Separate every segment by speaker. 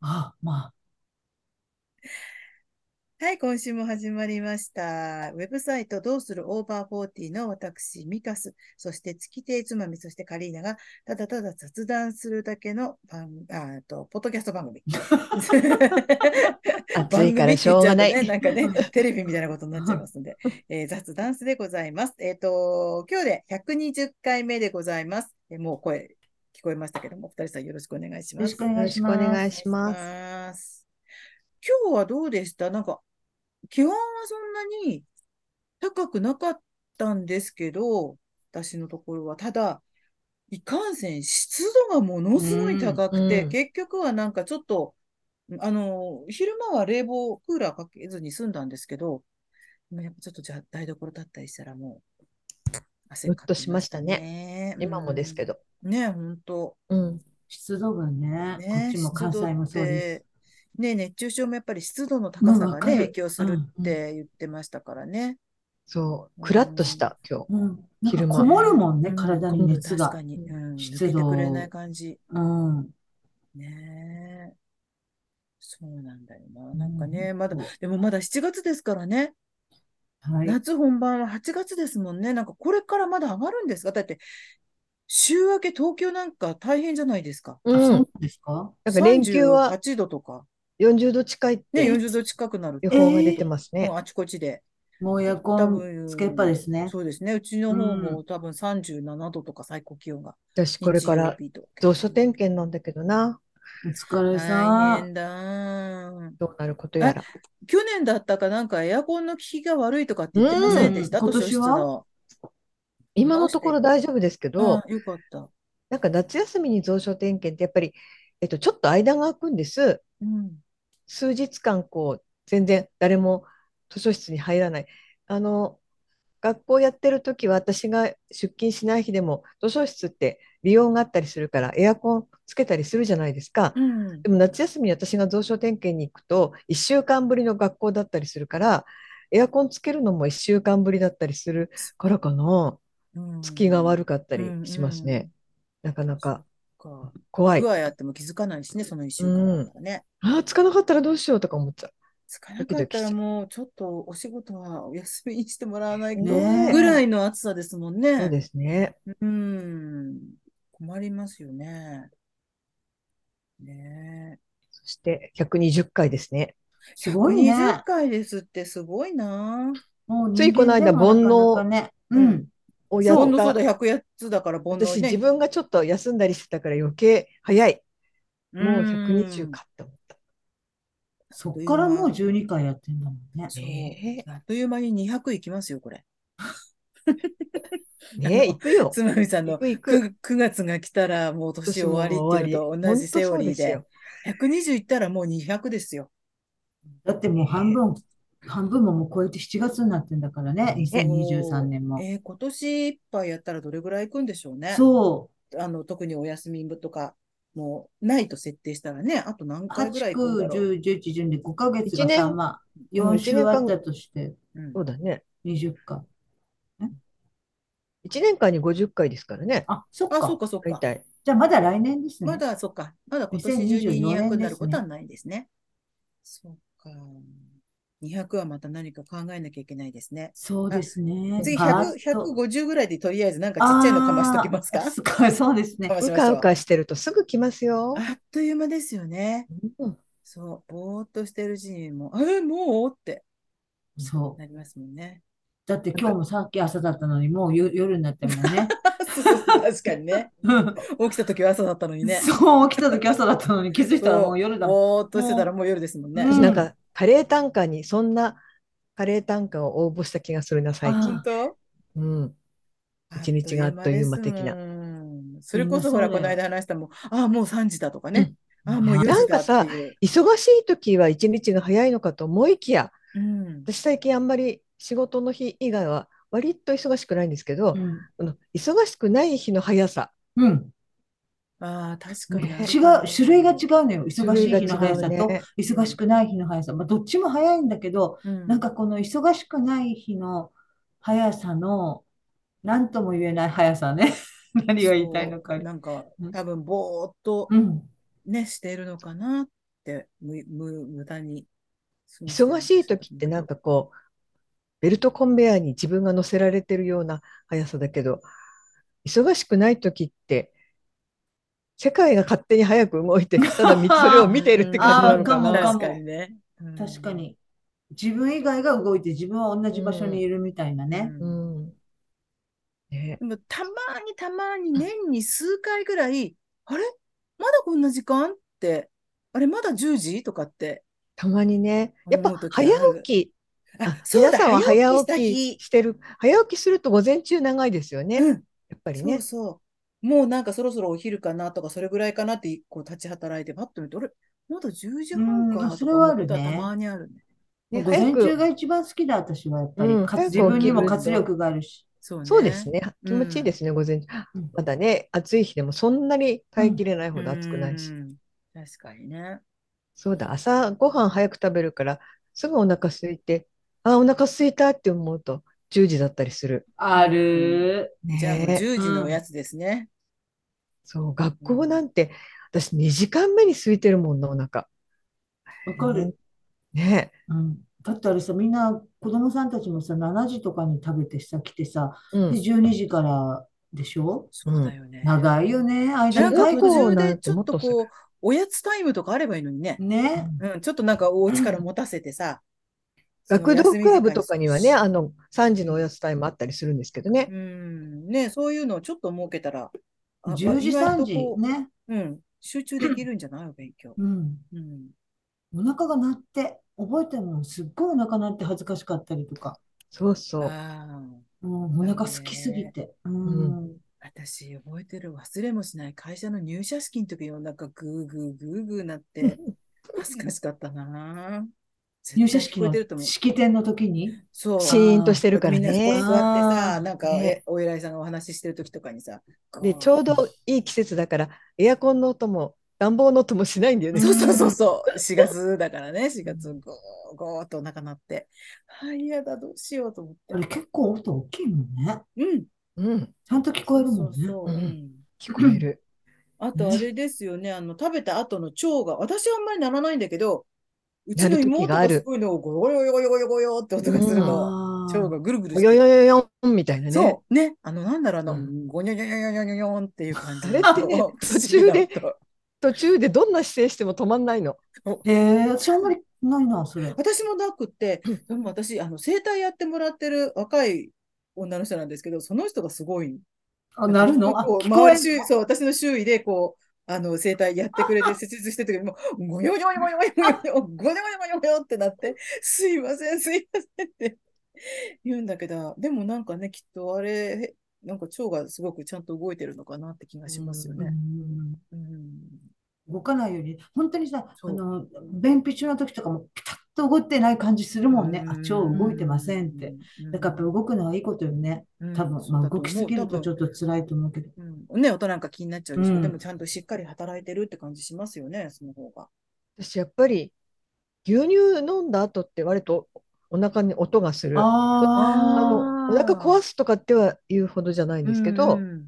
Speaker 1: あ、まあ、
Speaker 2: はい、今週も始まりました。ウェブサイトどうするオーバーフォーティーの私、ミカス、そして月亭つまみ、そしてカリーナが、ただただ雑談するだけの番、ああと、ポッドキャスト 番組。
Speaker 3: 暑いからしょうがない。
Speaker 2: 番組って言っちゃうとね、なんかね、テレビみたいなことになっちゃいますので、えー雑談スでございます。えっ、と、今日で120回目でございます。えーもう声聞こえましたけども、お二人さんよろしくお願いし
Speaker 1: よ
Speaker 2: ま
Speaker 1: ろし
Speaker 2: す。
Speaker 1: くお
Speaker 3: よ
Speaker 1: 願
Speaker 3: ろ
Speaker 1: いし
Speaker 3: しくお
Speaker 1: ます。
Speaker 3: 願いします。
Speaker 2: ます。今日はどうでしたなんか、気温はそんなに高くなかったんですけど、私のところは。ただ、いかんせん湿度がものすごい高くて、
Speaker 3: うんうん
Speaker 2: 結局はなんかちょっと、あの、昼間は冷房、クーラーかけずに済んだんですけど、やっぱちょっとじゃあ台所立ったりしたらもう、汗
Speaker 3: うっとしましたね
Speaker 2: ね
Speaker 3: 今もですけ
Speaker 2: ど。
Speaker 3: ど。
Speaker 2: ね、本当。
Speaker 3: うん。
Speaker 1: 湿度がね、こ
Speaker 2: ね
Speaker 1: っちも関西もそうです。
Speaker 2: す。ね、熱中症もやっぱり湿度の高さ
Speaker 1: うん
Speaker 2: が
Speaker 1: わ
Speaker 2: ね、
Speaker 1: かる
Speaker 2: 影響するって言ってましたからね。
Speaker 3: そう。くらっとした、今日。
Speaker 1: うん。なんか
Speaker 3: 昼間
Speaker 1: こもるもんね、
Speaker 2: うん
Speaker 1: 体に熱が。
Speaker 2: 確かに、うん、
Speaker 1: 湿
Speaker 2: 抜けて
Speaker 1: 度
Speaker 2: くれない感じ。
Speaker 1: うん。
Speaker 2: ねえ。そうなんだよな。なんかね、まだ、でもまだ7月ですからね。
Speaker 1: はい。
Speaker 2: 夏本番は8月ですもんね。なんかこれからまだ上がるんですかだって、週明け東京なんか大変じゃないですか。
Speaker 1: あ、そう
Speaker 3: う。
Speaker 1: なんんですか
Speaker 3: なんか連休は
Speaker 2: 38度とか、
Speaker 3: 40度近いっ
Speaker 2: ね、
Speaker 3: て
Speaker 2: 40度近くなる
Speaker 3: 予
Speaker 2: と、
Speaker 3: 報が出てますね
Speaker 2: もう。あちこちで。
Speaker 1: もうエアコ
Speaker 2: 多
Speaker 1: ン
Speaker 2: 分
Speaker 1: つけっぱですね。
Speaker 2: そうですね。うちの方
Speaker 1: う
Speaker 2: も多分37度とか最高気温が。
Speaker 3: 私、これから
Speaker 2: 日曜日と
Speaker 3: 蔵書点検なんだけどな。
Speaker 1: お疲れ
Speaker 2: 大
Speaker 1: さん。
Speaker 2: 変だ。
Speaker 3: どうなることやら。
Speaker 2: 去年だったかなんかエアコンの効きが悪いとかって言ってませんでした、
Speaker 1: うん
Speaker 2: 図書室の。
Speaker 3: 今のところ大丈夫ですけど、
Speaker 2: うんよかった。
Speaker 3: なんか夏休みに蔵書点検ってやっぱり、えっと、ちょっと間が空くんです。
Speaker 2: うん。
Speaker 3: 数日間、こう、全然誰も図書室に入らない。あの、学校やってる時は私が出勤しない日でも図書室って利用があったりするからエアコンつけたりするじゃないですか。
Speaker 2: うん
Speaker 3: でも夏休みに私が蔵書点検に行くと1週間ぶりの学校だったりするからエアコンつけるのも1週間ぶりだったりするからかな
Speaker 2: うん
Speaker 3: 月が悪かったりしますね。。なかなか
Speaker 2: うんうんそっか
Speaker 3: 怖い
Speaker 2: 具。合あっても気づかないしね、その一週間だったらね。
Speaker 3: ああつかなかったらどうしようとか思っちゃう。
Speaker 2: つかなかったらもうちょっとお仕事はお休みにしてもらわないと
Speaker 1: ねえ
Speaker 2: ぐらいの暑さですもんね。
Speaker 3: そうですね。
Speaker 2: うん。困りますよね。ね
Speaker 3: そして120回ですね。
Speaker 2: え。
Speaker 1: すごいね
Speaker 2: 120回ですってすごいな。
Speaker 1: もう
Speaker 3: ついこの間
Speaker 1: 人間でもなかなかねうん。
Speaker 3: をや
Speaker 2: そう、
Speaker 3: っ
Speaker 2: そう
Speaker 3: た
Speaker 2: だ、100やつだから煩悩
Speaker 3: 私
Speaker 2: ね。
Speaker 3: 自分がちょっと休んだりしてたから余計早い。もう
Speaker 2: う
Speaker 3: 120
Speaker 2: ん
Speaker 3: かって思った。
Speaker 1: そっからもう12回やってんだもんね。
Speaker 2: そう
Speaker 3: ね
Speaker 2: あっという間に200いきますよ、これ。
Speaker 3: え、ねえ、行くよ。
Speaker 2: つまみさん
Speaker 3: 行
Speaker 2: の
Speaker 3: く行く。
Speaker 2: 9、9月が来たらもう年終わりっていうのと同じセオリーで。120いったらもう200ですよ。
Speaker 1: だってもう半分、半分ももう超えて7月になってんだからね、2023年も。
Speaker 2: えー今年いっぱいやったらどれぐらいいくんでしょうね。
Speaker 1: そ
Speaker 2: あの、特にお休みとかもないと設定したらね、あと何
Speaker 1: う、
Speaker 2: 回
Speaker 1: 8、
Speaker 2: ぐらい行くんだ
Speaker 1: 9、
Speaker 2: ろう。
Speaker 1: 10、11、12で5ヶ月が
Speaker 3: 一
Speaker 1: さ、
Speaker 3: 年
Speaker 1: まあ、
Speaker 3: うん
Speaker 1: 4
Speaker 3: 一
Speaker 1: 週
Speaker 3: 年
Speaker 1: あ
Speaker 3: 間
Speaker 1: ったとして
Speaker 2: うん
Speaker 3: そうだね。
Speaker 1: 20回。
Speaker 3: 1年間に50回ですからね。
Speaker 1: あ、そっ
Speaker 2: あ、そ
Speaker 1: か
Speaker 2: う。か、そう
Speaker 3: 大
Speaker 2: か。
Speaker 3: 体。
Speaker 1: じゃあまだ来年ですね。
Speaker 2: まだ、そうか。まだ今年中に
Speaker 1: 2024
Speaker 2: 200になる
Speaker 1: ですね
Speaker 2: ことはないんですね。そうか。200はまた何か考えなきゃいけないですね。
Speaker 1: そうですね。
Speaker 2: 次、
Speaker 1: ガラ
Speaker 2: 100、
Speaker 1: ッと
Speaker 2: 150ぐらいでとりあえずなんかちっちゃいのかましときますか
Speaker 1: あーすごいそうです
Speaker 2: か
Speaker 1: ね
Speaker 2: ま。し
Speaker 3: う
Speaker 2: まし
Speaker 3: か
Speaker 2: ょ
Speaker 3: うかしてるとすぐ来ますよ。
Speaker 2: あっという間ですよね。
Speaker 3: うん
Speaker 2: そう、ぼーっとしてるうちにもう、え、もうって
Speaker 1: そう。
Speaker 2: なりますもんね。
Speaker 1: だって今日もさっき朝だったのに、もう夜夜になってるもんね。
Speaker 2: そうそう確かにね。
Speaker 1: うん
Speaker 2: 起きた時は朝だったのにね。
Speaker 1: そう、起きた時朝だったのに気づいたらもう夜だもん。
Speaker 2: ぼーっとしてたらもう夜ですもんね。
Speaker 1: うん
Speaker 3: 私なんかカレー単価にそんなカレー単価を応募した気がするな最近
Speaker 2: 本。当
Speaker 3: うん。一日があっという間的な
Speaker 2: うんそれこそほら、
Speaker 1: みん
Speaker 2: こ
Speaker 1: なそう
Speaker 2: の
Speaker 1: だよ
Speaker 2: 間話したもん、ああ、もう3時だとかね。
Speaker 1: うん
Speaker 2: ああ、もう4時だっていう。
Speaker 3: なんかさ忙しい時は一日が早いのかと思いきや、
Speaker 2: うん、
Speaker 3: 私最近あんまり仕事の日以外は割と忙しくないんですけど、
Speaker 1: うん。
Speaker 3: この忙しくない日の早さ。
Speaker 1: うん。
Speaker 2: ああ、確かにある
Speaker 1: 違う、種類が違うのよ。忙しい日の
Speaker 3: 種類
Speaker 1: 速
Speaker 3: が
Speaker 1: さ
Speaker 3: 違う
Speaker 1: と、
Speaker 3: ね
Speaker 1: 忙しくない日の速さ。まあ、どっちも早いんだけど、
Speaker 2: う。
Speaker 1: なんかこの忙しくない日の速さの、何とも言えない速さ ね。何が言いたいのか。
Speaker 2: そうなんか
Speaker 1: うん
Speaker 2: 多分ぼーっと
Speaker 1: うん。
Speaker 2: ねしてるのかなっってむむ無駄に過ご
Speaker 3: 忙しい時ってなん
Speaker 2: か、
Speaker 3: かこう、ベルトコンベヤーに自分が乗せられてるような速さだけど、忙しくない時って、世界が勝手に早く動いて、ただみそれを見ているって感じなのか
Speaker 1: あー
Speaker 3: な。
Speaker 1: か
Speaker 2: 確
Speaker 1: も
Speaker 2: かにね。うん
Speaker 1: 確か。に。自分以外が動いて、自分は同じ場所にいるみたいな
Speaker 2: う
Speaker 1: ね。
Speaker 3: うんん。ね。
Speaker 2: でもたまにたまに年に数回ぐらい、あれまだこんな時間って、あれまだ10時とかって
Speaker 3: たまにね、やっ
Speaker 2: 思
Speaker 3: ぱ
Speaker 2: う時ある
Speaker 3: 早起き、あ、
Speaker 2: そうだ
Speaker 3: 皆さんは早
Speaker 2: 早起き
Speaker 3: 起
Speaker 2: し
Speaker 3: きしてる、早起きすると午前中長いですよね。
Speaker 2: う
Speaker 3: や
Speaker 2: ん、
Speaker 3: っぱり
Speaker 2: そう
Speaker 3: ね。
Speaker 2: そう。もうなんかそろそろお昼かなとか、それぐらいかなって、こう立ち働いて、パッと見て、あれまだ10時半
Speaker 1: うん
Speaker 2: か
Speaker 1: あ
Speaker 2: と
Speaker 1: そ
Speaker 2: か
Speaker 1: れは
Speaker 2: 思
Speaker 1: あ
Speaker 2: う
Speaker 1: る
Speaker 2: こ
Speaker 1: ね
Speaker 2: とはたまにあるね。
Speaker 3: ね
Speaker 1: 午前
Speaker 3: 早く
Speaker 1: 中が一番好きだ、私はやっぱり。
Speaker 3: うん
Speaker 1: かつ自
Speaker 3: 早く
Speaker 1: 分
Speaker 3: 起
Speaker 1: に
Speaker 3: きる
Speaker 1: も活力があるし。
Speaker 2: そうね。
Speaker 3: そうですね。
Speaker 2: うん
Speaker 3: 気持ちいいですね、午前中。
Speaker 1: うん
Speaker 3: まだね、暑い日でもそんなに耐えきれないほど暑くないし。
Speaker 2: うん確かにね。
Speaker 3: そうだ、朝ごはん早く食べるから、すぐお腹空いて、あ、お腹空いたって思うと、10時だったりする。
Speaker 1: ある。
Speaker 2: じゃあもう
Speaker 3: ねえ、
Speaker 2: 10時のおやつですね。
Speaker 3: そう、学校なんて、私2時間目に空いてるもんな、お腹。
Speaker 1: わかる。
Speaker 3: ね
Speaker 1: うん、だってあれさ、みんな子供さんたちもさ、7時とかに食べてさ、来てさ、
Speaker 3: え。う
Speaker 1: で、
Speaker 3: ん。
Speaker 1: 12時からでしょ
Speaker 2: そうだよね。
Speaker 1: 長いよね、間
Speaker 2: なんか
Speaker 1: が空
Speaker 3: 中
Speaker 1: いてる
Speaker 3: 学校
Speaker 2: 途中
Speaker 3: な
Speaker 2: で
Speaker 3: ん
Speaker 2: ち
Speaker 3: て
Speaker 2: ょ
Speaker 3: も
Speaker 2: っ
Speaker 3: っ
Speaker 2: と
Speaker 3: とする。
Speaker 2: こう、おやつタイムとかあればいいのにね。
Speaker 1: ね。
Speaker 2: うん、ちょっとなんかお家から持たせてさ、その
Speaker 3: 学童
Speaker 2: 休み時
Speaker 3: クラ
Speaker 2: 間
Speaker 3: ブとかにはね、あの、3時のおやつタイムあったりするんですけどね。
Speaker 2: うん、ね、そういうのをちょっと設けたら、あ
Speaker 1: 10時、
Speaker 2: 意外
Speaker 1: 3
Speaker 2: と
Speaker 1: 時
Speaker 2: こ
Speaker 1: ね。
Speaker 2: う、うん、集中できるんじゃないお勉強。
Speaker 1: うん。
Speaker 2: うん、
Speaker 1: お腹が鳴って、覚えてるもん、すっごいお腹鳴って恥ずかしかったりとか。
Speaker 3: そうそう。
Speaker 2: ああ、
Speaker 1: うん、お腹空きすぎて。うん。
Speaker 2: 私覚えてる、忘れもしない会社の入社式の時のなんかグーグーグーグーなって、恥ずかしかったな。
Speaker 1: 入社式
Speaker 2: 絶対聞こえ
Speaker 1: の
Speaker 2: てると思う。
Speaker 1: 式典の時に。
Speaker 2: そう。
Speaker 3: シーンとしてるから
Speaker 2: みんなそこに
Speaker 3: ね。
Speaker 2: 座って
Speaker 1: あ
Speaker 2: さ、
Speaker 1: ー
Speaker 2: なんか、
Speaker 3: ね
Speaker 2: えお偉いさんがお話ししてる時とかにさ、
Speaker 3: で、ちょう
Speaker 2: こ
Speaker 3: どいい季節だから、エアコンの音も暖房の音もしないんだよ
Speaker 2: う
Speaker 3: ね。
Speaker 2: そうそうそうそう、4月だからね、4月、ゴーゴーっとお腹鳴って、あ、嫌だ、どうしようと思っ
Speaker 1: あれ
Speaker 2: て。
Speaker 1: 結構音大きいもんね。
Speaker 2: うん、
Speaker 3: うん、
Speaker 1: ちゃんと聞こえる
Speaker 2: そ
Speaker 1: もん
Speaker 2: う
Speaker 1: ね。
Speaker 2: そう。う
Speaker 3: うん
Speaker 2: ん
Speaker 3: 聞こえる。
Speaker 2: あと、あれですよね、あの、食べた後の腸が、私はあんまりならないんだけど、うち
Speaker 3: な
Speaker 2: の
Speaker 3: る時
Speaker 2: 妹
Speaker 3: があ
Speaker 2: がす
Speaker 3: る。
Speaker 2: ごいのをゴロゴロゴロゴロゴロって音がするの。
Speaker 1: あ
Speaker 2: 腸
Speaker 1: ー
Speaker 2: がぐるぐる
Speaker 3: お
Speaker 2: して
Speaker 3: よ
Speaker 2: る
Speaker 3: よよよんみたいなね。
Speaker 2: そう、ね、あの、なんだろうな、
Speaker 3: うん
Speaker 2: ごにょにょにょにょにょにょんっていう感じ
Speaker 3: あ
Speaker 2: の
Speaker 3: れってね、
Speaker 2: 音不
Speaker 3: 途
Speaker 2: 思議
Speaker 3: 中
Speaker 2: な
Speaker 3: で、
Speaker 2: 音。
Speaker 3: 途中でどんな姿勢しても止まんないの。
Speaker 1: ええ私あんまりないな、それ。
Speaker 2: 私もなくって
Speaker 3: うん、
Speaker 2: でも私、あの、整体やってもらってる若い女の人なんですけど、その人がすごい。
Speaker 1: あ、なるのあ、
Speaker 2: こう
Speaker 1: 聞こえ
Speaker 2: 周り周そう、私の周囲で、こう、あの、整体やってくれて、施術してる時にもう、ごよよよよよよよよ、ごよよよよよってなって、すいません、すいませんって言うんだけど、でもなんかね、きっとあれ、なんか腸がすごくちゃんと動いてるのかなって気がしますよ
Speaker 1: うん
Speaker 2: ね。うん。
Speaker 1: 動かないより、本当にさ、
Speaker 2: そ
Speaker 1: あ
Speaker 2: う。
Speaker 1: の、便秘中の時とかもピタッと動いてない感じするもんね。あ、腸動いてませんって。
Speaker 2: うん。
Speaker 1: だからやっぱ動くのはいいことよね。
Speaker 2: うん
Speaker 1: 多
Speaker 2: うん
Speaker 1: 分、
Speaker 2: そう
Speaker 1: まあ
Speaker 2: だと
Speaker 1: 動きす
Speaker 2: 思う。
Speaker 1: ぎ
Speaker 2: 多
Speaker 1: ると
Speaker 2: 分
Speaker 1: ちょっと辛いと思うけど。
Speaker 2: うん、ね、音なんか気になっちゃう
Speaker 1: う
Speaker 2: でしょ。でも
Speaker 1: ん。
Speaker 2: ちゃんとしっかり働いてるって感じしますよね、その方が。
Speaker 3: 私、やっぱり牛乳飲んだ後って割とお腹に音がする。そあの、お腹
Speaker 1: あ
Speaker 3: 壊すとかっては言うほどじゃないん
Speaker 2: う
Speaker 3: ですけ
Speaker 2: ん
Speaker 3: ど、
Speaker 2: うん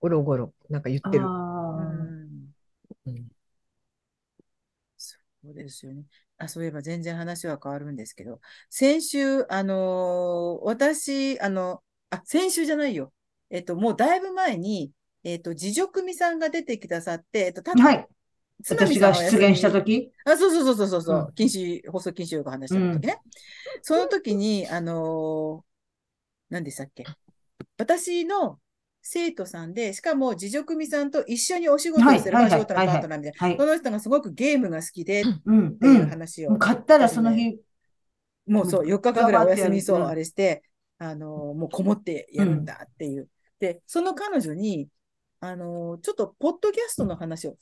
Speaker 3: ゴロゴロなんか言っ
Speaker 1: あ、
Speaker 3: てる。
Speaker 2: う
Speaker 1: あ
Speaker 2: ん、
Speaker 3: うん
Speaker 2: そうですよね。あ、そういえば全然話は変わるんですけど、先週、あのー私、あの、あ、先週じゃないよ。えっと、もうだいぶ前に、えっと、自助組さんが出てくださって、えっと、た
Speaker 1: あ、はい。
Speaker 2: つまみ
Speaker 1: 私
Speaker 2: さん
Speaker 1: が
Speaker 2: はお
Speaker 1: 出
Speaker 2: 休
Speaker 1: 現した
Speaker 2: み。
Speaker 1: 時
Speaker 2: あ、そうそうそうそうそうう、
Speaker 1: ん。
Speaker 2: 禁止、放送禁止用語話し
Speaker 1: う
Speaker 2: てた時
Speaker 1: ん。
Speaker 2: ね。その時に、あのー何でしたっけ私の生徒さんで、しかも自助組さんと一緒にお仕事
Speaker 1: は
Speaker 2: をし
Speaker 1: い、
Speaker 2: てる、
Speaker 1: は
Speaker 2: ま
Speaker 1: い、
Speaker 2: あ、
Speaker 1: は
Speaker 2: 仕
Speaker 1: い、
Speaker 2: 事の
Speaker 1: はい、
Speaker 2: パ
Speaker 1: は
Speaker 2: ート
Speaker 1: い。
Speaker 2: ナーみたいな、
Speaker 1: は
Speaker 2: そ
Speaker 1: い。
Speaker 2: の人がすごくゲームが好きでっ
Speaker 3: うん
Speaker 1: うん、。
Speaker 2: ていううん話
Speaker 1: もう
Speaker 2: を、
Speaker 1: 買ったら
Speaker 2: 私
Speaker 1: その
Speaker 2: ね、
Speaker 1: 日、
Speaker 2: もう
Speaker 1: も
Speaker 2: そうう、4日間
Speaker 1: ザ
Speaker 2: ぐらい
Speaker 1: バ
Speaker 2: お
Speaker 1: ってや
Speaker 2: 休み、
Speaker 1: る。
Speaker 2: そうう、あ
Speaker 1: ん。
Speaker 2: れして、あのーもうこもって
Speaker 1: う
Speaker 2: やるん
Speaker 1: ん。
Speaker 2: だっていう。で、その彼女に、あのーちょっとポッドキャストの話を、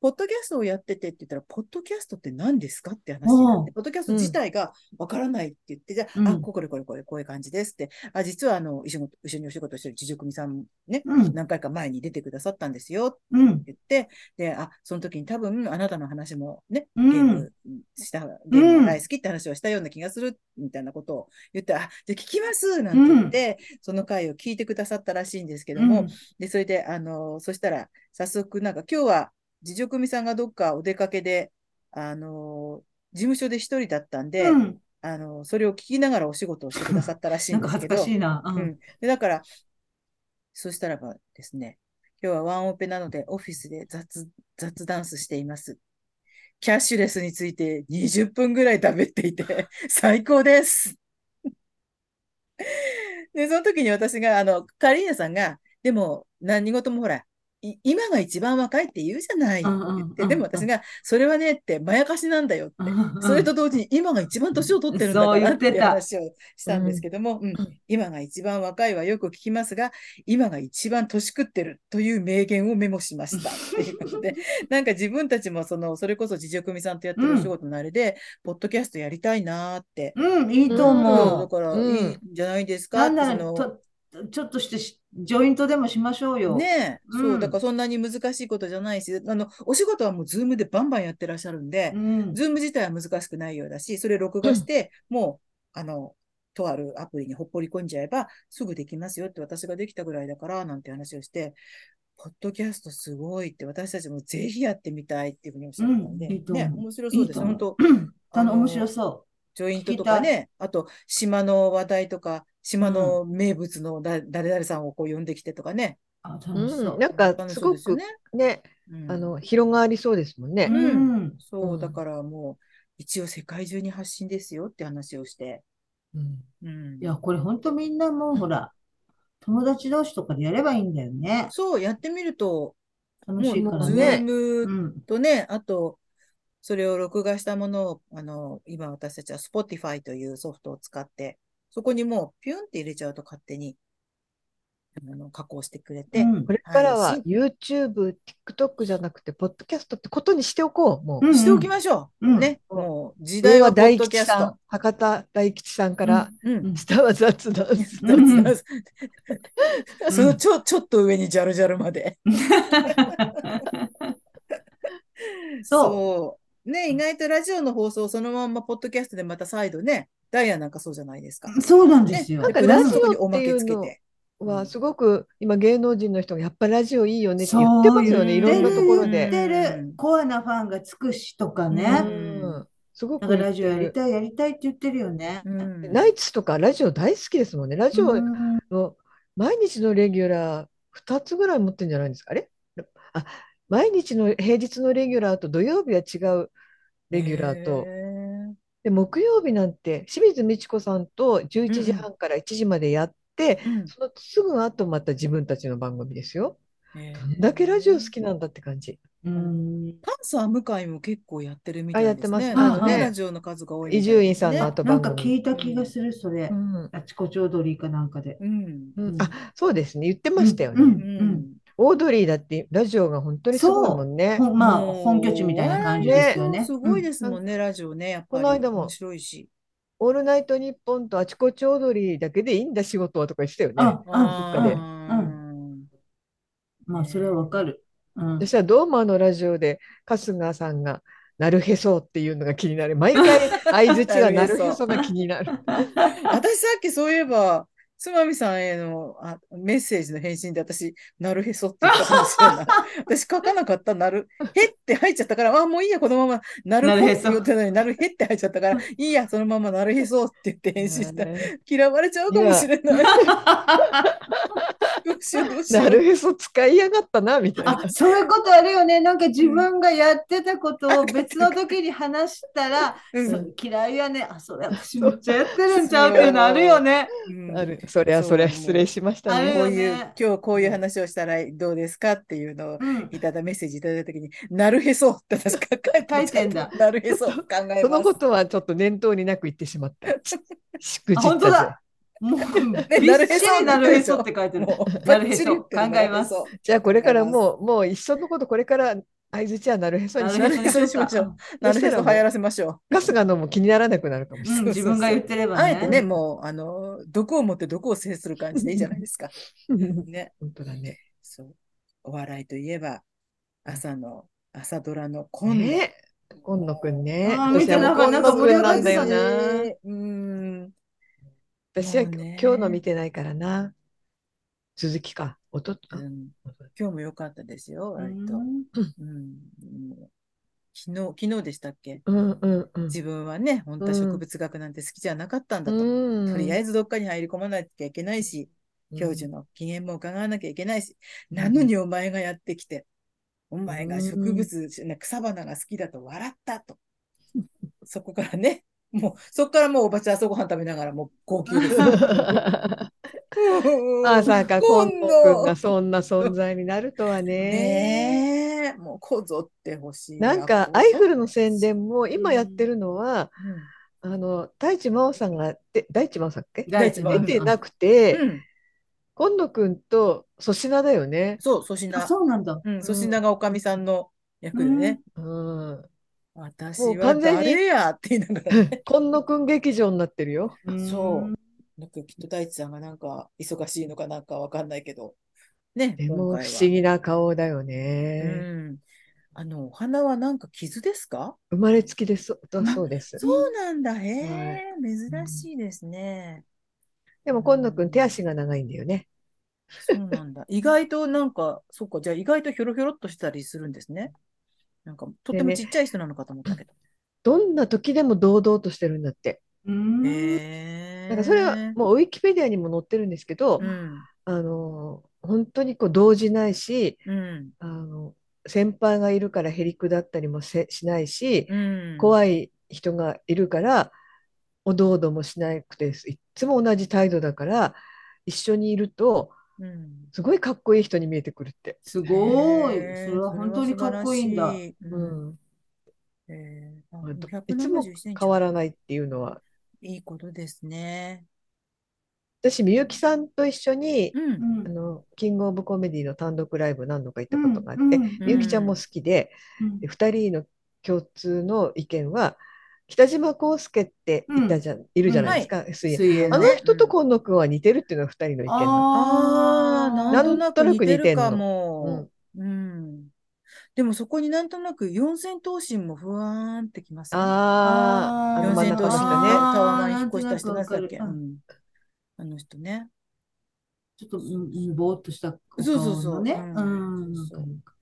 Speaker 2: ポッドキャストをやっててって言ったら、ポッドキャストって何ですかって話になっ
Speaker 1: お
Speaker 2: て、
Speaker 1: う。
Speaker 2: ポッドキャスト
Speaker 3: う
Speaker 2: 自
Speaker 3: ん。
Speaker 2: 体がわからないって言って、じゃ
Speaker 1: う
Speaker 2: あ、あ、
Speaker 1: ん。
Speaker 2: これこれこれこういう感じですって、あ、実はあの、一緒に一緒にお仕事してる自助組さんね、
Speaker 1: うん。
Speaker 2: 何回か前に出てくださったんですよ
Speaker 1: うん。
Speaker 2: って言って、で、あ、その時に多分あなたの話もね、
Speaker 1: う
Speaker 2: ゲー
Speaker 1: ん。
Speaker 2: ムした、ゲーム
Speaker 1: う
Speaker 2: が大
Speaker 1: ん。
Speaker 2: 好きって話をしたような気がするみたいなことを言って、あ、じゃあ聞きますな
Speaker 1: うん
Speaker 2: て言っ
Speaker 1: ん。
Speaker 2: て、その回を聞いてくださったらしいんですけ
Speaker 1: う
Speaker 2: ども、
Speaker 1: ん。
Speaker 2: で、それで、あの、そしたら、早速、なんか今日は、自助組さんがどっかお出かけで、あの、事務所で一人だったんで、
Speaker 1: うん。
Speaker 2: あの、それを聞きながらお仕事をしてくださったらしい
Speaker 1: なんん
Speaker 2: で
Speaker 1: か
Speaker 2: す
Speaker 1: 恥
Speaker 2: け
Speaker 1: ず
Speaker 2: ど、
Speaker 1: かしいな。う。
Speaker 2: うんん。で、だから、そしたらばですね、今日はワンオペなのでオフィスで雑、雑ダンスしています。キャッシュレスについて20分ぐらい喋っていて、 最高です。で、その時に私が、あの、カリーナさんが、でも何事もほら、い今が一番若いって言うじゃないって
Speaker 1: うんうん
Speaker 2: 言っ
Speaker 1: う
Speaker 2: て、
Speaker 1: ん
Speaker 2: でも私が、それはねって、まやかしなんだよって。それと同時に今が一番年を取ってるんだ
Speaker 1: そう
Speaker 2: から
Speaker 1: 言
Speaker 2: っ
Speaker 1: って
Speaker 2: て
Speaker 1: た
Speaker 2: 話をしたんですけども、うん今が一番若いはよく聞きますが、今が一番年食ってるという名言をメモし ましたっていうことで、なんか自分たちもその、それこそ自助組さんとやってるお仕事のあれで、ポッドキャストやりたいなーって。
Speaker 1: うん、いいと
Speaker 2: そう
Speaker 1: 思
Speaker 2: だ
Speaker 1: う。
Speaker 2: からい
Speaker 3: うん、。
Speaker 2: いんじゃないですか
Speaker 1: な
Speaker 2: っ
Speaker 1: ん
Speaker 2: て
Speaker 1: な
Speaker 2: そ
Speaker 1: ら
Speaker 2: の
Speaker 1: と、ちょっとしてしジョイントでもしましょうよ。
Speaker 2: ねえ、
Speaker 1: う
Speaker 2: そ
Speaker 1: ん
Speaker 2: う、だからそんなに難しいことじゃないし、あの、お仕事はもうズームでバンバンやってらっしゃるんで
Speaker 1: う、ん。
Speaker 2: ズーム自体は難しくないようだし、それ録画して、もう、あの、とあるアプリにほっぽり込んじゃえば、すぐできますよって私ができたぐらいだから、なんて話をして、ポッドキャストすごいって、私たちもぜひやってみたいっていうふうにおっしゃったんで、
Speaker 1: うんいいと思う
Speaker 2: ね、面白そ
Speaker 1: いうい
Speaker 2: で
Speaker 1: と
Speaker 2: す。
Speaker 1: 思
Speaker 2: 本
Speaker 1: う。
Speaker 2: 当
Speaker 1: うんあの、
Speaker 2: あの
Speaker 1: 面白そ
Speaker 2: ジョイントとかね、あと島の話題とか、島の名物のだ、誰々さんをこう呼んできてとかね。
Speaker 1: う。あ、楽しそううん
Speaker 3: なんか
Speaker 2: 楽し
Speaker 3: す
Speaker 2: そう
Speaker 3: ご
Speaker 2: ですよ
Speaker 3: く
Speaker 2: ね。
Speaker 3: ね、
Speaker 2: うん
Speaker 3: あの広がりそうですもん
Speaker 1: う
Speaker 3: ね。
Speaker 1: ん。
Speaker 2: そうう、
Speaker 3: ん
Speaker 2: だからもう、一応世界中に発信ですよって話をして。
Speaker 3: うん、
Speaker 2: うん
Speaker 1: いや、これ本当みんなもうほら、友達同士とかでやればいいんだよね。
Speaker 2: そう、やってみると、
Speaker 1: 楽
Speaker 2: も
Speaker 1: しいか
Speaker 2: う、
Speaker 1: ら
Speaker 2: ズ
Speaker 1: ね。
Speaker 2: ー
Speaker 1: う
Speaker 2: ム
Speaker 1: ん。
Speaker 2: とね、あと、それを録画したものを、あの、今私たちは Spotify というソフトを使って、そこにもうピュンって入れちゃうと勝手に、あの、加工してくれて、
Speaker 1: うん
Speaker 3: これから
Speaker 2: は
Speaker 3: はい YouTube、TikTok じゃなくて、ポッドキャストってことにしておこう。もう、
Speaker 1: うん
Speaker 2: しておきましょ
Speaker 1: う
Speaker 2: う。
Speaker 1: ん
Speaker 2: ね。もう、時代
Speaker 3: 上
Speaker 2: は
Speaker 3: は
Speaker 2: ポッ
Speaker 3: 大
Speaker 2: ドキ
Speaker 3: 吉
Speaker 2: ャス
Speaker 3: さ
Speaker 2: ト
Speaker 3: ん、。博多大吉さんから、
Speaker 2: うん。
Speaker 3: 下は雑談。
Speaker 1: うん
Speaker 2: 雑談 そのちょ、ちょっと上にジャルジャルまで。
Speaker 1: そう。
Speaker 2: そう。ね、意外とラジオの放送をそのまんま、ポッドキャストでまた再度ね、ダイヤなんかそうじゃないですか。
Speaker 1: そうなんですよ。
Speaker 3: ねなんか
Speaker 2: プラス
Speaker 3: ラジオ
Speaker 2: そこにおまけつけ
Speaker 3: っていうの
Speaker 2: て。
Speaker 3: はすごく今芸能人の人がやっぱラジオいいよねって言ってますよ
Speaker 1: そ
Speaker 3: ね。
Speaker 1: う
Speaker 3: いろんなところで。
Speaker 1: 言って
Speaker 2: う
Speaker 1: る
Speaker 2: ん
Speaker 1: コアなファンがつくしとか
Speaker 3: う
Speaker 1: ね。
Speaker 3: ん、すごく
Speaker 1: なんかラジオ
Speaker 3: 言
Speaker 1: や
Speaker 3: って
Speaker 1: り
Speaker 3: る
Speaker 1: たい、やりたいって言ってるよね。
Speaker 2: うん
Speaker 3: ナイツとかラジオ大好きですもんね。ラジオ
Speaker 1: うん
Speaker 3: の毎日のレギュラー2つぐらい持ってんじゃないんですか。あれあ毎日の平日のレギュラーと土曜日は違うレギュラーと。
Speaker 2: へー
Speaker 3: で木曜日なんて清水美智子さんと11時半から1時までやって、
Speaker 2: うん
Speaker 3: そのすぐ後また自分たちの番組ですよ。
Speaker 2: へ
Speaker 3: ど
Speaker 2: ー
Speaker 3: んだけラジオ好きなんだって感じ。
Speaker 1: うん
Speaker 2: パンサー向井も結構やってるみたいですね。
Speaker 3: あやって
Speaker 1: ます
Speaker 2: なんかね
Speaker 1: あはい
Speaker 2: ラジオの数が多いみ
Speaker 3: 伊
Speaker 2: たいです
Speaker 3: 集
Speaker 2: ね
Speaker 3: 院さんの後
Speaker 1: なん
Speaker 3: 番
Speaker 1: か聞
Speaker 3: 組。
Speaker 1: いた気がする、それ
Speaker 3: う。ん
Speaker 1: あちこちオードリーかなんかで。
Speaker 2: うん。
Speaker 3: うん
Speaker 1: うん
Speaker 3: あそうですね言ってましたよね、
Speaker 1: うん
Speaker 2: うん。
Speaker 3: オードリーだってラジオが本当にすごいもんね。
Speaker 1: ほんまあ、
Speaker 2: もう
Speaker 1: 本拠地みたいな感じですよ
Speaker 2: ね
Speaker 1: ね。
Speaker 2: すごいですもんね、ラジオね。やっぱり。
Speaker 3: この間も
Speaker 2: 面白いし。
Speaker 3: オールナイトニッポンとあちこちオードリーだけでいいんだ仕事はとかしてよね。
Speaker 1: うん
Speaker 3: かね
Speaker 2: うん。
Speaker 1: うん。まあ、それはわかる。うん
Speaker 3: そし。たらドーマーのラジオで春日さんがなるへそっていうのが気になる。毎回相づちがなるへそが気になる。
Speaker 2: 私さっきそういえば、つまみさんへのあメッセージの返信で私、なるへそって言ったかもしれない。私書かなかった、なる、へって入っちゃったから、あ、もういいや、このまま、なる
Speaker 1: なる
Speaker 2: へ
Speaker 1: へ
Speaker 2: って
Speaker 1: そ
Speaker 2: 言ってたのに、なるへって入っちゃったから、いいや、そのままなるへそって言って返信したら、
Speaker 3: ね
Speaker 2: 嫌われちゃうかもしれない。どうしよう、どうしよう。
Speaker 3: なるへそ使いやがったなみたいな。
Speaker 1: あ、そういうことあるよね。なんか自分がやってたことを別の時に話したら、
Speaker 2: うん
Speaker 1: そう嫌いやね。あ、それ私めっちゃやってるんちゃうっていうのあるよね。
Speaker 2: うん
Speaker 3: ある。そりゃそりゃ失礼しました
Speaker 1: あ
Speaker 3: ね。
Speaker 1: る
Speaker 2: こ
Speaker 1: よ
Speaker 2: う
Speaker 1: ね
Speaker 2: いう、今日こういう話をしたらどうですかっていうのを
Speaker 1: うん。
Speaker 2: いただメッセージいただいたときに、なるへそって私書いて
Speaker 1: 書いてんだ
Speaker 2: なるへそ考えます。
Speaker 3: そのことはちょっと念頭になく言ってしまった。しくじ
Speaker 1: あ、
Speaker 3: った
Speaker 1: 本
Speaker 3: ぜ
Speaker 1: 当だ。もう、
Speaker 2: ね
Speaker 1: びっしりなるへそって書いてる。
Speaker 2: もう
Speaker 1: なるへそ
Speaker 2: バッチリ言ってる
Speaker 1: 考えます
Speaker 2: なるへ
Speaker 3: じゃあこれからもう、もう一緒のことこれから相づちはなるへそにし
Speaker 1: な
Speaker 3: ま
Speaker 1: る
Speaker 3: す。
Speaker 1: へそにしましょう。
Speaker 2: そなるへそ流行らせましょ
Speaker 3: ガスがのも気にならなくなるかもし
Speaker 1: うん、自分が言ってれ
Speaker 2: う。
Speaker 1: ば
Speaker 2: あえてね、
Speaker 1: ね。
Speaker 2: もう、あの、毒を持って毒を制する感じでいいじゃないですか。
Speaker 3: れない。
Speaker 2: ね、
Speaker 3: 本当だね。
Speaker 2: そう。お笑いといえば、朝の、朝ドラの今度。
Speaker 3: ね今野くんね。
Speaker 1: あー
Speaker 3: 私は
Speaker 1: 見てなかっ
Speaker 3: もう
Speaker 1: た
Speaker 3: 今野くんなんだよ
Speaker 1: なん
Speaker 3: な。
Speaker 2: うん。
Speaker 3: 私は
Speaker 2: もうね
Speaker 3: 今日の見てないからな。続きか。おと、あ
Speaker 2: うん今日も良かったですよ、割と。
Speaker 1: うん
Speaker 2: うん、もう昨日、昨日でしたっけ
Speaker 3: うんうんうん。
Speaker 2: 自分はね、本当は植物学なんて好きじゃなかったんだと。とりあえ
Speaker 3: ず、
Speaker 2: ずどっかに入り込まなきゃいけないし、教授
Speaker 3: の。
Speaker 2: の機嫌も伺わなきゃいけないし、なのにお前がやってきて、お前が植物、ね草花が好きだと笑ったと。そこからね、もう、そこからもうおばちゃん朝ごはん食べながらもう号泣です。
Speaker 3: まさか、コン
Speaker 2: 今
Speaker 3: コ
Speaker 2: 度
Speaker 3: 君がそんな存在になるとはね。
Speaker 2: ねえ、もうこぞってほしい。
Speaker 3: なんか、アイフルの宣伝も今やってるのは、
Speaker 2: うん
Speaker 3: あの、大地真央さんが、で大地真央さんっけ
Speaker 1: 第一
Speaker 2: 一
Speaker 3: 出
Speaker 2: 番
Speaker 1: 番
Speaker 3: てなく
Speaker 2: う
Speaker 3: て、
Speaker 2: ん、
Speaker 3: 今野くんと粗品だよね。
Speaker 2: そう、粗品
Speaker 1: あ、。そうなんだ。
Speaker 2: うん、粗品がおかみさんの役でね、
Speaker 3: うん。
Speaker 2: 私
Speaker 3: も
Speaker 2: は
Speaker 3: う完全に
Speaker 2: 誰やって言いながら、 ね、
Speaker 3: 今野くん劇場になってるよ。
Speaker 2: そう。なんかきっと大地さんがなんか忙しいのかなんかわかんないけど、ね、
Speaker 3: で
Speaker 2: 今
Speaker 3: も不
Speaker 2: 回は
Speaker 3: 思議な顔だよ
Speaker 2: う
Speaker 3: ね。
Speaker 2: ん。あの、お花はなんか傷ですか
Speaker 3: 生まれつきです。だそうです。
Speaker 2: そうなんだ。へえ、珍しいですね。
Speaker 3: でも今野くん手足が長いんだよね。
Speaker 2: そうなんだ。意外となんか、そっか、じゃあ意外とひょろひょろっとしたりするんですね。なんか、とってもちっちゃい人なのかと思ったけど。
Speaker 3: どんな時でも堂々としてるんだって。
Speaker 1: うん。
Speaker 2: へえ。
Speaker 3: なんかそれはもうウィキペディアにも載ってるんですけど、
Speaker 2: うん。
Speaker 3: あの本当にこう動じないし、
Speaker 2: うん。
Speaker 3: あの先輩がいるからへりくだったりもせしないし、
Speaker 2: うん。い。
Speaker 3: 怖い人がいるからおどおどもしなくていっつも同じ態度だから一緒にいると
Speaker 2: うん。
Speaker 3: すごいかっこいい人に見えてくるって。
Speaker 1: すごい。
Speaker 2: へえ
Speaker 1: それは本当にかっこいいんだ。
Speaker 2: それは素晴らしいうん。
Speaker 3: うん、
Speaker 2: へえあ
Speaker 3: ど
Speaker 2: 171
Speaker 3: いつも
Speaker 2: センチ
Speaker 3: 変わらないっていうのはい
Speaker 2: いことですね。
Speaker 3: 私みゆきさんと一緒に、
Speaker 2: う。
Speaker 1: うんん
Speaker 3: あのキングオブコメディの単独ライブ何度か行
Speaker 1: う
Speaker 3: った
Speaker 1: ん
Speaker 3: ことがあって、
Speaker 1: うん
Speaker 3: みゆきちゃんも好きで
Speaker 1: うん
Speaker 3: で2人の共通の意見は北島康介っていたじゃ、ん、いるじゃないですか、水泳
Speaker 1: 水泳
Speaker 3: あ
Speaker 1: の
Speaker 3: の
Speaker 1: ね。
Speaker 3: 人と今野くんは似てるっていうのが2人の意見な
Speaker 2: ああ、
Speaker 1: ー
Speaker 2: なんとなく似てるか
Speaker 3: の
Speaker 2: も。うん。でもそこになんとなく四千頭身も不安ってきますね。
Speaker 1: ー
Speaker 3: あーあの
Speaker 2: 四
Speaker 3: 真
Speaker 2: 千
Speaker 3: ん中
Speaker 2: 頭
Speaker 3: の
Speaker 2: 身ね、
Speaker 3: 人ね
Speaker 1: あー
Speaker 2: タワマンに引っ越した人なんだっけ。う
Speaker 1: なんとなくわかる
Speaker 2: ん。あの人ね。
Speaker 1: ちょっと、うん、ぼーっとしたお
Speaker 2: そうそう
Speaker 1: 顔
Speaker 2: そう
Speaker 1: のね。
Speaker 2: う
Speaker 1: うんん。
Speaker 2: そうそう
Speaker 1: なんか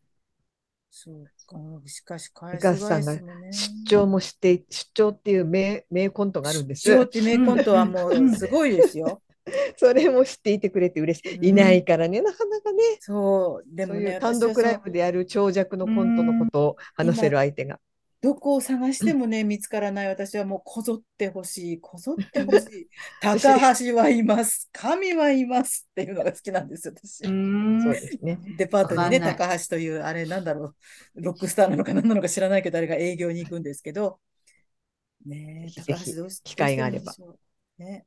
Speaker 2: そうか。しかし、返
Speaker 3: ミ
Speaker 2: す
Speaker 3: カさんが
Speaker 2: 返すもね。
Speaker 3: 出張もして出張っていう名名コントがあるんです
Speaker 2: 出張って名コントはもうすごいですよ。
Speaker 3: それも知っていてくれて嬉しい、
Speaker 2: うん
Speaker 3: いないからねなかなかね
Speaker 2: そう。でも
Speaker 3: そうい
Speaker 2: ね、
Speaker 3: う単
Speaker 2: 私はそ
Speaker 3: 独
Speaker 2: の
Speaker 3: ライブでやる長尺のコントのことを話せる相手が
Speaker 2: どこを探してもね、見つからない私はもうこぞってほしい、こぞってほし い。高橋はいます、神はいますっていうのが好きなんですよ、私
Speaker 1: う。ん。
Speaker 3: そうですね
Speaker 2: デパートにね、
Speaker 1: わかんない
Speaker 2: 高橋という、あれなんだろう、ロックスターなのか何なのか知らないけど、あれが営業に行くんですけど、ねえ、
Speaker 3: ぜ
Speaker 2: 高
Speaker 3: ひぜひ
Speaker 2: 橋どうし
Speaker 3: 機会があれば。
Speaker 2: どうしてるんでしょうね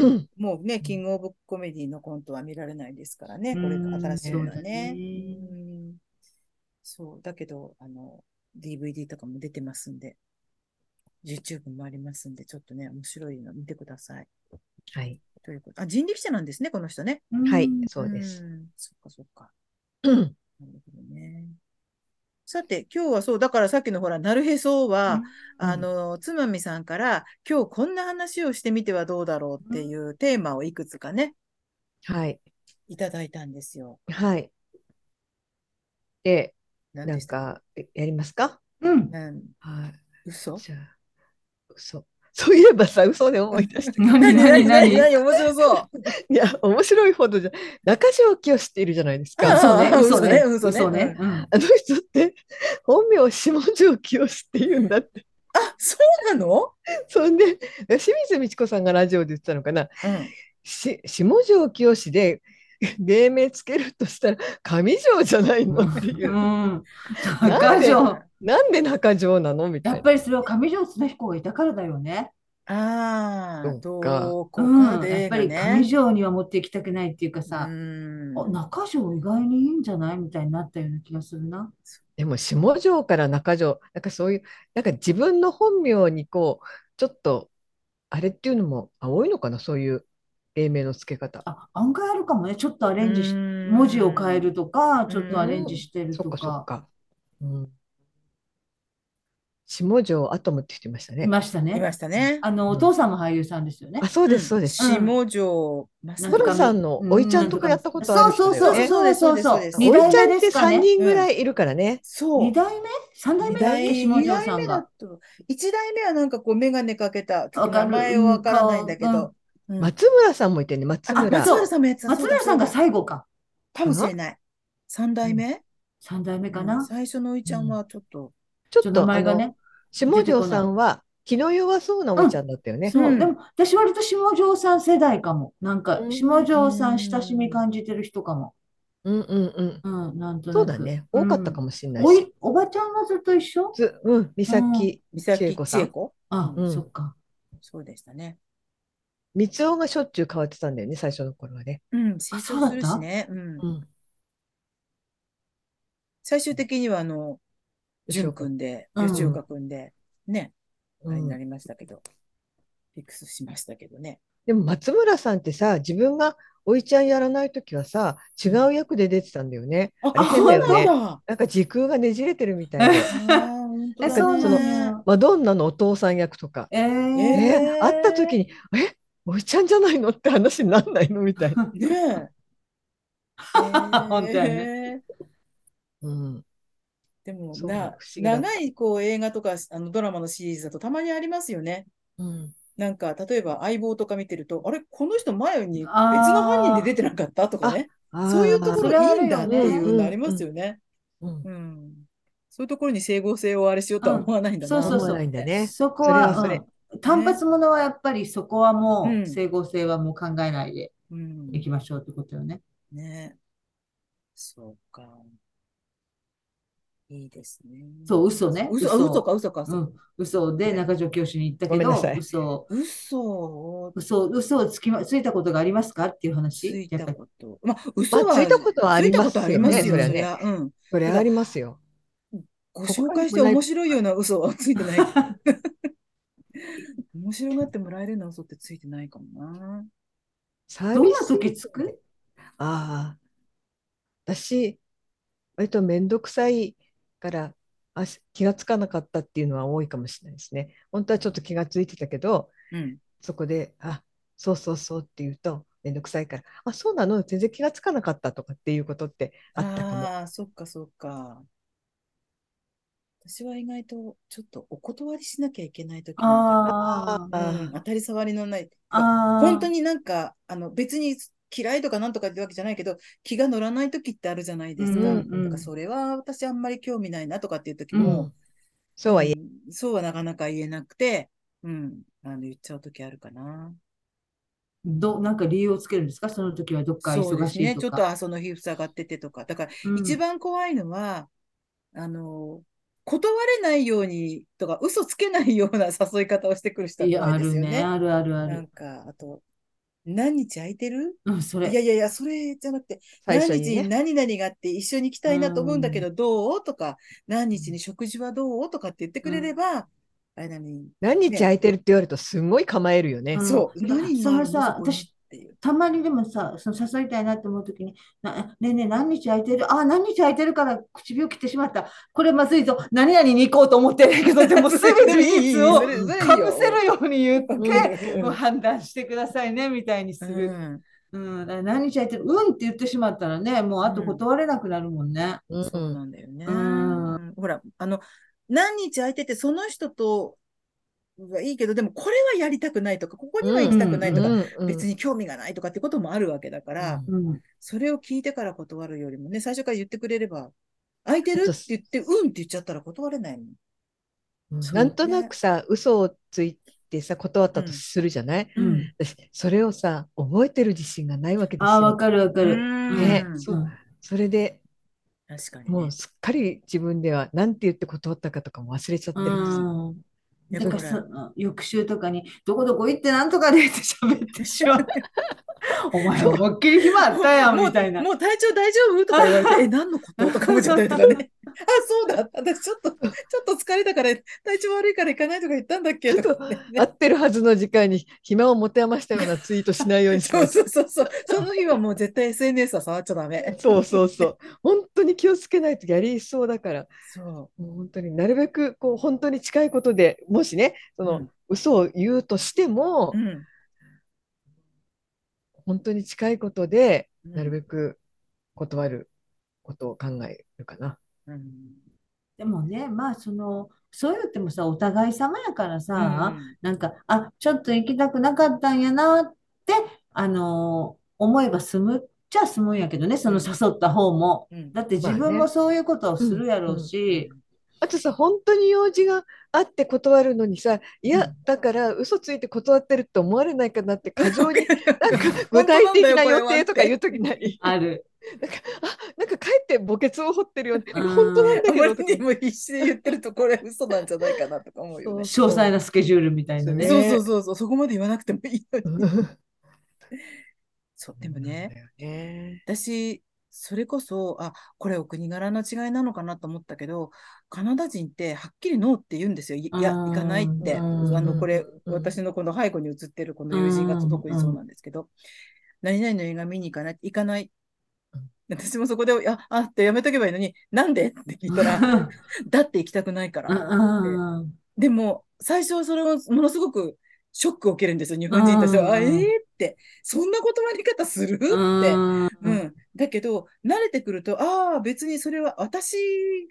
Speaker 3: うん
Speaker 2: もうね、キングオブコメディのコントは見られないですからね、これ
Speaker 1: うん
Speaker 2: 新しいのは
Speaker 1: そう
Speaker 2: ね。
Speaker 1: だ
Speaker 2: うんそう、だけど、あの、DVD とかも出てますんで、YouTube もありますんで、ちょっとね、面白いの見てください。
Speaker 3: はい、
Speaker 2: ということ。あ、人力車なんですね、この人ね。
Speaker 3: はい
Speaker 1: うん、
Speaker 3: そうです。
Speaker 2: ん。そっかそっか。
Speaker 3: うん
Speaker 2: なるほどね。さて、今日はそう、だからさっきのほら、なるへそは、あの、つまみさんから、今日こんな話をしてみてはどうだろうっていうテーマをいくつかね、
Speaker 3: はい、
Speaker 2: いただいたんですよ。
Speaker 3: はい。で、
Speaker 2: 何
Speaker 3: な
Speaker 2: で
Speaker 3: ん
Speaker 2: した
Speaker 3: か、えやりますか
Speaker 1: うん。
Speaker 2: なん
Speaker 3: は
Speaker 2: 嘘
Speaker 3: い。じゃあ、嘘。 そういえばさ、嘘で思い出したけど。
Speaker 1: 何
Speaker 2: 何
Speaker 1: 何
Speaker 2: 何
Speaker 1: 何
Speaker 2: 何面白そう。
Speaker 3: いや、面白いほどじゃ、中条きよしっているじゃないです
Speaker 2: ああ
Speaker 3: か。
Speaker 1: そうね、
Speaker 2: あ
Speaker 1: 嘘ね、
Speaker 2: 嘘ね
Speaker 1: 嘘ね。うん
Speaker 3: あの人って、本名を下条きよしって言うんだって。
Speaker 2: あ、そうなの
Speaker 3: そんで、 清水美智子さんがラジオで言ってたのかな。
Speaker 2: うん。
Speaker 3: し下条きよしで、 芸名つけるとしたら、上条じゃないのっていう。
Speaker 1: うん。中条。
Speaker 3: なんで中条なのみた
Speaker 1: やっ
Speaker 3: いな。
Speaker 1: ぱりそれは上条恒彦がいたからだよね。
Speaker 2: ああ、
Speaker 3: そ
Speaker 2: ど
Speaker 3: っか
Speaker 2: こ
Speaker 1: う
Speaker 2: か
Speaker 1: ん。やっ
Speaker 2: で
Speaker 1: ぱ
Speaker 2: が
Speaker 1: り
Speaker 2: ね
Speaker 1: 上。条には持っていきたくないっていうか
Speaker 2: う
Speaker 1: さ、
Speaker 2: ん
Speaker 1: お中条意外にいいんじゃないみたいになったような気がするな。
Speaker 3: でも下条から中条、なんかそういう、なんか自分の本名にこう、ちょっと、あれっていうのも、あ、多いのかな、そういう芸名の付け方。
Speaker 1: あ、案外あるかもね。ちょっとアレンジし、
Speaker 2: うん
Speaker 1: 文字を変えるとか、ちょっとアレンジしてる
Speaker 3: そっ
Speaker 1: と
Speaker 3: かそっ
Speaker 1: か。
Speaker 3: か。うん、下條アトムって人いましたね
Speaker 1: い。ました
Speaker 2: いま
Speaker 1: ね。
Speaker 2: したね。
Speaker 1: あの、
Speaker 3: うん
Speaker 1: お父さんも俳優さんですよね
Speaker 3: あ、。そうです、そうです。
Speaker 1: うん
Speaker 2: 下条
Speaker 1: う
Speaker 2: 正
Speaker 1: ん
Speaker 3: コ
Speaker 2: 和
Speaker 3: ロさんのおいちゃんとかやったことあ
Speaker 1: そう
Speaker 3: る
Speaker 1: そう
Speaker 3: 人だよ
Speaker 1: そう
Speaker 3: ね。
Speaker 1: そうそうそう。
Speaker 2: そうですそうです
Speaker 3: お
Speaker 1: 二
Speaker 3: い
Speaker 1: 代
Speaker 3: ちゃ
Speaker 1: 目
Speaker 3: ん
Speaker 1: で
Speaker 3: って
Speaker 1: すか
Speaker 3: 3
Speaker 1: ね。
Speaker 3: 人ぐらいいるからね。
Speaker 2: そう。
Speaker 1: 二代目三代目
Speaker 2: 二
Speaker 1: だっけ
Speaker 2: 代
Speaker 1: 下
Speaker 2: 二
Speaker 1: 條さ
Speaker 2: 代
Speaker 1: ん
Speaker 2: 目だ
Speaker 1: が。
Speaker 2: ったの一代目はなんかこう、メガネかけた、ちょっと名前はわ
Speaker 1: わか
Speaker 2: か
Speaker 1: る
Speaker 2: らないんだけど。うん
Speaker 3: 松村さんもいてね、松
Speaker 2: あ
Speaker 3: 村。
Speaker 2: 松村さんもやつ。
Speaker 1: 松村さんが最後か。
Speaker 2: かもしれない。三代目
Speaker 1: 三代目かな。
Speaker 2: 最初のおいちゃんはちょっと。
Speaker 1: ち
Speaker 3: ち
Speaker 1: ょ
Speaker 3: ょっ
Speaker 1: っ
Speaker 3: と
Speaker 1: と名前が
Speaker 3: あの
Speaker 1: ね。
Speaker 3: 下條さんは気の弱そうなおいちゃんだったよね。
Speaker 1: そうう。
Speaker 2: ん
Speaker 1: でも、私割と下條さん世代かも。なんか
Speaker 3: う、ん
Speaker 1: 下條さん親しみ感じてる人かも。
Speaker 3: うんうんうん。
Speaker 1: うん、なんと
Speaker 3: そう
Speaker 1: な
Speaker 3: だ
Speaker 1: く。
Speaker 3: ね。多かったか
Speaker 1: も。
Speaker 3: もしれない
Speaker 1: お
Speaker 3: し。
Speaker 1: い、おばちゃんはずっと一緒
Speaker 3: ずうん、美咲
Speaker 2: 美
Speaker 3: 千恵
Speaker 2: 咲
Speaker 3: 子
Speaker 2: 千
Speaker 3: さ
Speaker 2: 恵
Speaker 3: ん。
Speaker 2: 子
Speaker 1: あ
Speaker 3: う、ん
Speaker 1: そっか。
Speaker 2: そうでしたね。
Speaker 3: 三つ男がしょっちゅう変わってたんだよね、最初の頃はね。
Speaker 2: うん、成
Speaker 1: そう
Speaker 2: 長
Speaker 1: だ
Speaker 2: す
Speaker 1: っ
Speaker 2: る
Speaker 1: た
Speaker 2: しね。うん
Speaker 3: う。ん。
Speaker 2: 最終的には、あの、淳君で、
Speaker 1: うん
Speaker 2: 吉岡君で、ね、あ
Speaker 3: う
Speaker 2: れに
Speaker 3: ん
Speaker 2: なりましたけど、フィックスしましたけどね。
Speaker 3: でも松村さんってさ、自分がおいちゃんやらないときはさ、違う役で出てたんだよね。
Speaker 2: あ
Speaker 3: あれ変だよね。
Speaker 2: だ。
Speaker 3: なんか時空がねじれてるみたい な。
Speaker 2: なん
Speaker 3: かそのマドンナのお父さん役とか。
Speaker 1: え
Speaker 3: え
Speaker 1: え
Speaker 2: えー
Speaker 3: ー、会ったときに、え、おいちゃんじゃないのって話になんないのみたいな。
Speaker 2: ねえ。
Speaker 1: 本当やね
Speaker 3: うん。
Speaker 2: でも
Speaker 3: そう
Speaker 2: な
Speaker 3: 不思、議だった
Speaker 2: 長いこう映画とかあのドラマのシリーズだとたまにありますよね。
Speaker 3: うん。
Speaker 2: なんか、例えば相棒とか見てると、あれ、この人前に別の
Speaker 1: あー
Speaker 2: 犯人で出てなかったとかね。そういうとこ
Speaker 1: あーそれはあ
Speaker 2: ろいいん
Speaker 1: る
Speaker 2: だ
Speaker 1: よ
Speaker 2: って
Speaker 1: ね
Speaker 2: いうのありますよね。
Speaker 3: うん
Speaker 2: うん。そういうところに整合性をあれしようとは思わないんだな
Speaker 1: そうそうそう
Speaker 3: 思わないんだね
Speaker 1: そこ
Speaker 3: それ
Speaker 1: は、
Speaker 3: はそれ
Speaker 1: うん単発ものはやっぱりそこはも
Speaker 2: うん
Speaker 1: う整合性はもう考えないで
Speaker 2: うん
Speaker 1: いきましょうってことよね。
Speaker 2: ね。そうか。いいですね。
Speaker 1: そう、嘘ね。
Speaker 2: 嘘、あ嘘か、嘘か、
Speaker 1: う、
Speaker 2: そうん
Speaker 1: 嘘で中条教師に行ったけ
Speaker 3: ごめんなさ
Speaker 1: ど、
Speaker 3: い
Speaker 1: 嘘を、
Speaker 2: 嘘を
Speaker 1: 嘘を、嘘をつきま、ついたことがありますかっていう
Speaker 2: つ
Speaker 1: 話。
Speaker 2: い
Speaker 1: やったぱり
Speaker 2: こと。まあ、嘘は、
Speaker 3: まあついたことはありますよね
Speaker 2: ついたことありま
Speaker 1: そ
Speaker 2: すよ、
Speaker 1: れは
Speaker 2: そ
Speaker 1: ね
Speaker 2: りゃ。うん。
Speaker 3: これありますよ。
Speaker 2: ご紹介して面白いような嘘はついてない。面白がってもらえるような嘘ってついてないかもな。
Speaker 3: サー
Speaker 1: どん
Speaker 3: ビ
Speaker 1: な
Speaker 3: ス
Speaker 1: 時つく
Speaker 3: ああ、私、割と面倒くさいから、あ、し気がつかなかったっていうのは多いかもしれないですね。本当はちょっと気がついてたけど、
Speaker 2: うん。
Speaker 3: そこで、あ、そうそうそうって言うと、面倒くさいから、あ、そうなの、全然気がつかなかったとかっていうことってあったかも。
Speaker 2: ああ、そっかそっか。私は意外とちょっとお断りしなきゃいけない時なん
Speaker 1: あ
Speaker 2: だ
Speaker 1: あ、
Speaker 2: よ
Speaker 3: ー
Speaker 2: うん当たり障りのない。
Speaker 1: ああ、
Speaker 2: 本当になんか、あの別に嫌いとかなんとかってわけじゃないけど、気が乗らない時ってあるじゃないですか。
Speaker 1: うんうん
Speaker 2: だからそれは私あんまり興味ないなとかっていう時も、
Speaker 1: うん
Speaker 3: そうは言え、
Speaker 2: うんそうはなかなか言えなくて、うん、あの言っちゃう時あるかな。
Speaker 1: ど、なんか理由をつけるんですかその時はどっか
Speaker 2: そうで
Speaker 1: 忙
Speaker 2: す
Speaker 1: しい
Speaker 2: ね。ち
Speaker 1: と
Speaker 2: ょっと
Speaker 1: か。
Speaker 2: あその日塞がっててとか。だから、
Speaker 1: うん
Speaker 2: 一番怖いのは、あの、断れないようにとか、嘘つけないような誘い方をしてくる人はい
Speaker 1: や、
Speaker 2: 怖
Speaker 1: あ
Speaker 2: いです
Speaker 1: る
Speaker 2: よ
Speaker 1: ね。
Speaker 2: ね。
Speaker 1: あるあるあ
Speaker 2: なん
Speaker 1: る。
Speaker 2: か、あと、何日空いてる
Speaker 1: うん、そ
Speaker 2: い
Speaker 1: れ。
Speaker 2: やいやいや、それじゃなくて、
Speaker 3: 最
Speaker 2: 何
Speaker 3: 初
Speaker 2: 日
Speaker 3: に
Speaker 2: に
Speaker 3: ね。
Speaker 2: 何々があって一緒に行きたいなと思うんだけど、どうとか、何日に食事はどうとかって言ってくれれば、あれなのに、
Speaker 3: 何日
Speaker 2: ね
Speaker 3: 空いてるって言われると、すごい構えるよね
Speaker 1: うん。
Speaker 2: そう、
Speaker 1: だ
Speaker 2: 何に
Speaker 1: そ
Speaker 2: な
Speaker 1: れ
Speaker 2: るのそ
Speaker 1: さ、
Speaker 2: こにっ
Speaker 1: 私、
Speaker 2: ていう。
Speaker 1: たまにでもさ、その誘いたいなと思うときに、な、ねえねえ、何日空いてるあ、何日空いてるから唇切ってしまった。これまずいぞ。何々に行こうと思ってるけど、でもすぐに事実を
Speaker 2: それそれいい
Speaker 1: か
Speaker 2: よ
Speaker 1: ぶせるように言
Speaker 2: うん
Speaker 1: って、もう判断してくださいね、みたいにする。
Speaker 2: うん
Speaker 1: うん、だから何日空いてるうんって言ってしまったらね、もうあと断れなくなるもんね。
Speaker 3: うん
Speaker 2: そううんなんだよね。
Speaker 1: うん
Speaker 2: ほら、あの、何日空いてて、その人とはいいけど、でもこれはやりたくないとか、ここには行きたくないとか、
Speaker 3: うんうん
Speaker 2: 別に興味がないとかってこともあるわけだから、
Speaker 3: うん
Speaker 1: うん。
Speaker 2: それを聞いてから断るよりもね、最初から言ってくれれば、空いてるって言って、うんって言っちゃったら断れないもん。
Speaker 3: うん
Speaker 1: そう
Speaker 3: なんとなくさ、嘘をついてさ、断った
Speaker 2: うん
Speaker 3: とするじゃない
Speaker 1: うん。
Speaker 3: 私、それをさ、覚えてる自信がないわけですよ。
Speaker 1: ああ、わかるわかる。
Speaker 3: ね
Speaker 2: うん
Speaker 3: そうそれで
Speaker 2: 確かにね、
Speaker 3: もうすっかり自分では何て言って断ったかとかも忘れちゃって
Speaker 1: う
Speaker 3: るんですよ。
Speaker 1: ん。
Speaker 2: いや
Speaker 1: なん
Speaker 2: こ
Speaker 1: か
Speaker 2: れ
Speaker 1: その翌週とかに、どこどこ行ってなんとかでって喋ってしまう。 お前思いっきり暇あったやんみたいな
Speaker 2: もう。もう体調大丈夫とか言われて、え、何のこととか思っちゃったりとかね。あ、そうだ。私ちょっと、ちょっと疲れたから、体調悪いから行かないとか言ったんだっけ
Speaker 3: ちょっ
Speaker 2: と
Speaker 3: と
Speaker 2: かね、
Speaker 3: 合ってるはずの時間に暇を持て余したようなツイートしないようにし
Speaker 2: そう
Speaker 3: ます。
Speaker 2: そうそうそう。その日はもう絶対 SNS は触っちゃダメ。
Speaker 3: そうそうそう。本当に気をつけないとやりそうだから、
Speaker 2: そ。
Speaker 3: もう本当になるべくこう本当に近いことでもしね、そうの、
Speaker 2: うん
Speaker 3: 嘘を言うとしても、
Speaker 2: うん。
Speaker 3: 本当に近いことで、なる
Speaker 2: べ
Speaker 3: べく断ることを考えるかな。
Speaker 2: く。うん。
Speaker 1: でもね、まあその、そういうのってもさ、お互い様やから
Speaker 2: あ
Speaker 1: さ、なんか、あ、ちょっと行きたくなかったんやなって、あのー思えば済むっちゃ済むんやけどね、その誘った方も。
Speaker 2: うん
Speaker 1: だって自
Speaker 3: まあ
Speaker 1: 分
Speaker 3: ね
Speaker 1: もそういうことをするやろうし、
Speaker 3: あとさ、本当に用事があって断るのにさ、いや、だから嘘ついて断ってるって思われないかなって過剰に、 なんか具体的な予定とか言うときない。
Speaker 1: ある。
Speaker 3: なんかかえって墓穴を掘ってるよね。
Speaker 1: うん
Speaker 3: 本当なんだ
Speaker 2: あ
Speaker 3: け
Speaker 2: ま
Speaker 3: ど
Speaker 2: りにも必死で言ってるとこれは嘘なんじゃないかなとか思うよね。
Speaker 1: 詳細なスケジュールみたいなね。
Speaker 2: そうそうそうそう、そこまで言わなくてもいいのに。 そう、でもね、。私、それこそ、あ、これお国柄の違いなのかなと思ったけど、カナダ人ってはっきりノーって言うんですよ。いいや、
Speaker 1: うん
Speaker 2: 行かないって。あ
Speaker 1: うん
Speaker 2: の、これ、
Speaker 3: うん
Speaker 2: 私のこの背後に映ってるこの友人が
Speaker 1: うん
Speaker 2: 特にそうなんですけど、何々の映画見に行かない、行かない
Speaker 3: うん。
Speaker 2: 私もそこで、あ、あってやめとけばいいのに、なんでって聞いたら、 だって行きたくないか
Speaker 1: う
Speaker 2: ら。
Speaker 1: んうんうん
Speaker 2: でも、最初はそれをものすごくショックを受けるんですよ、日本人として
Speaker 1: う
Speaker 2: は。
Speaker 1: ん
Speaker 2: あえーって、そんな断り方するって。
Speaker 1: うん
Speaker 2: うん、だけど、慣れてくると、ああ、別にそれは私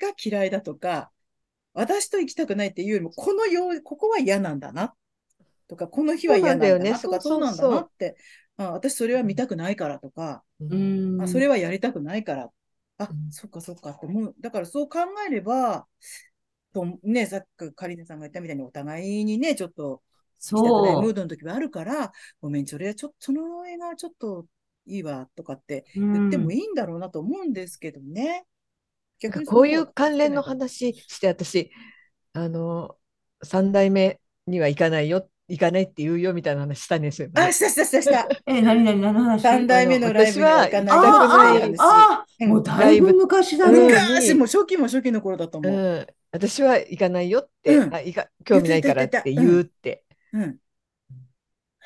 Speaker 2: が嫌いだとか、私と行きたくないっていうよりも、このよう、ここは嫌なんだな、とか、この日は嫌なんだなとか、そ
Speaker 3: そう
Speaker 2: う
Speaker 3: な
Speaker 2: なん
Speaker 3: ん
Speaker 2: だ
Speaker 3: だよね
Speaker 2: なって、あ私それは見たくないからとか、
Speaker 1: うん
Speaker 2: あそれはやりたくないから、あ
Speaker 3: ん
Speaker 2: そっかそっかって思う。だからそう考えれば、とね、さっきカリナさんが言ったみたいに、お互いにね、ちょっと行きたくない
Speaker 1: そう
Speaker 2: ムードの時はあるから、ごめん、それはちょっと、その映画はちょっといいわ、とかって言ってもいいんだろうなと思うんですけどね。
Speaker 3: な
Speaker 2: 逆
Speaker 3: んか
Speaker 2: に
Speaker 3: こういう関連の
Speaker 2: そこは
Speaker 3: 話して私あの三代目には行かないよ行かないって言うよみたいな話したんですよ、
Speaker 2: あ、したしたしたした。
Speaker 1: え、何々何の話
Speaker 2: 三代目のライブには行かない
Speaker 1: あ
Speaker 3: あ
Speaker 2: ライブ
Speaker 1: あ
Speaker 2: の話
Speaker 1: ああ
Speaker 2: うん
Speaker 1: もうだいぶ昔だね。
Speaker 2: 昔、もう初期も初期の頃だと
Speaker 3: う
Speaker 2: 思う。
Speaker 3: ん、私は行かないよって、
Speaker 2: うん
Speaker 3: あ行か興味ないからって言うって
Speaker 2: うん。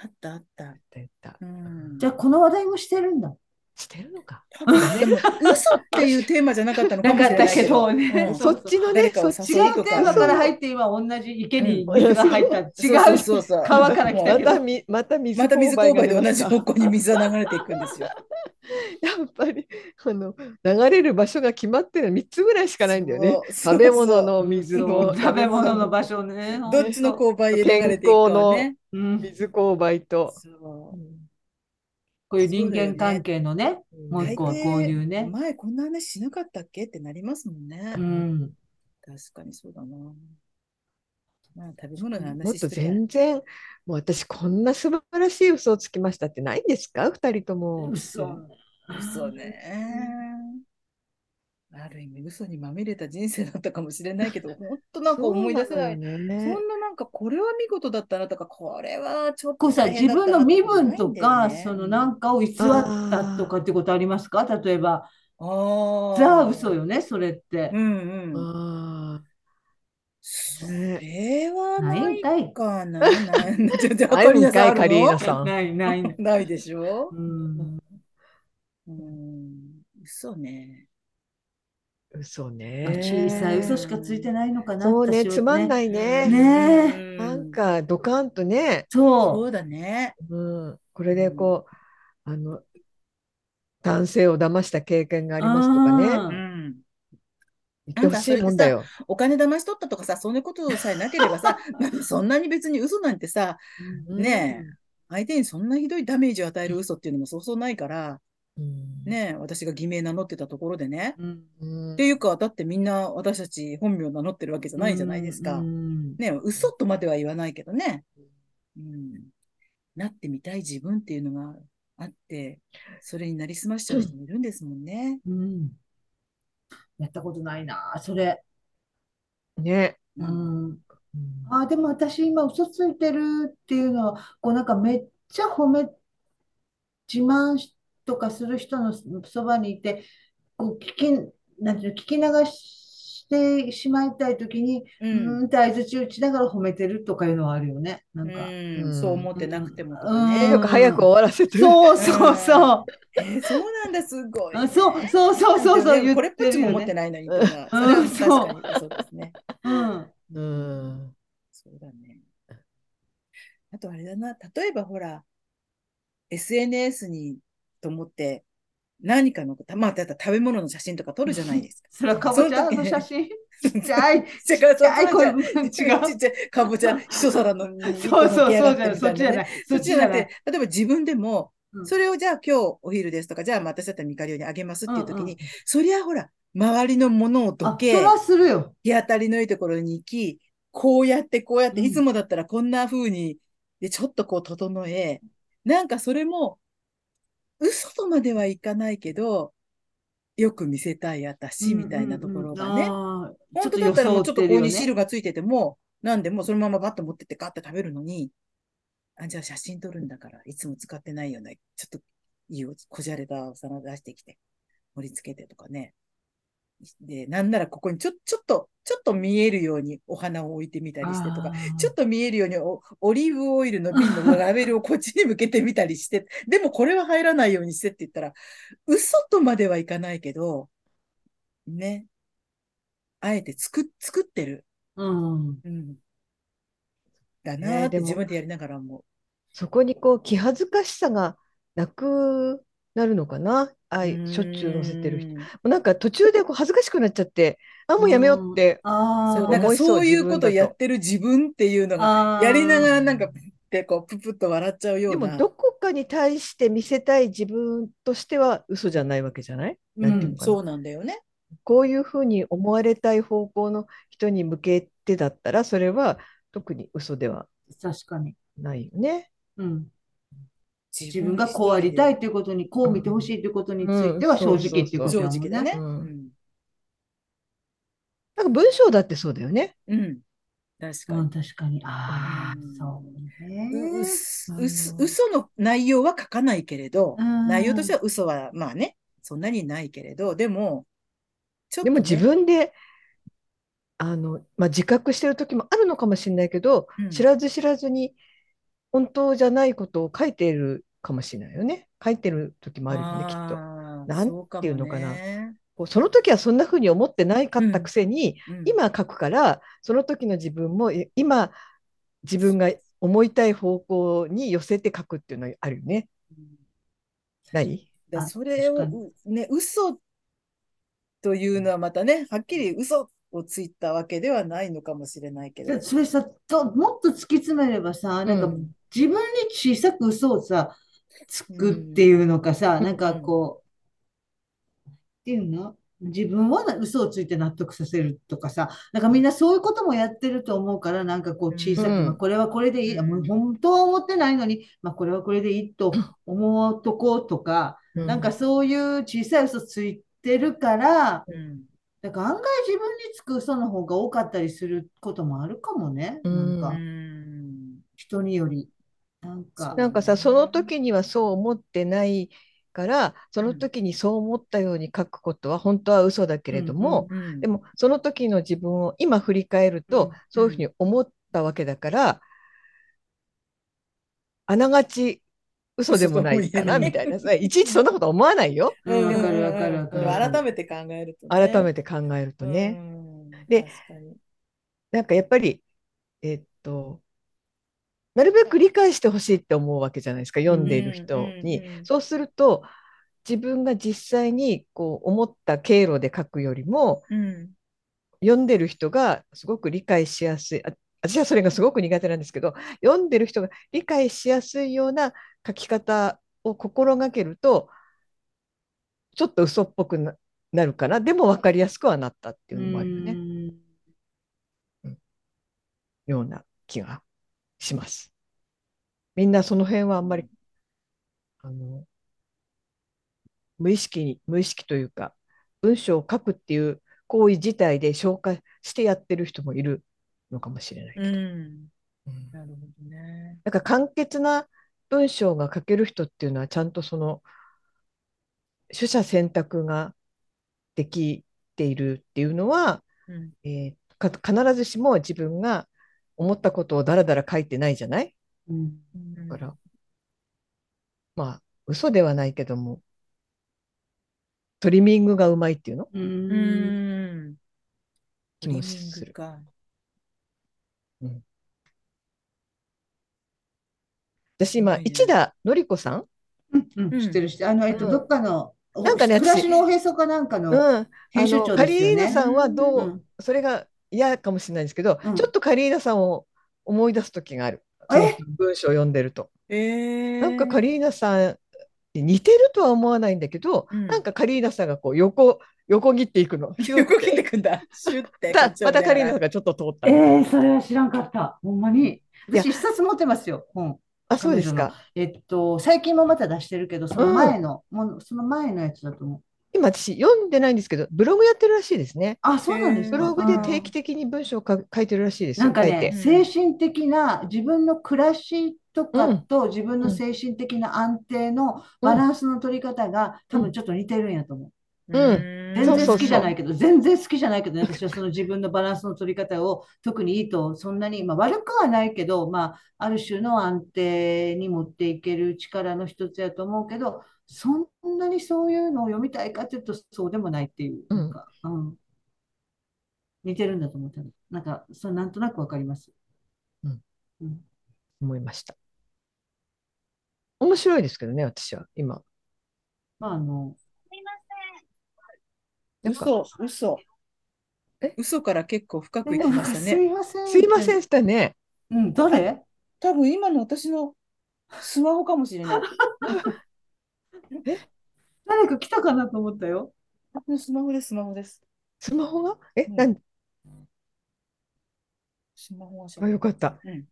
Speaker 2: あったあった。
Speaker 3: 言った、
Speaker 2: うん
Speaker 1: じゃあこの話題もしてるんだ。
Speaker 3: してるのか
Speaker 2: 多分でも嘘っていうテーマじゃなかったのかもしれないけど。
Speaker 1: なかったけどね
Speaker 2: うん
Speaker 1: そ
Speaker 3: そうっちの
Speaker 2: 誰
Speaker 3: ね
Speaker 2: かを
Speaker 3: そっ
Speaker 1: 違
Speaker 2: 誘
Speaker 3: ち
Speaker 2: う
Speaker 3: の
Speaker 1: うテーマから入って今同じ池に
Speaker 3: うん
Speaker 1: 水が入った。違
Speaker 2: そう
Speaker 1: う
Speaker 2: そうそう。
Speaker 1: 川から来
Speaker 2: も
Speaker 1: た
Speaker 2: う
Speaker 3: ま
Speaker 1: けど
Speaker 3: た。みまた水
Speaker 2: また水
Speaker 3: 勾
Speaker 2: 勾
Speaker 3: 配
Speaker 2: 配
Speaker 3: が
Speaker 2: で
Speaker 3: 出
Speaker 2: 同
Speaker 3: ま
Speaker 2: じ
Speaker 3: した
Speaker 2: 方向に水が流れていくんですよ。
Speaker 3: やっぱりあの流れる場所が決まってる3つぐらいしかないんだよね
Speaker 2: そうそう
Speaker 3: 食べ物の水
Speaker 1: そ
Speaker 3: の
Speaker 1: う食べ物の場所ね。
Speaker 2: どっちの勾配で流れていくかはね。
Speaker 1: うん
Speaker 3: 水勾配と、
Speaker 2: そう
Speaker 1: こういう人間関係のね、もう一個はこういうね。
Speaker 2: 前こんな話しなかったっけってなりますもんね。
Speaker 1: うん。
Speaker 2: 確かにそうだな。まあ食べ物の
Speaker 3: もっ
Speaker 2: 話し
Speaker 3: と
Speaker 2: てたら
Speaker 3: 全然もう私こんな素晴らしい嘘をつきましたってないんですか二人とも。
Speaker 1: 嘘。
Speaker 2: 嘘。ね。ある意味嘘にまみれた人生だったかもしれない けど、本当なんか思い出せない。
Speaker 3: そうな
Speaker 2: そ
Speaker 3: のよね
Speaker 2: んななんかこれは見事だったなとかこれはちょっ
Speaker 1: ことうさ、
Speaker 2: 大変
Speaker 1: 自
Speaker 2: だった
Speaker 1: 分
Speaker 2: な
Speaker 1: の
Speaker 2: か
Speaker 1: 身分とか、
Speaker 2: ないんだよね
Speaker 1: そのなんかを偽ったとかってことありますか例えば、
Speaker 2: あー
Speaker 1: ザ嘘よね、それって
Speaker 2: う。んうん。
Speaker 3: あ
Speaker 2: それは
Speaker 1: ない
Speaker 2: なんい
Speaker 1: かい。
Speaker 2: かな。ないちょっと
Speaker 3: ーあるんかい
Speaker 2: あ
Speaker 3: カ
Speaker 2: る
Speaker 3: リーナ
Speaker 2: の
Speaker 3: さん。
Speaker 1: ないない。う
Speaker 2: ないでしょ。
Speaker 1: ん。
Speaker 2: うん。嘘ね。
Speaker 3: 嘘
Speaker 1: ま
Speaker 3: ね
Speaker 1: あ小さい嘘しかついてないのかな。
Speaker 3: そうね
Speaker 1: 私は
Speaker 3: つまんないね
Speaker 1: ねえ
Speaker 2: うん
Speaker 3: なんかドカンとね、
Speaker 1: そ。
Speaker 2: そううだね。
Speaker 3: うん、これでこう、あの男性を騙した経験がありますと
Speaker 1: う
Speaker 3: か
Speaker 1: ん
Speaker 2: う
Speaker 3: ね
Speaker 2: ん。
Speaker 3: 言ってほしいもんだよ。
Speaker 2: お金騙し取ったとかさ、そんなことさえなければさ、 まあそんなに別に嘘なんてさ、ね相手にそんなひどいダメージを与える嘘っていうのもそうそうないから、
Speaker 3: うん
Speaker 2: ねえ、私が偽名名乗ってたところでね。
Speaker 1: うん。
Speaker 3: うん
Speaker 2: っていうか、だってみんな私たち本名名乗ってるわけじゃないじゃないですか。
Speaker 1: うん
Speaker 2: ねえ、嘘とまでは言わないけどね。うん。なってみたい自分っていうのがあって、それになりすましちゃう人もいるんですもんね。
Speaker 1: うん。やったことないな、それ。
Speaker 3: ね
Speaker 1: うん。あー、でも私今嘘ついてるっていうのは、こうなんかめっちゃ褒め自慢とかする人のそばにいて、こう聞き、なんていうの、聞き流してしまいたいときに、
Speaker 2: う。
Speaker 1: うんんって相槌打ちながら褒めてるとかいうのはあるよね。なんか。
Speaker 2: うん
Speaker 3: うん
Speaker 2: そう思ってなくてもと
Speaker 1: う
Speaker 2: か
Speaker 1: ん
Speaker 2: ね。
Speaker 3: よく早く終わらせてる。
Speaker 1: そうそうそう。
Speaker 2: えーそうなんだ、すごい。
Speaker 1: あそうそうそうそうそう、言
Speaker 2: これっぽっちも
Speaker 1: よ
Speaker 2: 持って
Speaker 1: ね。
Speaker 2: ないのにとか。
Speaker 1: うん
Speaker 2: それは確かにそうですね。
Speaker 1: うん。
Speaker 3: うん。
Speaker 2: そうだね。あとあれだな、例えばほら、SNS にと思って、何かの、たまあ、だったら食べ物の写真とか撮るじゃな いですか。
Speaker 1: それはかぼちゃ
Speaker 2: その
Speaker 1: の
Speaker 2: 時
Speaker 1: 写真。ち っちゃい。
Speaker 2: 違
Speaker 1: ち
Speaker 2: う
Speaker 1: っちゃい。
Speaker 2: そ
Speaker 1: こ
Speaker 2: う
Speaker 1: う
Speaker 2: じ
Speaker 1: い
Speaker 2: ゃ
Speaker 1: う違う。
Speaker 2: ちっちゃいかぼちゃ、一皿のに
Speaker 1: そうそうそうじゃない。そっち
Speaker 2: み
Speaker 1: じゃ
Speaker 2: たいな
Speaker 1: ない
Speaker 2: ね。。
Speaker 1: そ
Speaker 2: そ
Speaker 1: っ
Speaker 2: っ
Speaker 1: ち
Speaker 2: ち
Speaker 1: じ
Speaker 2: じ
Speaker 1: ゃ
Speaker 2: ゃ
Speaker 1: な。
Speaker 2: ないくて、例えば自分でも、
Speaker 1: うん
Speaker 2: それをじゃあ今日お昼ですとか、じゃあ私だったらミカリオにあげますっていう時
Speaker 1: う
Speaker 2: に、
Speaker 1: んうん
Speaker 2: そりゃほら、周りのものをど
Speaker 1: あ、
Speaker 2: け、
Speaker 1: それはするよ。
Speaker 2: 日当たりのいいところに行き、こうやってこうやって、
Speaker 1: うん
Speaker 2: いつもだったらこんな風に、で、ちょっとこう整え、なんかそれも、嘘とまではいかないけど、よく見せたい私みたいなところがね。
Speaker 1: 本
Speaker 2: 本当だったらもうちょっとここに汁
Speaker 1: が。
Speaker 2: がついてても、なんでもうそのままバッと持ってってガッと食べるのに、あ、じゃあ写真撮るんだから、いつも使ってないような、ちょっといいよ、こじゃれたお皿出してきて、盛り付けてとかね。で、なんならここにちょ、ちょっと、ちょっと見えるようにお花を置いてみたりしてとか、ちょっと見えるようにおオリーブオイルの瓶のラベルをこっちに向けてみたりして、 でもこれは入らないようにしてって言ったら、嘘とまではいかないけど、ね。あえて作っ、作ってる。
Speaker 1: と。うん。
Speaker 2: うん。だ
Speaker 3: ね
Speaker 2: なーっ
Speaker 3: で
Speaker 2: て
Speaker 3: も
Speaker 2: 自分でやりながらも。
Speaker 3: そこにこう気恥ずかしさがなくなるのかな。あい、しょっちゅう載せてる人。も
Speaker 2: 人。
Speaker 3: うなんか途中でこう恥ずかしくなっちゃって、あ、もうやめようって。
Speaker 1: あ
Speaker 2: そう、
Speaker 1: あ。
Speaker 2: なん
Speaker 3: 思
Speaker 2: か
Speaker 3: いそう
Speaker 2: そういうこと
Speaker 3: 自分だと
Speaker 2: やってる自分っていうのが、
Speaker 1: あー
Speaker 2: やりながらなんか、ってこう、ぷぷっと笑っちゃうよ
Speaker 3: で
Speaker 2: う
Speaker 3: も
Speaker 2: な。
Speaker 3: どこかに対して見せたい自分としては嘘じゃないわけじゃないなんていううの
Speaker 2: ん、
Speaker 3: かな、
Speaker 2: そうなんだよね。
Speaker 3: こういうふうに思われたい方向の人に向けてだったらそれは特に嘘では
Speaker 1: 確かに。
Speaker 3: ないよね。
Speaker 1: うん。
Speaker 2: 自
Speaker 1: 自分がこうありた
Speaker 2: い。
Speaker 1: いということに、こう見てほしいということについては正直っていうこと
Speaker 2: 正
Speaker 1: だもん
Speaker 2: 直だね。。うん。
Speaker 3: なんか文章だってそうだよね。
Speaker 2: うん。確か
Speaker 1: うん、
Speaker 2: に。
Speaker 1: 確かに。ああ、そう
Speaker 2: うう
Speaker 1: ね。
Speaker 2: す
Speaker 3: うん
Speaker 2: うす嘘の内容は書かないけれど、
Speaker 1: うん
Speaker 2: 内容としては嘘は、まあね、そんなにないけれど、でも、ちょっ
Speaker 3: で
Speaker 2: と
Speaker 3: も
Speaker 2: ね、
Speaker 3: 自分であの、まあ、自覚してる時もあるのかもしれないけど、
Speaker 2: うん
Speaker 3: 知らず知らずに本当じゃないことを書いているかもしれないよね。書いてる時もあるよねきっと。
Speaker 2: あー
Speaker 3: なん
Speaker 2: そう
Speaker 3: ていうのかな
Speaker 2: もね
Speaker 3: こうその時はそんな風に思ってないかったくせに、
Speaker 2: うん
Speaker 3: 今書くからその時の自分もえ今自分が思いたい方向に寄せて書くっていうのがあるよね。
Speaker 2: うん
Speaker 3: ない
Speaker 2: だ
Speaker 1: あ
Speaker 2: それを
Speaker 1: 確か
Speaker 2: うね嘘というのはまたねはっきり嘘をついたわけではないのかもしれないけ
Speaker 1: じ
Speaker 2: れ
Speaker 1: ゃあ
Speaker 2: ど、
Speaker 1: それさ、ともっと突き詰めればさ、なんか
Speaker 3: うん
Speaker 1: 自分に小さく嘘をさ、つくっていうのかさ、
Speaker 2: うん
Speaker 1: なんかこう、っていうの自分はな嘘をついて納得させるとかさ、なんかみんなそういうこともやってると思うから、なんかこう小さく、
Speaker 3: うん
Speaker 1: まあこれはこれでいい、
Speaker 2: うん
Speaker 1: もう本当は思ってないのに、まあこれはこれでいいと思うとことか、なんかそういう小さい嘘ついてるから、
Speaker 2: うん
Speaker 1: だから案外自分につく嘘の方が多かったりすることもあるかもね。
Speaker 3: うん
Speaker 1: なん
Speaker 2: う
Speaker 1: か
Speaker 2: ん
Speaker 1: 人により。なんか、
Speaker 3: なんかさその時にはそう思ってないからその時にそう思ったように書くことは本当は嘘だけれども、
Speaker 2: うん
Speaker 3: でもその時の自分を今振り返ると、
Speaker 2: うん
Speaker 3: そういうふうに思ったわけだからあながち嘘でもない
Speaker 2: 嘘とも言
Speaker 3: かな
Speaker 2: えない
Speaker 3: みたいなさいちいちそんなこと思わない よ。
Speaker 1: うん
Speaker 2: うん
Speaker 1: わかるわかるわかるわかる
Speaker 2: 改めて考えると、ね、
Speaker 3: 改めて考えるとね、
Speaker 2: うん
Speaker 3: で
Speaker 2: 確かに
Speaker 3: なんかやっぱり、えっと、なるべく理解してほしいって思うわけじゃないですか、読んでいる人に。
Speaker 2: うんうんうん
Speaker 3: そうすると、自分が実際にこう思った経路で書くよりも、
Speaker 2: うん
Speaker 3: 読んでる人がすごく理解しやすい、あ私はそれがすごく苦手なんですけど、読んでる人が理解しやすいような書き方を心がけると、ちょっと嘘っぽくななるかな、でも分かりやすくはなったっていうのもあるよね。
Speaker 1: うん
Speaker 3: ような気がします。みんなその辺はあんまりあの無意識に無意識というか文章を書くっていう行為自体で消化してやってる人もいるのかもしれない。
Speaker 2: うん
Speaker 3: うん
Speaker 2: なるほどね
Speaker 3: なんか簡潔な文章が書ける人っていうのはちゃんとその取捨選択ができているっていうのは、
Speaker 2: うん
Speaker 3: えーか必ずしも自分が思ったことをだらだら書いてないじゃない
Speaker 1: うん
Speaker 2: うん
Speaker 3: だから、まあ、嘘ではないけども、トリミングがうまいっていうの
Speaker 1: う
Speaker 2: うんん。
Speaker 3: 気もする。
Speaker 2: トリミングか。
Speaker 3: 私今、
Speaker 2: はい
Speaker 3: 市田のり子さん、
Speaker 1: うん
Speaker 2: うん
Speaker 1: 知ってる知ってるあの、えっと、
Speaker 3: うん
Speaker 1: どっかの、
Speaker 3: なんかね
Speaker 1: 暮ら
Speaker 3: 私
Speaker 1: しのおへそかなんか
Speaker 3: う
Speaker 1: の
Speaker 3: ん、あ
Speaker 1: 編集
Speaker 3: の
Speaker 1: 長
Speaker 3: カ
Speaker 1: です
Speaker 3: リー
Speaker 1: よ
Speaker 3: ナ
Speaker 1: ね。
Speaker 3: さんはどう、
Speaker 1: うん
Speaker 3: それが嫌かもしれないんですけど、
Speaker 1: うん
Speaker 3: ちょっとカリーナさんを思い出す時がある。
Speaker 1: え
Speaker 3: その文章を読んでると。
Speaker 2: えー、
Speaker 3: なんかカリーナさんに似てるとは思わないんだけど、
Speaker 2: うん
Speaker 3: なんかカリーナさんがこう横横切っていくの。ひど
Speaker 2: 横
Speaker 3: く
Speaker 2: 切っててくん だ。シュって。
Speaker 3: またまたカリーナ
Speaker 2: な
Speaker 3: さんがちょっと通った
Speaker 1: えー、
Speaker 3: の。
Speaker 1: それは知らんかった。ほんまに。
Speaker 3: いや
Speaker 1: 私、一冊持ってますよ、本。
Speaker 3: あ、そうですか。
Speaker 1: えっと、最近もまた出してるけど、その前の、ものその前のやつだと思う。
Speaker 3: 今私読んでないんですけど、ブログやってるらしいですね。
Speaker 1: あ、そうなんです
Speaker 3: ブ
Speaker 1: か。
Speaker 3: ログ
Speaker 1: う
Speaker 3: で
Speaker 1: ん
Speaker 3: 定期的に文章をか書いてるらしいですよ。
Speaker 1: なんか
Speaker 3: 書い
Speaker 1: ね、
Speaker 3: て。
Speaker 1: 精神的な自分の暮らしとかと自分
Speaker 3: う
Speaker 1: の
Speaker 3: ん
Speaker 1: 精神的な安定のバランスの取り方が多分ちょっと似てるんやと思う。
Speaker 2: うん。
Speaker 1: 全然好きじゃないいけど、全然好きじゃないけどね、私はその自分のバランスの取り方を特にいいと、そんなに、まあ、悪くはないけど、まあ、ある種の安定に持っていける力の一つやと思うけど、そんなにそういうのを読みたいかっていうと、そうでもないっていう、
Speaker 3: うん
Speaker 1: なんか、うん似てるんだと思ったの。なんか、それなんとなくわかります。
Speaker 3: うん
Speaker 1: うん
Speaker 3: 思いました。面白いですけどね、私は今。
Speaker 1: まあ、あの、
Speaker 3: なんか
Speaker 2: 嘘、嘘。
Speaker 3: え
Speaker 2: 嘘から結構深くいきました
Speaker 1: す
Speaker 2: ね。
Speaker 1: いません。
Speaker 3: すいません、した ね。
Speaker 1: うん、誰
Speaker 2: 多分今の私のスマホかもしれない。
Speaker 1: 誰か来たかなと思ったよ。
Speaker 2: スマホです、スマホです。
Speaker 3: スマホがえ、
Speaker 2: うん
Speaker 3: なん
Speaker 2: スマホがしゃ
Speaker 3: あ、よかった。
Speaker 2: うん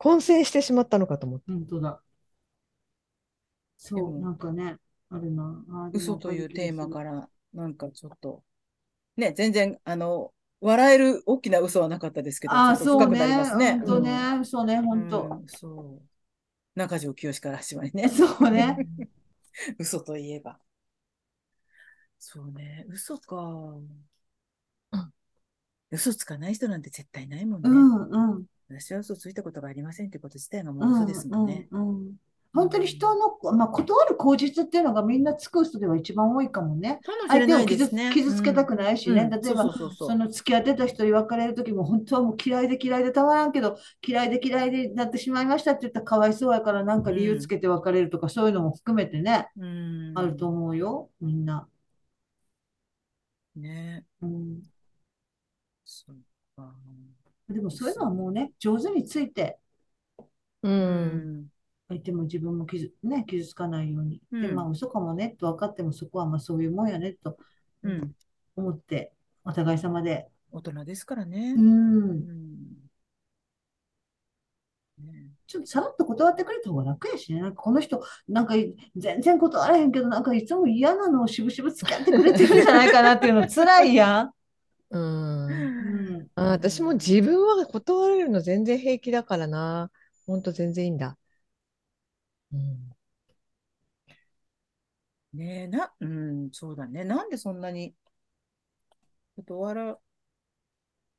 Speaker 3: 混戦してしまったのかと思って。
Speaker 1: 本当だ。
Speaker 2: で
Speaker 1: そう、
Speaker 2: も
Speaker 1: なんかね、あるな。あ
Speaker 2: 嘘というテーマから、なんかちょっと、ね、全然、あの、笑える大きな嘘はなかったですけど、
Speaker 1: ああ、
Speaker 2: ちょ
Speaker 1: そう
Speaker 2: っと深くなり
Speaker 1: ね。
Speaker 2: ますね。
Speaker 1: 本当ね、そうね、
Speaker 2: うん
Speaker 1: 本当。
Speaker 2: うんそう。中条清から始まり ね。
Speaker 1: そう ね。
Speaker 2: 嘘といえば。そうね、嘘か。
Speaker 3: ん
Speaker 2: 嘘つかない人なんて絶対ないもんね。
Speaker 1: うんうん
Speaker 2: 私は嘘ついたことがありませんってこと自体が
Speaker 1: う
Speaker 2: もう嘘
Speaker 1: ん
Speaker 2: ですもんね。
Speaker 1: うんうん。本当に人の、まあ、断る口実っていうのがみんなつく人では一番多いかもね。
Speaker 2: かもし
Speaker 1: 相
Speaker 2: れ
Speaker 1: 手
Speaker 2: な
Speaker 1: を
Speaker 2: いで
Speaker 1: 傷
Speaker 2: す
Speaker 1: つ、
Speaker 2: ね。
Speaker 1: 傷つけたくないしね。
Speaker 2: うん
Speaker 1: 例えば、
Speaker 2: そうそうそうそ
Speaker 1: そうの付き合ってた人に別れる時も本当はもう嫌いで嫌いでたまらんけど嫌いで嫌いでなってしまいましたって言ったらかわいそうやからなんか理由つけて別れるとか、そういうのも含めてね
Speaker 2: うん
Speaker 1: あると思うよみんな。
Speaker 2: ね。
Speaker 1: うん、
Speaker 2: そうか
Speaker 1: でもそういうのはもうね上手について
Speaker 2: う
Speaker 3: う。
Speaker 2: んん。
Speaker 1: 相手も自分も傷,、ね、傷つかないように、で
Speaker 2: うん
Speaker 1: まあ嘘かもねと分かってもそこはまあそういうもんやねと
Speaker 2: うん。
Speaker 1: 思ってお互い様で。
Speaker 2: 大人ですからね
Speaker 1: う。
Speaker 2: うんん。ね
Speaker 1: ちょっとさらっと断ってくれた方が楽やしね。なんかこの人、なんかい全然断らへんけど、なんかいつも嫌なのをしぶしぶ付き合ってくれてるんじゃないかなっていう の辛いや
Speaker 3: うん。
Speaker 1: ん。うん。
Speaker 3: あ、私も自分は断られるの全然平気だからな。ほんと全然いいんだ。うん。
Speaker 2: ねえ、な、うん、そうだね。なんでそんなに、断ら、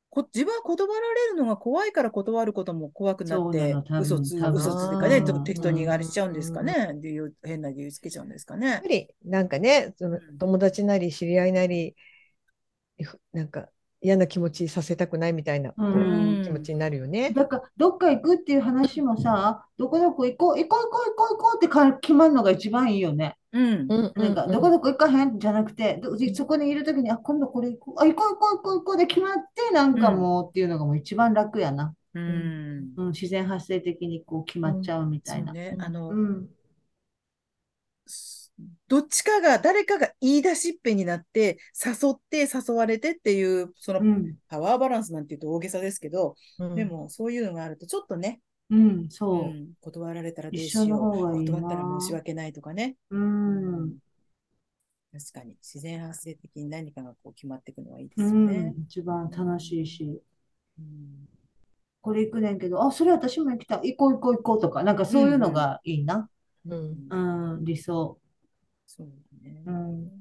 Speaker 2: こ、自分は断られるのが怖いから断ることも怖くな
Speaker 1: そう
Speaker 2: っ
Speaker 1: な
Speaker 2: て
Speaker 1: の多、分
Speaker 2: 嘘つ、
Speaker 1: 多分
Speaker 2: 嘘つっていうかね、ち
Speaker 1: う
Speaker 2: ょっと
Speaker 1: ん
Speaker 2: 適当に言われちゃうんですかね。理由、変な理由つけちゃうんですかね
Speaker 3: やっぱ。りなんかね、その
Speaker 2: うん
Speaker 3: 友達なり知り合いなり、ふなんか嫌な気持ちさせたくないみたいなこう
Speaker 1: うん
Speaker 3: 気持ちになるよね。
Speaker 1: だから、どっか行くっていう話もさ、どこどこ行こう、行こう行こう行こう行こうってか決まるのが一番いいよね。
Speaker 2: うん。
Speaker 3: うん
Speaker 1: なんか、
Speaker 3: うん
Speaker 1: どこどこ行かへんじゃなくて、どそこにいるときに、あ、今度これ行こう、あ、行こう行こう行こう行こうで決まって、なんかもうっていうのがもう一番楽やな。
Speaker 2: うん。
Speaker 1: うん、自然発生的にこう決まっちゃうみた
Speaker 2: そう
Speaker 1: いな。
Speaker 2: ね。
Speaker 3: うん
Speaker 2: あの
Speaker 1: う、ん。
Speaker 2: どっちかが、誰かが言い出しっぺになって、誘って、誘われてっていう、その
Speaker 1: うん。
Speaker 2: パワーバランスなんていうと大げさですけど、
Speaker 3: うん
Speaker 2: でもそういうのがあると、ちょっとね、
Speaker 1: うん、
Speaker 2: う
Speaker 1: そう。
Speaker 2: ん、断られたらどう
Speaker 1: 一
Speaker 2: し
Speaker 1: 緒の
Speaker 2: よう。
Speaker 1: 方がいい
Speaker 2: 断ったら
Speaker 1: な
Speaker 2: 申し訳ないとかね。
Speaker 1: うん。
Speaker 2: 確かに。自然発生的に何かがこう決まっていくのはいいで
Speaker 1: う
Speaker 2: すよね
Speaker 1: ん。。一番楽しいし。
Speaker 2: うん
Speaker 1: これ行くねんけど、あ、それ私も行きたい。行こう行こう行こうとか、なんかそういうのがいいな。
Speaker 3: うん。
Speaker 1: うん、理想。
Speaker 2: そうだね。
Speaker 1: うん。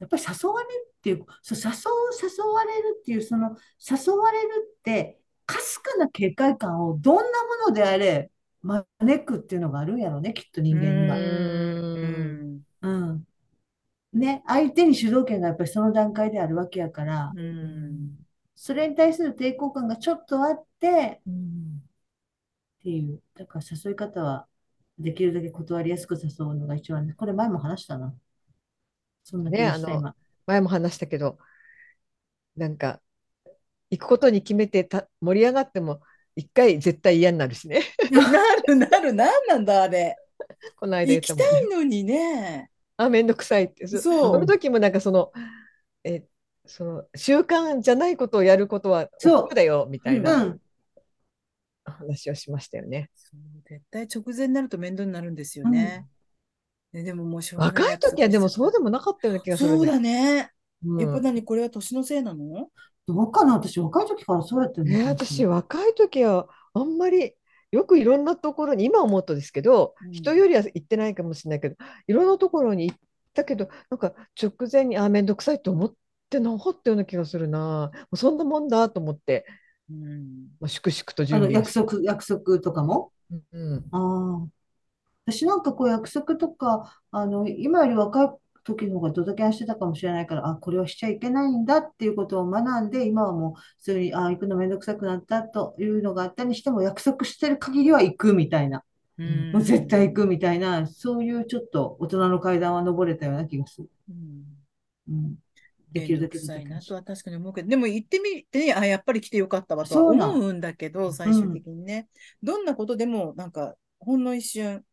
Speaker 1: やっぱり誘われるっていう、そう、誘う、誘われるっていう、その、誘われるって、かすかな警戒感をどんなものであれ、招くっていうのがあるんやろね、きっと人間には。
Speaker 2: うん。
Speaker 1: うん。ね、相手に主導権がやっぱりその段階であるわけやから、
Speaker 2: うん。
Speaker 1: それに対する抵抗感がちょっとあって、
Speaker 3: うん
Speaker 1: っていう。だから誘い方は、できるだけ断りやすく誘うのが一番ね。これ前も話したな。そんな気
Speaker 3: ね
Speaker 1: がした、
Speaker 3: あの
Speaker 1: 今。
Speaker 3: 前も話したけど、なんか、行くことに決めてた盛り上がっても、一回絶対嫌になるしね。
Speaker 2: なるなる、なんなんだ、あれ。
Speaker 3: この間言
Speaker 2: 行
Speaker 3: った
Speaker 2: き
Speaker 3: も
Speaker 2: た
Speaker 3: んね。
Speaker 2: いのにね。
Speaker 3: あ、めんどくさいって。そ
Speaker 2: そう
Speaker 3: その時もなんかその、え、その習慣じゃないことをやることは
Speaker 1: そう
Speaker 3: 億劫だよみたい
Speaker 1: うん
Speaker 3: な。話をしましたよね。
Speaker 2: そう絶対直前になると面倒になるんですよね。ねでももうしょうがない
Speaker 3: 若い時はでもそうで
Speaker 2: も
Speaker 3: もなかったような気がする
Speaker 2: そ
Speaker 3: ん
Speaker 2: う
Speaker 3: だよ
Speaker 2: だね。
Speaker 3: うん
Speaker 2: やっぱ何これは年のせいなの
Speaker 1: どうかな私、若い時からそうやってる
Speaker 3: えー私若い時はあんまりよくいろんなところに今思うとですけど、
Speaker 2: うん
Speaker 3: 人よりは行ってないかもしれないけどいろんなところに行ったけどなんか直前にあーめんどくさいと思ってなかったような気がするなもうそんなもんだと思って、
Speaker 2: うん。
Speaker 3: まあ、粛々と
Speaker 1: あ
Speaker 3: 準
Speaker 1: の、
Speaker 3: 備を
Speaker 1: 約束、約束とかも
Speaker 3: うんうん
Speaker 1: ああ。私なんかこう約束とか、あの、今より若い時の方がドタキャンしてたかもしれないから、あ、これはしちゃいけないんだっていうことを学んで、今はもう、普通に、あ、行くのめんどくさくなったというのがあったにしても、約束してる限りは行くみたいな。
Speaker 3: ん
Speaker 1: もう絶対行くみたいな、そういうちょっと大人の階段は登れたような気がする。
Speaker 2: うん。
Speaker 1: うん。で
Speaker 2: で
Speaker 1: き
Speaker 2: き
Speaker 1: る
Speaker 2: る
Speaker 1: だ
Speaker 2: だ
Speaker 1: けドタキャ
Speaker 2: け臭い
Speaker 1: ン
Speaker 2: な
Speaker 1: し
Speaker 2: とは確かに思うけど、でも行ってみて、あ、やっぱり来てよかったわとは
Speaker 1: そうなの
Speaker 2: 思うんだけど、最終的にね、どんなことでも、なんか、ほんの一瞬、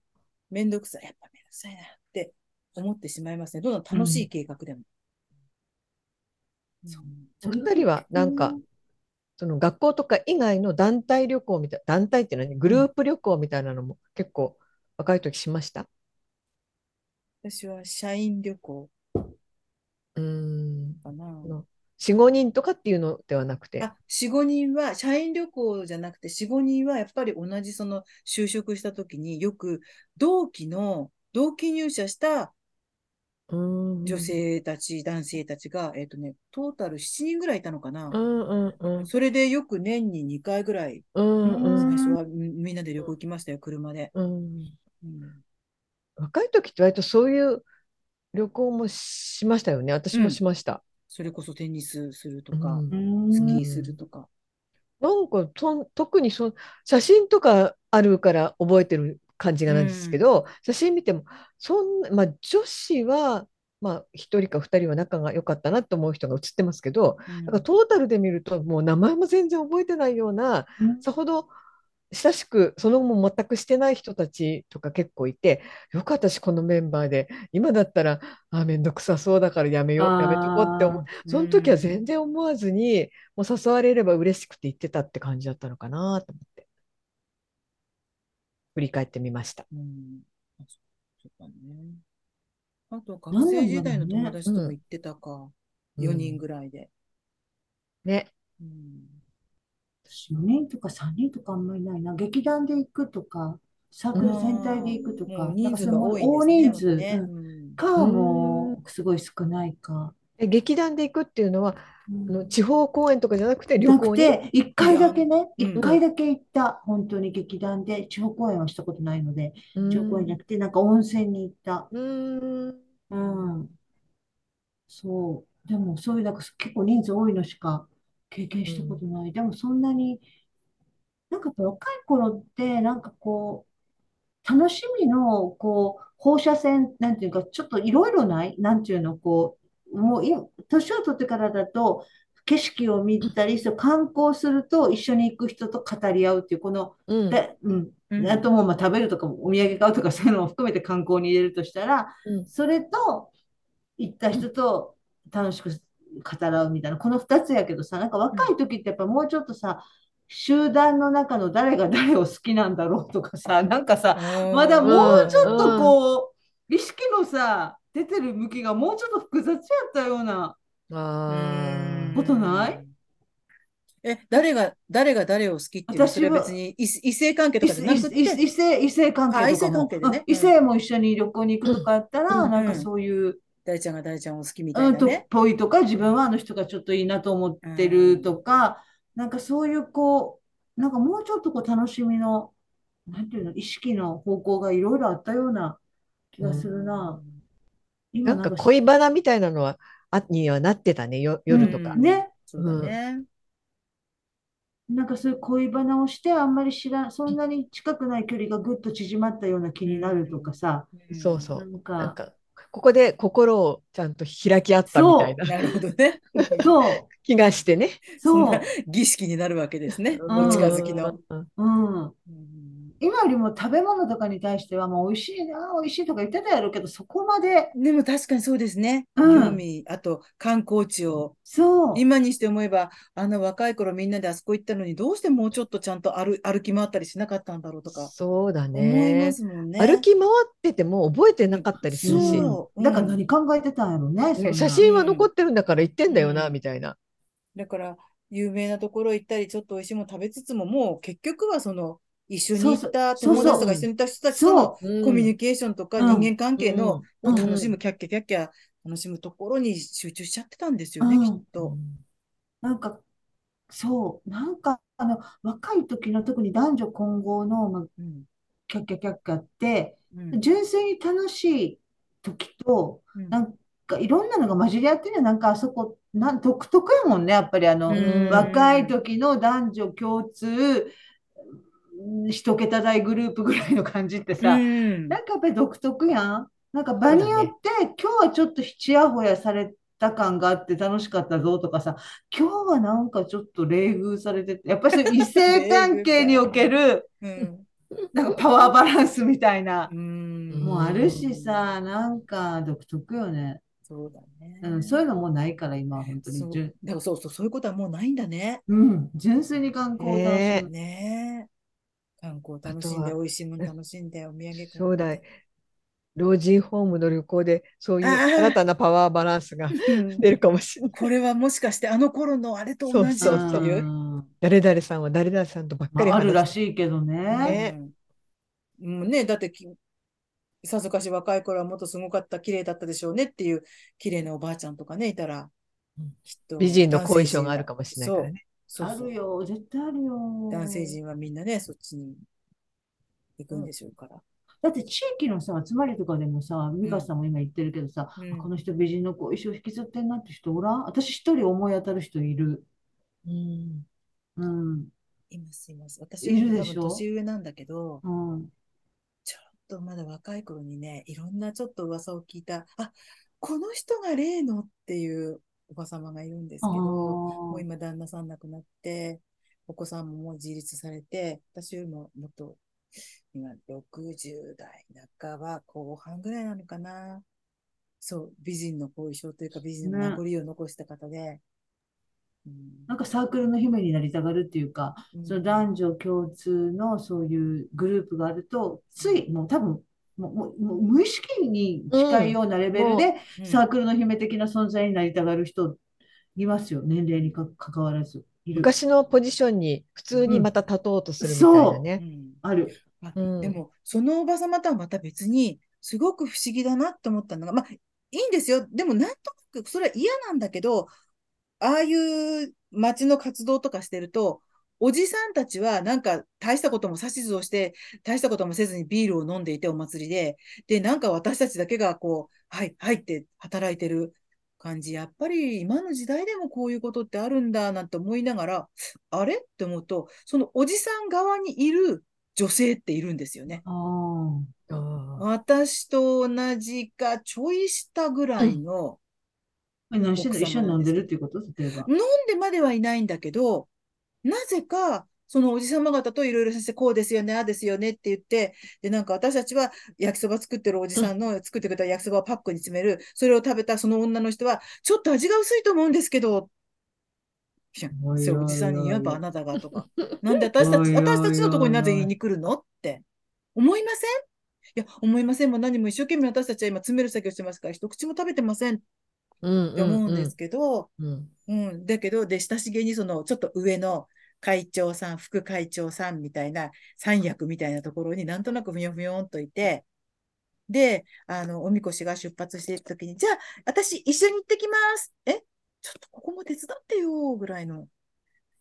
Speaker 2: めんどくさい、やっぱめんどくさいなって思ってしまいますね。どんな楽しい計画でも。そう
Speaker 1: それ
Speaker 3: お二人はなんか、その学校とか以外の団体旅行みたい団体っていうのはねグループ旅行みたいなのも結構若い時しました
Speaker 2: 私は社員旅行
Speaker 3: うん
Speaker 2: かな。
Speaker 3: 45人とかっていうのではなくて
Speaker 2: あ、4、5人は、社員旅行じゃなくて、4、5人はやっぱり同じその就職した時によく同期の、同期入社した
Speaker 3: 女
Speaker 2: 女性たち、男性たちが、えっ、とね、トータル7人ぐらいいたのかな
Speaker 3: う。んうんうん
Speaker 2: それでよく年に2回ぐらい、
Speaker 3: うん
Speaker 2: 最
Speaker 3: うん
Speaker 2: 初はみみんなで旅行行きましたよ、車で。
Speaker 3: うん
Speaker 2: うん
Speaker 3: 若い時って割とそういう旅行もしましたよね私もしました、
Speaker 2: それこそテニスすると
Speaker 3: う
Speaker 2: か、
Speaker 3: ん
Speaker 1: うん
Speaker 2: スキーするとか。
Speaker 3: なんかとん特にその写真とかあるから覚えてる感じがなんですけど、写真見てもそんな、まあ、女子は、まあ、1人か2人は仲が良かったなと思う人が写ってますけど
Speaker 2: うん
Speaker 3: だからトータルで見るともう名前も全然覚えてないような
Speaker 1: うん
Speaker 3: さほど親しくその後も全くしてない人たちとか結構いてよかったしこのメンバーで今だったらあー面倒くさそうだからやめようやめとこうって思う
Speaker 1: あ
Speaker 3: その時は全然思わずに、もう誘われれば嬉しくて言ってたって感じだったのかなと思って、振り返ってみました。
Speaker 2: うんあそうそうだね。あと、
Speaker 1: な
Speaker 2: 学
Speaker 1: んなんだろう
Speaker 2: 生
Speaker 1: ね
Speaker 2: 時代の友達と
Speaker 3: う
Speaker 2: も
Speaker 3: ん
Speaker 2: 行ってたか、4人ぐらいで。
Speaker 3: ね。
Speaker 2: うん
Speaker 1: 4人とか3人とかあんまりないな。劇団で行くとか、サークル全体で行くと
Speaker 2: う
Speaker 1: か、
Speaker 2: ん
Speaker 1: なん
Speaker 2: 人
Speaker 1: か
Speaker 2: 数
Speaker 1: そ
Speaker 2: が
Speaker 1: の
Speaker 2: 多い
Speaker 1: 大人
Speaker 2: んで
Speaker 1: 数
Speaker 2: すね。
Speaker 1: うん
Speaker 2: うん
Speaker 1: かもうすごい少ないか。
Speaker 3: え劇団で行くっていうのは、
Speaker 1: うん
Speaker 3: あの地方公演とかじゃなくて旅
Speaker 1: な
Speaker 3: 行
Speaker 1: く
Speaker 3: に。
Speaker 1: て、1回だけね、
Speaker 2: うん
Speaker 1: 1回だけ行った、本当に劇団で、地方公演はしたことないので、
Speaker 3: う
Speaker 1: 地方公演じゃな
Speaker 3: ん
Speaker 1: くて、なんか温泉に行った。
Speaker 3: うん
Speaker 1: うん。そう。でも、そういう、なんか結構人数多いのしか経験したことない。でも、そんなに、なんかやっぱ若い頃って、なんかこう、楽しみの、こう、放射線、なんていうか、ちょっといろいろないなんていうの、こう、もうい、年を取ってからだと、景色を見たり、そう、観光すると、一緒に行く人と語り合うっていう、この、
Speaker 3: うん
Speaker 1: で、うん。
Speaker 2: うん
Speaker 1: あともう、まあ、食べるとかも、お土産買うとか、そういうのも含めて観光に入れるとしたら、
Speaker 3: うん
Speaker 1: それと、行った人と楽しく語らうみたいな、この2つやけどさ、なんか若い時ってやっぱもうちょっとさ、集団の中の誰が誰を好きなんだろうとかさ、なんかさ、まだもうちょっとこう、意識のさ、出てる向きがもうちょっと複雑やったような、
Speaker 3: あー
Speaker 1: ことない
Speaker 2: うんえ、誰が、誰が誰を好きっていうのは、それは
Speaker 1: 私は
Speaker 2: 別に異異性関係と
Speaker 1: 異
Speaker 2: かじゃなく
Speaker 1: 性
Speaker 2: て、
Speaker 1: 異性異性異性関
Speaker 2: あ
Speaker 1: 係と
Speaker 2: 異
Speaker 1: か
Speaker 2: 性関
Speaker 1: も
Speaker 2: 係でね
Speaker 1: うん異性も一緒に旅行に行くとかあったら、
Speaker 3: うん
Speaker 1: なんかそういう、
Speaker 2: 大ちゃんが大ちゃんを好きみた
Speaker 1: う
Speaker 2: い
Speaker 1: ん、
Speaker 2: な
Speaker 1: と
Speaker 2: ね。
Speaker 1: ぽいとか自分はあの人がちょっといいなと思ってるとか、なんかそういうこうなんかもうちょっとこう楽しみのなんていうの意識の方向がいろいろあったような気がするな。今
Speaker 3: なん
Speaker 1: な
Speaker 3: か
Speaker 1: んか
Speaker 3: 恋バナみたいなのは、あ、にはなってたね、よ、夜と
Speaker 2: う
Speaker 3: か
Speaker 2: ん。
Speaker 1: ね。
Speaker 2: そうだね。
Speaker 1: なんかそういう恋バナをしてあんまり知らんそんなに近くない距離がぐっと縮まったような気になるとかさ、
Speaker 2: ん
Speaker 3: そうそ
Speaker 1: なん
Speaker 3: なん
Speaker 1: か
Speaker 3: か、ここで心をちゃんと開き合ったみたいな
Speaker 2: なるほどね。
Speaker 1: そう
Speaker 3: 気がしてね。
Speaker 1: そ
Speaker 2: んな
Speaker 1: う、
Speaker 2: 儀式になるわけですね。
Speaker 1: うん
Speaker 2: お近づきの。
Speaker 3: うん
Speaker 1: うん、今よりも食べ物とかに対してはもう美味しいな美味しいとか言ってたやろうけどそこまで
Speaker 2: でも確かにそうですね。
Speaker 1: うん
Speaker 2: 興味、あと観光地を。
Speaker 1: そう
Speaker 2: 今にして思えば、あの若い頃みんなであそこ行ったのに、どうしてもうちょっとちゃんと歩歩き回ったりしなかったんだろうとか、
Speaker 3: そうだ
Speaker 2: 思いま
Speaker 3: ね。
Speaker 2: すもんね。
Speaker 3: 歩き回ってても覚えてなかったりするし、
Speaker 2: そううん
Speaker 1: だから何考えてたんやろうね、そんな
Speaker 3: ね写真は残ってるんだから行ってんだよ
Speaker 2: う
Speaker 3: な、
Speaker 2: ん
Speaker 3: みたいな。
Speaker 2: だから、有名なところ行ったり、ちょっと美味しいもの食べつつも、もう結局はその、一緒に行った
Speaker 1: そう
Speaker 3: そ
Speaker 2: 友
Speaker 3: う
Speaker 2: 達とか一緒に行った人たちとの
Speaker 1: そ
Speaker 2: コミュ
Speaker 3: ニ
Speaker 2: ニケーションとか
Speaker 1: うん
Speaker 2: 人間関係の
Speaker 1: う
Speaker 2: を
Speaker 1: ん
Speaker 2: 楽しむ、キャッキャキャッキャ楽しむところに集中しちゃってたんですよね、
Speaker 1: うん
Speaker 2: きっと。
Speaker 1: う、なんか、そう、なんか、あの、若い時の特に男女混合の、まあ、
Speaker 2: うん
Speaker 1: キャッキャキャッキャって、
Speaker 2: うん
Speaker 1: 純粋に楽しい時と、
Speaker 2: うん
Speaker 1: なんかいろんなのが混じり合ってるのなんかあそこ、なん、独特やもんね、やっぱりあの、
Speaker 2: うん
Speaker 1: 若い時の男女共通、うん一桁台グループぐらいの感じってさ、
Speaker 2: うん
Speaker 1: なんかやっぱり独特やん。なんか場によって、今日はちょっとちやほやされた感があって楽しかったぞとかさ、今日はなんかちょっと冷遇されてて、やっぱりそういう異性関係における、
Speaker 2: うん
Speaker 1: なんかパワーバランスみたいな、
Speaker 2: うん
Speaker 1: もうあるしさ、なんか独特よね。
Speaker 2: そうだね。
Speaker 1: うん、そういうのもうないから、今は本当
Speaker 2: そ
Speaker 1: に
Speaker 2: う
Speaker 1: 純。
Speaker 2: だからそうそう、そういうことはもうないんだね。
Speaker 1: うん、純粋に観光を楽しむ。
Speaker 2: ねえ観光楽しん
Speaker 3: あ
Speaker 2: で、
Speaker 3: と
Speaker 2: 美
Speaker 3: は
Speaker 2: 味しいもの楽しんで、お土産
Speaker 3: そうだい。老人ホームの旅行で、そういう
Speaker 2: あー
Speaker 3: 新たなパワーバランスが
Speaker 2: うん
Speaker 3: 出るかもしれない。
Speaker 2: これはもしかしてあの頃のあれと同じって
Speaker 3: そ
Speaker 2: いうう。
Speaker 3: そう
Speaker 1: うん
Speaker 3: 誰々さんは誰々さんとばっ
Speaker 1: ま
Speaker 3: かり
Speaker 1: あ、あるら
Speaker 3: 話し
Speaker 1: しいけどね。
Speaker 3: ね
Speaker 2: うん、うんねだってきさぞかし若い頃はもっとすごかった綺麗だったでしょうねっていう綺麗なおばあちゃんとかねいたら
Speaker 3: うん
Speaker 2: きっと
Speaker 3: 美人の後遺症があるかもしれないからね。
Speaker 2: そうそう
Speaker 1: あ
Speaker 2: そう
Speaker 1: るよ、絶対あるよ。
Speaker 2: 男性陣はみんなねそっちに行くんでしょうから、
Speaker 1: だって地域のさ、集まりとかでもさ、美香さんも今言ってるけどさ、
Speaker 2: うん
Speaker 1: この人美人の子一生引きずってんなって人おらん私一人思い当たる人いる。
Speaker 3: うん
Speaker 1: うん。
Speaker 2: いますいます私
Speaker 1: いるで
Speaker 2: は多
Speaker 1: し
Speaker 2: 分
Speaker 1: ょ
Speaker 2: 年上なんだけど
Speaker 1: うん。
Speaker 2: ちょっとまだ若い頃にねいろんなちょっと噂を聞いたあこの人が例のっていうおば様がいるんですけどもう今旦那さん亡くなって、お子さんももう自立されて、私よりももっと、今60代半ば後半ぐらいなのかな。そう、美人の後遺症というか美人の名残を残した方で、うん
Speaker 1: なんかサークルの姫になりたがるっていうか、
Speaker 2: うん
Speaker 1: その男女共通のそういうグループがあると、ついもう多分、もうもうもう無意識に近いようなレベルで、
Speaker 2: うん
Speaker 1: サークルの姫的な存在になりたがる人いますよ、年齢にか関わらず。いる。
Speaker 3: 昔のポジションに普通にまた立とうとするみたいな
Speaker 2: う
Speaker 3: ね。
Speaker 2: ん
Speaker 1: ある。
Speaker 2: あ
Speaker 3: うん
Speaker 2: でも、そのおば様とはまた別に、すごく不思議だなって思ったのが、まあ、いいんですよ。でも、なんとなく、それは嫌なんだけど、ああいう街の活動とかしてると、おじさんたちはなんか大したことも指図をして、大したこともせずにビールを飲んでいてお祭りで、で、なんか私たちだけがこう、はい、はいって働いてる感じ。やっぱり今の時代でもこういうことってあるんだなんて思いながら、あれって思うと、そのおじさん側にいる女性っているんですよね。
Speaker 1: ああ。
Speaker 3: ああ
Speaker 2: 私と同じか、ちょい下ぐらいの、
Speaker 1: え何してんの
Speaker 2: 奥
Speaker 1: 一緒
Speaker 2: 様
Speaker 1: に
Speaker 2: な
Speaker 1: 飲
Speaker 2: ん
Speaker 1: ん
Speaker 2: です
Speaker 1: で
Speaker 2: け
Speaker 1: る
Speaker 2: ど
Speaker 1: っていうこと例えば。
Speaker 2: 飲んでまではいないんだけど、なぜか、そのおじ様方といろいろ先生、こうですよね、ああですよねって言って、で、なんか私たちは焼きそば作ってるおじさんの作ってくれた焼きそばをパックに詰める、それを食べたその女の人は、ちょっと味が薄いと思うんですけど、いや
Speaker 1: おいおいおい
Speaker 2: それおじさんに言えばあなたがとか、 なんで私た
Speaker 1: おいお
Speaker 2: ち、
Speaker 1: いおい
Speaker 2: 私たちのところになぜ言いに来るのって、思いませんいや、思いませんも何も一生懸命私たちは今詰める作業してますから、一口も食べてません。
Speaker 3: うん
Speaker 2: って思うんですけど、
Speaker 3: うんうん
Speaker 2: うん、だけど、で、親しげにその、ちょっと上の会長さん、副会長さんみたいな、三役みたいなところになんとなくふよふよんといて、で、あの、おみこしが出発していくときに、じゃあ、私一緒に行ってきます。え、ちょっとここも手伝ってよ、ぐらいの、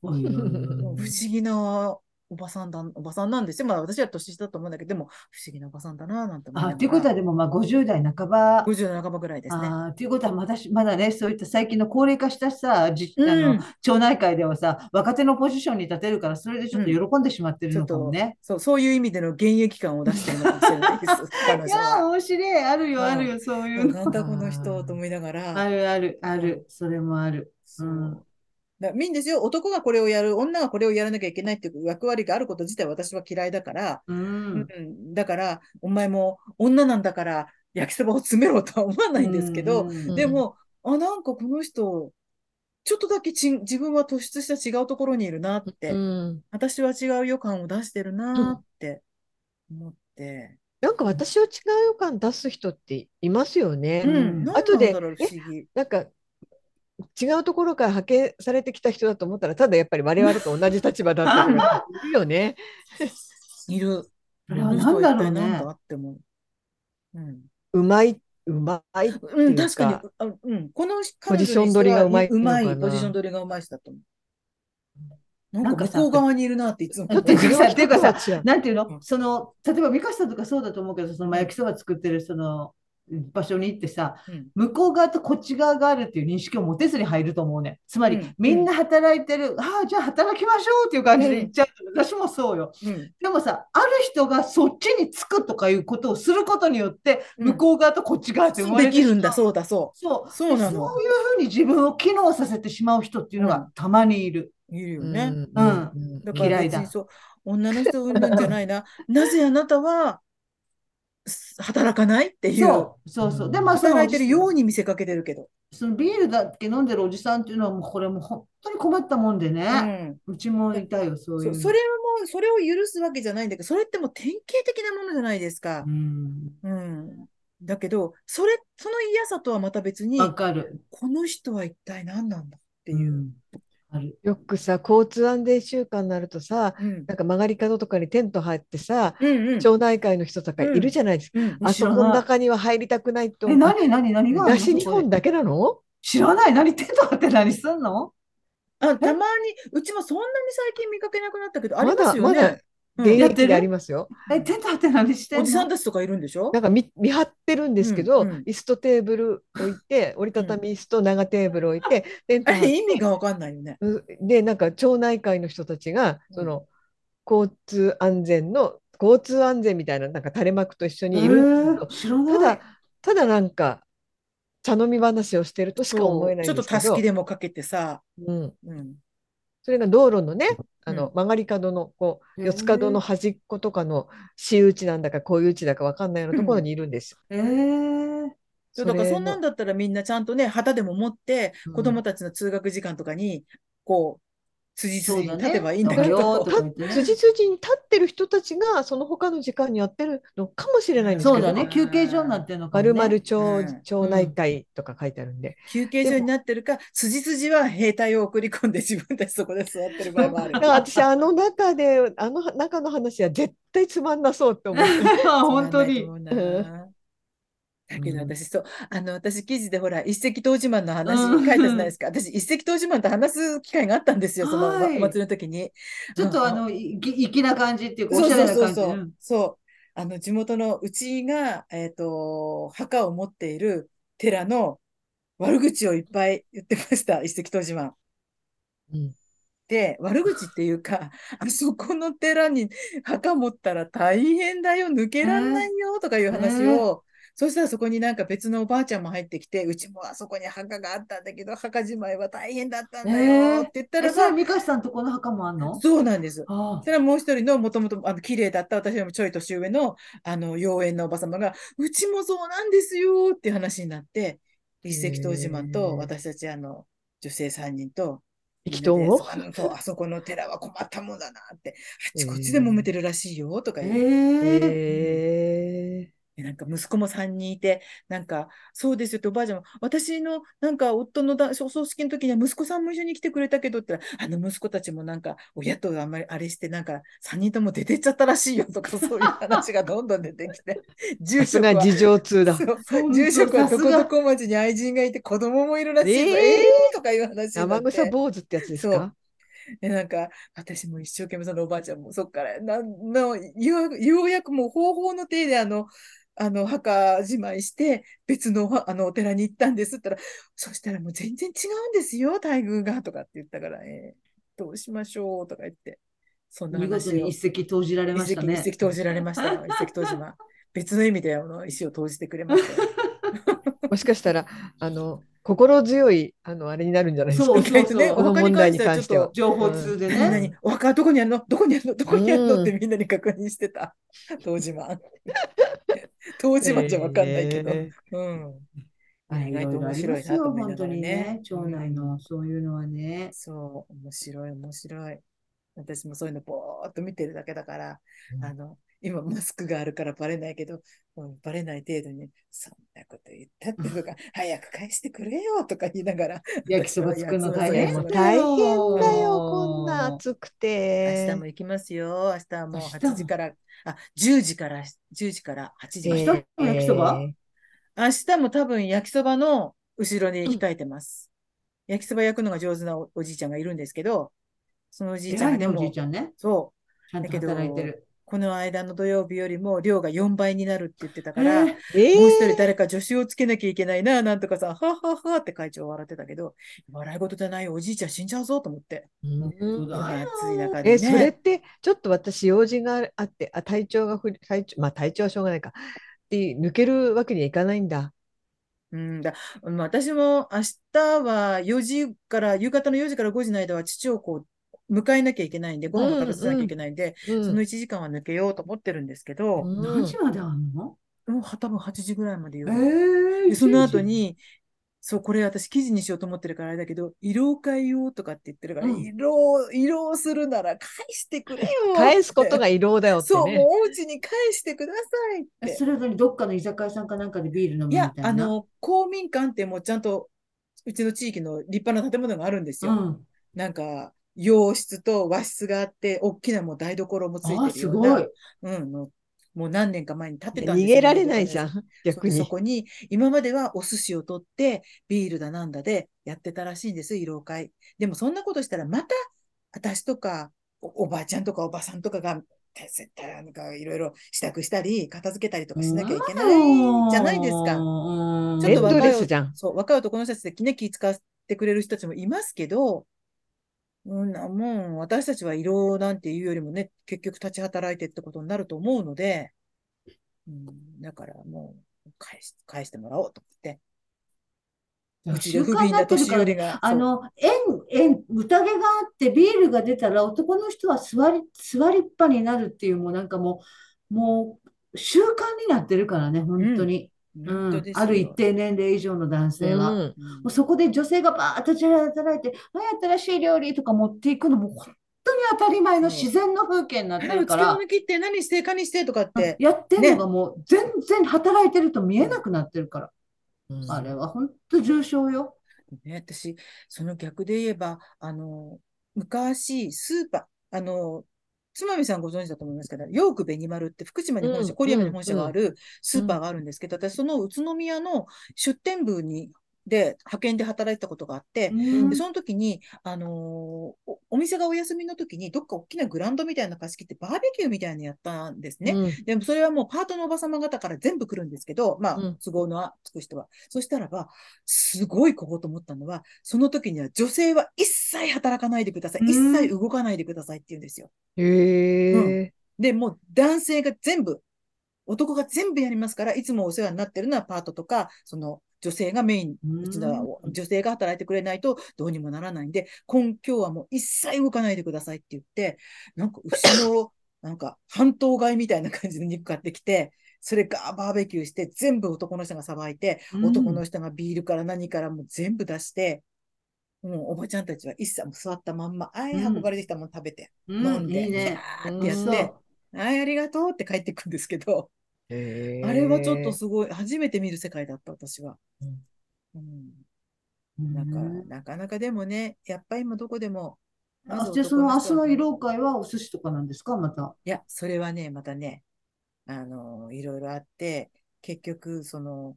Speaker 1: おいおいおい
Speaker 2: もう
Speaker 1: お
Speaker 2: 不
Speaker 1: い
Speaker 2: 思議なおばさんだ、おばさんなんですよ。まあ私は年下だと思うんだけど、でも不思議なおばさんだな、なんて思
Speaker 1: あ、
Speaker 2: いながら
Speaker 1: っていうことはでもまあ50代半ば。
Speaker 2: 50の半ばぐらいですね。
Speaker 1: あーっていうことはまだし、まだね、そういった最近の高齢化したさ、じ、あ
Speaker 2: う
Speaker 1: の
Speaker 2: ん、
Speaker 1: 町内会ではさ、若手のポジションに立てるから、それでちょっと喜んでしまってるのかもね。
Speaker 2: そう、そういう意味での現役感を出してるのかもしれないです。彼
Speaker 1: い
Speaker 2: 女
Speaker 1: やー、
Speaker 2: は。
Speaker 1: 面白い。あるよ、
Speaker 2: うん
Speaker 1: あるよ、そういうの。
Speaker 2: なんだこの人と思いながら。
Speaker 1: あるある、ある。それもある。
Speaker 2: そう
Speaker 1: うん
Speaker 2: だからいいんですよ。男がこれをやる、女がこれをやらなきゃいけないっていう役割があること自体私は嫌いだから、
Speaker 1: う
Speaker 2: うん
Speaker 1: ん。
Speaker 2: だから、お前も女なんだから焼きそばを詰めろとは思わないんですけ
Speaker 1: う
Speaker 2: ど、
Speaker 1: ん
Speaker 3: うん
Speaker 2: でも、あ、なんかこの人、ちょっとだけち自分は突出した違うところにいるなって、
Speaker 3: うん
Speaker 2: 私は違う予感を出してるなって思って、
Speaker 3: なんか私を違う予感出す人っていますよね。
Speaker 1: うん
Speaker 2: なんなんだろう、不思議。
Speaker 3: なんか違うところから派遣されてきた人だと思ったらただやっぱり我々と同じ立場だったりとかいるよね。
Speaker 2: いる。
Speaker 1: あれは何だろうね
Speaker 2: なんだって思う。うん。
Speaker 3: うまいうまいって
Speaker 2: う
Speaker 3: い
Speaker 2: ん、
Speaker 3: う
Speaker 2: 確かに、あうん、この
Speaker 3: ポジション取りがうまい
Speaker 2: 彼女にしてはうま
Speaker 3: のかな
Speaker 2: い、ポジション取りがうまい人だと思う。な
Speaker 1: なんん
Speaker 2: か
Speaker 1: か
Speaker 2: 向
Speaker 1: さ
Speaker 2: こう側にいるなっていつも
Speaker 1: ちょっと
Speaker 2: 思う
Speaker 1: 違うっていうかさ
Speaker 3: さ
Speaker 1: なんていう
Speaker 2: うん
Speaker 1: のその、例えば美香さんとかそうだと思うけど、そのまあ焼きそば作ってるその場所に行ってさ、
Speaker 2: うん
Speaker 1: 向こう側とこっち側があるっていう認識を持てずに入ると思うね。つまり、
Speaker 2: うん
Speaker 1: みんな働いてる、ああ、じゃあ働きましょうっていう感じで行っちゃう。私もそうよ。
Speaker 2: うん
Speaker 1: でもさ、ある人がそっちにつくとかいうことをすることによって、
Speaker 2: うん
Speaker 1: 向こう側とこっち側って生
Speaker 2: そう
Speaker 1: まれ
Speaker 2: で
Speaker 1: て
Speaker 2: きるんだ、
Speaker 1: しまう
Speaker 2: そうだ、そ
Speaker 1: そう
Speaker 2: う。。そうなの
Speaker 1: そう。いうふうに自分を機能させてしまう人っていうのがたまにいる。
Speaker 2: いるよね。だから
Speaker 1: 嫌いだ
Speaker 2: 別にそう、女の人を産むんじゃないな。 なぜあなたは、す働かないっていう。
Speaker 1: そうそうそう。で、まあ、その
Speaker 2: 働いてるように見せかけてるけど。
Speaker 1: そのビールだけ飲んでるおじさんっていうのはもうこれもう本当に困ったもんでね。
Speaker 2: うん
Speaker 1: うちもいたよ、そうい
Speaker 2: そうう
Speaker 1: の。
Speaker 2: それも、それを許すわけじゃないんだけど、それってもう典型的なものじゃないですか
Speaker 1: う。ん。
Speaker 2: うん。だけど、それ、その嫌さとはまた別に、
Speaker 1: わかる。
Speaker 2: この人は一体何なんだって
Speaker 1: う
Speaker 2: いう。
Speaker 1: ん。ある。
Speaker 3: よくさ交通安全週間になるとさ
Speaker 2: うん。
Speaker 3: なんか曲がり角とかにテント張ってさ
Speaker 2: うんうん。
Speaker 3: 町内会の人とかいるじゃないですか。
Speaker 2: うん
Speaker 1: うん
Speaker 3: あそこの中には入りたくないと。
Speaker 1: え、何、何、何があるの
Speaker 3: 東日本だけなの
Speaker 1: 知らない。何、テント張って何すんの
Speaker 2: あ、たまに、うちもそんなに最近見かけなくなったけど、あり
Speaker 3: ま
Speaker 2: ま
Speaker 3: だ
Speaker 2: すよ
Speaker 3: まだ
Speaker 2: ね。
Speaker 3: 現
Speaker 2: うん
Speaker 1: やって
Speaker 3: 役
Speaker 1: る
Speaker 3: でありますよ。
Speaker 1: え、テント張って何してん
Speaker 2: お
Speaker 1: の
Speaker 2: じさんたちとかいるんでしょ
Speaker 3: なんか見見張ってるんですけど、
Speaker 2: うんうん
Speaker 3: 椅子とテーブル置いて折りたたみ椅子と長テーブル置い てテン
Speaker 2: あ
Speaker 3: ト張って
Speaker 2: れ、意味がわかんないよね。
Speaker 3: うでなんか町内会の人たちが
Speaker 2: うん
Speaker 3: その交通安全の交通安全みたいななんか垂れ幕と一緒にいるんですけど
Speaker 1: えー知らない。
Speaker 3: ただただなんか茶飲み話をしてるとしか思えない
Speaker 2: そ
Speaker 3: ん
Speaker 2: うちょ
Speaker 3: で
Speaker 2: っとた
Speaker 3: すけ
Speaker 2: す
Speaker 3: ど
Speaker 2: きでもかけてさ。
Speaker 3: うん、
Speaker 2: うん。
Speaker 3: それが道路のねあ
Speaker 2: う
Speaker 3: の
Speaker 2: ん
Speaker 3: 曲がり角のこ
Speaker 1: へ
Speaker 3: う
Speaker 1: ー
Speaker 3: 四つ角の端っことかの私有地なんだかこういう地だかわかんないようなところにいるんです。
Speaker 1: えー
Speaker 2: そうだから、
Speaker 3: れ
Speaker 2: そんなんだったらみんなちゃんとね、旗でも持って
Speaker 3: う、ん
Speaker 2: 子供たちの通学時間とかに、こう、辻
Speaker 1: そ
Speaker 2: 筋
Speaker 1: う
Speaker 2: に
Speaker 1: だ
Speaker 2: 立
Speaker 1: ね。
Speaker 2: てばいいんだけ
Speaker 1: おはよ
Speaker 2: ど
Speaker 1: うと。か言ってね
Speaker 3: 辻筋に立ってる人たちがその他の時間にやってるのかもしれないんです
Speaker 1: そう
Speaker 3: け
Speaker 1: だ
Speaker 3: ど、
Speaker 1: ね。休憩所になってんのかもね。
Speaker 3: 丸々町,、
Speaker 2: うん
Speaker 3: 町内会とか書いてあるんで、
Speaker 2: 休憩所になってるか、辻筋は兵隊を送り込んで自分たち そこで座ってる場合もある
Speaker 3: だ。から私あの中であの中の話は絶対つまんなそうって思う
Speaker 1: 本当に。
Speaker 2: つまんないと思うな。だけど私そう、あの私記事でほら一石投じマンの話
Speaker 1: う
Speaker 2: 書い
Speaker 1: ん
Speaker 2: たじゃないですか。私一石投じマンと話す機会があったんですよ。そのお
Speaker 1: はい
Speaker 2: 祭りの時に。
Speaker 1: ちょっとあの、い粋な感じっていうか、お
Speaker 2: そう
Speaker 1: しゃ
Speaker 2: そ
Speaker 1: れな
Speaker 2: うそ
Speaker 1: 感じ。。
Speaker 2: うそううんそう。あの地元のうちがえっ、と墓を持っている寺の悪口をいっぱい言ってました。一石投じマン。
Speaker 3: うん
Speaker 2: で、悪口っていうか、あそこの寺に墓持ったら大変だよ、抜けらんないよとかいう話
Speaker 1: ね
Speaker 2: を、そしたらそこになんか別のおばあちゃんも入ってきて、うちもあそこに墓があったんだけど、墓じまいは大変だったんだよって言った
Speaker 1: え、
Speaker 2: ら
Speaker 1: それ
Speaker 2: ば、
Speaker 1: は美香さんとこの墓もあんの
Speaker 2: そうなんです。
Speaker 1: あ
Speaker 2: それはもう一人のもともとあの綺麗だった私よりもちょい年上のあの妖艶なおば様が、うちもそうなんですよっていう話になって、一石投じまん
Speaker 3: へー
Speaker 2: と私たちあの女性3人と、
Speaker 3: 意気投合
Speaker 2: あのそうあそこの寺は困ったもんだなって、あっち
Speaker 3: えー
Speaker 2: こっちで揉めてるらしいよとか
Speaker 1: あ。
Speaker 2: 言う。
Speaker 1: ええ。
Speaker 3: えー
Speaker 2: なんか息子も3人いて、なんか、そうですよっておばあちゃんも、私のなんか夫のだお葬式の時には息子さんも一緒に来てくれたけどって言ったら、あの息子たちもなんか、親とあんまりあれして、なんか3人とも出てっちゃったらしいよとか、そういう話がどんどん出てき て、住
Speaker 3: そ
Speaker 2: 職
Speaker 3: れ
Speaker 2: は
Speaker 3: が事情 通だ。
Speaker 2: そう住職はどこどこ町に愛人がいて子供もいるらしいぞ。
Speaker 3: えー
Speaker 2: えーとかいう話にな
Speaker 3: 生
Speaker 2: って
Speaker 3: 臭坊主ってやつです
Speaker 2: そう
Speaker 3: か
Speaker 2: でなんか私も一生懸命そのおばあちゃんもそっからなんのようようやくもう方法の手であのあの墓じまいして別のおはあのお寺に行ったんですって言ったらそしたらもう全然違うんですよ待遇がとかって言ったから、えーどうしましょうとか言ってそんな
Speaker 1: 見事
Speaker 2: 話を
Speaker 1: に一石投じられま
Speaker 2: 一
Speaker 1: した
Speaker 2: 石
Speaker 1: ね。
Speaker 2: 一石投じられましたよ一石投じま別の意味であの石を投じてくれましたよ。
Speaker 3: もしかしたら、あの、心強い、あの、あれになるんじゃないです
Speaker 1: そ
Speaker 3: か
Speaker 1: う。そう
Speaker 2: ね
Speaker 1: そ
Speaker 2: お
Speaker 1: う。
Speaker 2: 墓に関してはちょっと
Speaker 1: 情報通で
Speaker 2: みんな
Speaker 1: ね。
Speaker 2: に、お墓はどこにあるのどこにあるのどこにあるの
Speaker 3: うん
Speaker 2: ってみんなに確認して た。当時 マン。当時マンじゃわかんないけど。
Speaker 3: え
Speaker 2: うん。
Speaker 1: あ
Speaker 2: 意外と面白いなと
Speaker 1: よ、
Speaker 2: 思いな
Speaker 1: 本
Speaker 2: が
Speaker 1: 当
Speaker 2: ら
Speaker 1: に
Speaker 2: ね
Speaker 1: ね。。町内
Speaker 2: うん
Speaker 1: のそういうのはね。
Speaker 2: そう、面白い、面白い。私もそういうのぼーっと見てるだけだから、
Speaker 3: うん
Speaker 2: あの、今マスクがあるからバレないけど、うんバレない程度に、そんなこと言ったってと か、早く返してくれよとか言いながら、
Speaker 1: 焼きそば作るの大
Speaker 3: え
Speaker 1: 変
Speaker 3: も
Speaker 1: だ
Speaker 3: う
Speaker 1: よ。
Speaker 3: 大変だよ、こんな暑く
Speaker 2: 明
Speaker 3: て
Speaker 2: 日も。行きますよ。明日はもう
Speaker 1: 明日も
Speaker 2: 8時から、あ、10時から、10時から8時まで。
Speaker 1: 明日も焼きそば
Speaker 3: えー
Speaker 2: 明日も多分焼きそばの後ろに控えてます。焼きそば焼くのが上手なおおじいちゃんがいるんですけど、そのおじいちゃん
Speaker 1: 偉いね、
Speaker 2: がで
Speaker 1: お
Speaker 2: も、
Speaker 1: じいちゃんね。
Speaker 2: そう、
Speaker 1: ちゃんと働いてる。
Speaker 2: この間の土曜日よりも量が4倍になるって言ってた
Speaker 1: え
Speaker 2: から、
Speaker 1: ー
Speaker 3: えー
Speaker 2: もう一人誰か助手をつけなきゃいけないな、なんとかさ、はあはあはあって会長は笑ってたけど、笑い事じゃないよおじいちゃん死んじゃうぞと思って。
Speaker 3: うん
Speaker 2: こんな暑い中でね。
Speaker 3: え、それってちょっと私用事があってあ体調がふり体調まあ体調はしょうがないかって抜けるわけにはいかないんだ。
Speaker 2: うんだ、まあ私も明日は4時から、夕方の4時から5時の間は父をこう、迎えなきゃいけないんで、ご飯を食べさせなきゃいけないんで、
Speaker 3: うん
Speaker 2: その1時間は抜けようと思ってるんですけど、
Speaker 3: う
Speaker 1: 何
Speaker 3: ん
Speaker 1: 時まであんの
Speaker 2: もうは多分8時ぐらいまで言
Speaker 1: え
Speaker 2: うの。で
Speaker 1: ー
Speaker 2: その後、に、そう、これ私記事にしようと思ってるからあれだけど、慰労会よとかって言ってるから、
Speaker 1: うん
Speaker 2: 慰労、慰労するなら返してくれよって
Speaker 3: 返すことが、異労だよって
Speaker 2: そう、も
Speaker 3: ね。
Speaker 2: うお家に返してくださいっ
Speaker 1: え
Speaker 2: て。
Speaker 1: それぞれどっかの居酒屋さんかなんかでビール飲む
Speaker 2: い
Speaker 1: みた
Speaker 2: や
Speaker 1: い、な。
Speaker 2: あの、公民館ってもうちゃんと、うちの地域の立派な建物があるんです
Speaker 1: う
Speaker 2: よ。
Speaker 1: ん。
Speaker 2: なんか、洋室と和室があって、大きなもう台所もつ
Speaker 1: ああ、
Speaker 2: いてる
Speaker 1: す
Speaker 2: ような、
Speaker 1: ごい。
Speaker 2: うん、のもう何年か前に建てたん
Speaker 3: 逃
Speaker 2: ですよ
Speaker 3: げられないじゃ。
Speaker 2: そ
Speaker 3: ん
Speaker 2: うで
Speaker 3: 逆
Speaker 2: そ
Speaker 3: に。
Speaker 2: こに、今まではお寿司を取って、ビールだなんだでやってたらしいんです、慰労会。でもそんなことしたら、また、私とかお、おばあちゃんとかおばさんとかが、て絶対なんかいろいろ支度したり、片付けたりとかしなきゃいけないじゃないですか。
Speaker 1: うん
Speaker 2: ちょっ
Speaker 3: エン
Speaker 2: と若
Speaker 3: ド
Speaker 2: い
Speaker 3: レスじゃん。
Speaker 2: そう、若い男の人たちでね、気使ってくれる人たちもいますけど、うん、なもう私たちは色なんていうよりもね、結局立ち働いてってことになると思うので、うん、だからもう返し、返してもらおうと思って。うちで不憫な年寄りが。
Speaker 1: あ
Speaker 2: そう、
Speaker 1: の、円、円、宴があってビールが出たら男の人は座り、座りっぱになるっていう、もうなんかもう、もう習慣になってるからね、本当に。うん。
Speaker 2: 本当ですよ
Speaker 1: ある一定年齢以上の男性は。も
Speaker 3: うん
Speaker 2: うん
Speaker 1: うそこで女性がバーッと働いて、はい、新しい料理とか持っていくのも本当に当たり前の自然の風景になって
Speaker 2: あの、
Speaker 1: る
Speaker 2: つ
Speaker 1: か
Speaker 2: け
Speaker 1: ら
Speaker 2: も、抜きって何して、かにしてとかって、
Speaker 1: やってるのがもう全然働いてると見えなくなってるから、
Speaker 3: うん
Speaker 1: あれは本当重症よ。
Speaker 2: ね、私、その逆で言えば、あの、昔、スーパー、あの、つまみさんご存知だと思いますけど、ヨークベニマルって福島に本社、
Speaker 3: うん
Speaker 2: 郡山に本社があるスーパーがあるんですけど、私、その宇都宮の出店部に、で、派遣で働いてたことがあって、
Speaker 1: うん
Speaker 2: で、その時に、あのーお、お店がお休みの時に、どっか大きなグラウンドみたいなの貸し切って、バーベキューみたいなのやったんですね。
Speaker 3: うん
Speaker 2: でもそれはもうパートのおば様方から全部来るんですけど、まあ
Speaker 3: うん、
Speaker 2: 都合のつく人は。そしたらば、すごいここと思ったのは、その時には女性は一切働かないでください。
Speaker 1: うん
Speaker 2: 一切動かないでくださいって言うんですよ。
Speaker 3: へえ。
Speaker 2: で、もう男性が全部、男が全部やりますから、いつもお世話になってるのはパートとか、その女性がメイン、
Speaker 1: うん
Speaker 2: うちの女性が働いてくれないとどうにもならないんで、今日はもう一切動かないでくださいって言って、なんか牛の、なんか半島買いみたいな感じの肉買ってきて、それがバーベキューして、全部男の人がさばいて、
Speaker 1: うん
Speaker 2: 男の人がビールから何からもう全部出して、もうおばちゃんたちは一切もう座ったまんま、あい、
Speaker 1: うん
Speaker 2: 運ばれてきたもの食べて、
Speaker 1: う
Speaker 2: 飲ん
Speaker 1: ん、
Speaker 2: で、
Speaker 1: いいね。
Speaker 2: やーってやって、
Speaker 1: そう
Speaker 2: はい、ありがとうって帰ってくんですけど、
Speaker 3: へ
Speaker 2: あれはちょっと
Speaker 3: え
Speaker 2: すごい、初めて見る世界だった、私は。
Speaker 3: うん
Speaker 2: うん、
Speaker 1: うん
Speaker 2: なんか、なかなかでもね、やっぱり今どこでも、まず
Speaker 1: あ、じゃあそ
Speaker 2: 男
Speaker 1: の明日
Speaker 2: 人は
Speaker 1: の慰労会はお寿司とかなんですか、また。
Speaker 2: いや、それはね、またね、あの、いろいろあって、結局、その、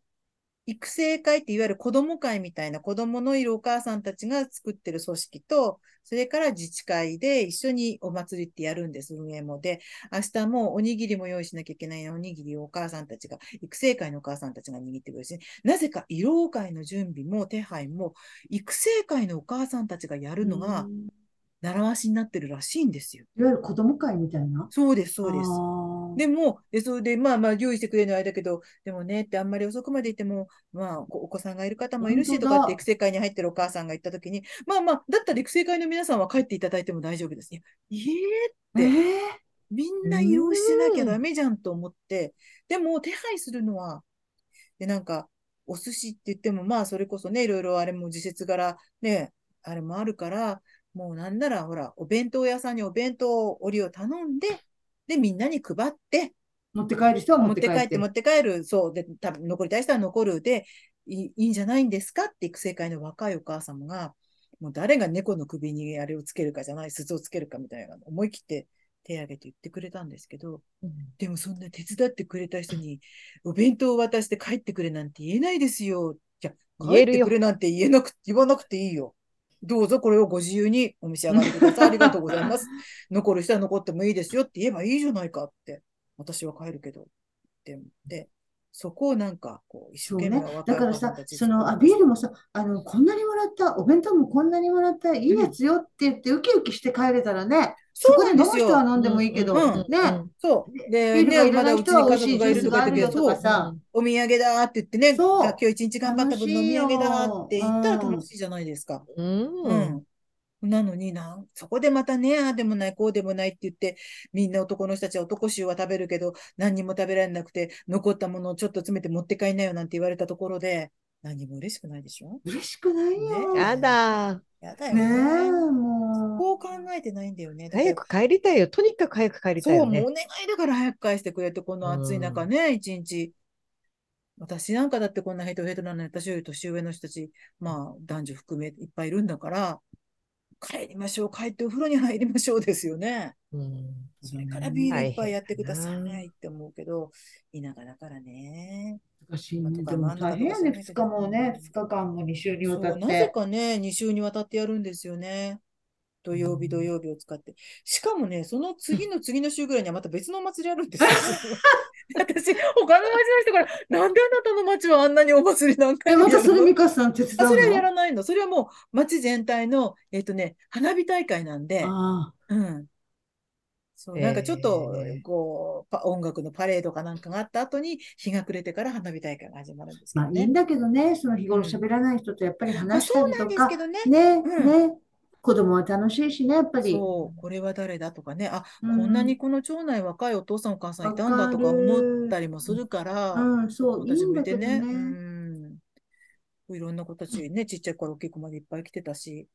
Speaker 2: 育成会っていわゆる子ども会みたいな子どものいるお母さんたちが作ってる組織と、それから自治会で一緒にお祭りってやるんです、運営も。で、明日もおにぎりも用意しなきゃいけないな、おにぎりをお母さんたちが、育成会のお母さんたちが握ってくれるし、なぜか慰労会の準備も手配も、育成会のお母さんたちがやるのが
Speaker 1: う、ん
Speaker 2: 習わしになってるらしいんですよ。
Speaker 1: いわゆる子供会みたいな。
Speaker 2: そうです、そうです
Speaker 1: あ。ー
Speaker 2: でも、で、それで、まあまあ、用意してくれるのはあれだけど、でもね、ってあんまり遅くまでいても、まあ、おお子さんがいる方もいるし、
Speaker 1: 本
Speaker 2: と
Speaker 1: 当
Speaker 2: か
Speaker 1: だ
Speaker 2: って育成会に入ってるお母さんが言ったときに、まあまあ、だったら育成会の皆さんは帰っていただいても大丈夫です。いや、ええ
Speaker 1: え
Speaker 2: で
Speaker 1: ー
Speaker 2: みんな移動しなきゃダメじゃんと思って、でも、手配するのは、で、なんか、お寿司って言っても、まあ、それこそね、いろいろあれも時節柄、ね、あれもあるから、もうなんなら、ほら、お弁当屋さんにお弁当折りを頼んで、で、みんなに配って、
Speaker 1: 持って帰る人は持
Speaker 2: 持っ
Speaker 1: って
Speaker 2: て
Speaker 1: 帰
Speaker 2: 帰
Speaker 1: っ。
Speaker 2: ってて持って帰る、そう、で、多分残りたい人は残るで、いいいいんじゃないんですかって育成会の若いお母様が、もう誰が猫の首にあれをつけるかじゃない、鈴をつけるかみたいな、思い切って手挙げて言ってくれたんですけど、でもそんな手伝ってくれた人にお弁当を渡して帰ってくれなんて言えないですよ。じゃ、
Speaker 3: 言
Speaker 2: 帰
Speaker 3: え
Speaker 2: っ
Speaker 3: る
Speaker 2: て
Speaker 3: よ
Speaker 2: くれなんて言えなく、言わなくていいよ。どうぞこれをご自由にお召し上がりください。ありがとうございます。残る人は残ってもいいですよって言えばいいじゃないかって。私は帰るけど。って思って、そこをなんか、こう、一生
Speaker 1: そう
Speaker 2: 懸
Speaker 1: ね
Speaker 2: 命。若
Speaker 1: だ
Speaker 2: い
Speaker 1: から
Speaker 2: 方
Speaker 1: さ
Speaker 2: た、ち
Speaker 1: その、あ、ビールもさ、あの、こんなにもらった、お弁当もこんなにもらった、いいやつよって言って、ウキウキして帰れたらね、そ
Speaker 2: そう
Speaker 1: こ
Speaker 2: な
Speaker 1: で
Speaker 2: ん
Speaker 1: 飲
Speaker 2: で
Speaker 1: む
Speaker 2: す
Speaker 1: 人は
Speaker 2: よ。
Speaker 1: 飲んでもいいけ
Speaker 2: うん
Speaker 1: ど、
Speaker 2: うん
Speaker 1: ね、
Speaker 2: そう。で、
Speaker 1: ビールが
Speaker 2: ね、
Speaker 1: いら
Speaker 2: ま
Speaker 1: ない
Speaker 2: だ
Speaker 1: う
Speaker 2: ち
Speaker 1: 人
Speaker 2: に
Speaker 1: は美
Speaker 2: 家
Speaker 1: 味し
Speaker 2: 族
Speaker 1: いジ
Speaker 2: が
Speaker 1: ュ
Speaker 2: い
Speaker 1: ー
Speaker 2: る
Speaker 1: ス
Speaker 2: とか
Speaker 1: があ
Speaker 2: だ
Speaker 1: る
Speaker 2: けど、
Speaker 1: よと
Speaker 2: そ
Speaker 1: か
Speaker 2: う、
Speaker 1: さ、
Speaker 2: お土産だって言ってね、
Speaker 1: そう
Speaker 2: あ今日一日頑張った分
Speaker 1: 楽
Speaker 2: 飲
Speaker 1: しい
Speaker 2: み上げだ
Speaker 1: よ
Speaker 2: って言ったら
Speaker 1: うん
Speaker 2: 楽しいじゃないですか。
Speaker 3: う
Speaker 2: うんん。なのにな、そこでまたね、ああでもない、こうでもないって言って、みんな男の人たちは男臭は食べるけど、何にも食べられなくて、残ったものをちょっと詰めて持って帰んなよなんて言われたところで、何も嬉しくないでしょ
Speaker 1: 嬉しくないよ。
Speaker 2: ね
Speaker 1: ね
Speaker 3: やだ
Speaker 2: やだ
Speaker 1: え、
Speaker 2: よね。
Speaker 1: もう。
Speaker 2: こう考えてないんだよね。だから
Speaker 3: 早く帰りたいよとにかく早く帰りたい
Speaker 2: そう、
Speaker 3: よ
Speaker 2: もうお
Speaker 3: ね
Speaker 2: 願いだから早く返してくれって、この暑い中ね、一日。私なんかだってこんなヘトヘトなのに、私より年上の人たち、まあ男女含めいっぱいいるんだから、帰りましょう、帰ってお風呂に入りましょうですよね。
Speaker 3: うん
Speaker 2: それからビール
Speaker 3: 大
Speaker 2: 一杯
Speaker 3: 変
Speaker 2: やってくだ
Speaker 3: だ
Speaker 2: さ
Speaker 3: ない
Speaker 2: って思うけど、田舎だからね。
Speaker 1: 難しい
Speaker 2: まあ
Speaker 1: ね。
Speaker 2: とか
Speaker 1: でも
Speaker 2: 真ん中
Speaker 1: 大
Speaker 2: と
Speaker 1: 変や
Speaker 2: かそう
Speaker 1: ね、
Speaker 2: いうの
Speaker 1: 2日もね、2日間も2週にわた
Speaker 2: そう、
Speaker 1: っ
Speaker 2: なぜ
Speaker 1: て。
Speaker 2: かね、2週にわたってやるんですよね。土曜日、土曜日を使って。しかもね、その次の次の週ぐらいにはまた別のお祭りあるん ですよ。私、他の町の人から、なんであなたの町はあんなにお祭り何回
Speaker 1: え、
Speaker 2: も
Speaker 1: ま
Speaker 2: や
Speaker 1: た
Speaker 2: る
Speaker 1: それ、
Speaker 2: の
Speaker 1: ミカさん手伝
Speaker 2: あ、そうれはや
Speaker 1: の
Speaker 2: らないの。それはもう町全体の、えっとね、花火大会なんで、
Speaker 1: ああ、
Speaker 2: うん。そう、
Speaker 3: へえ
Speaker 2: なんかちょっと、こう、パ音楽のパレードかなんかがあった後に、日が暮れてから花火大会が始まるんですけ
Speaker 1: まあ
Speaker 2: ど
Speaker 1: いい
Speaker 2: ね
Speaker 1: ん。だけどね、その日頃
Speaker 2: うん
Speaker 1: 喋らない人とやっぱり
Speaker 2: まあ、
Speaker 1: 話した
Speaker 2: そう
Speaker 1: り
Speaker 2: なん
Speaker 1: と
Speaker 2: ですけ
Speaker 1: か、
Speaker 2: どね。
Speaker 1: ね、
Speaker 2: うん
Speaker 1: ね、子供は楽しいしね、やっぱり。
Speaker 2: そう、これは誰だとかね、あ、
Speaker 1: う、
Speaker 2: こんなんにこの町内若いお父さんお母さんい
Speaker 1: わ
Speaker 2: たんだ
Speaker 1: か
Speaker 2: とか思った
Speaker 1: る。
Speaker 2: りもするから、
Speaker 1: うん、そう、いい
Speaker 2: 私
Speaker 1: ん
Speaker 2: もい
Speaker 1: だ
Speaker 2: て
Speaker 1: けど
Speaker 2: ね、う
Speaker 1: ね。
Speaker 2: ん、いろんな子たちね、ちっちゃい子から大きい子までいっぱい来てたし、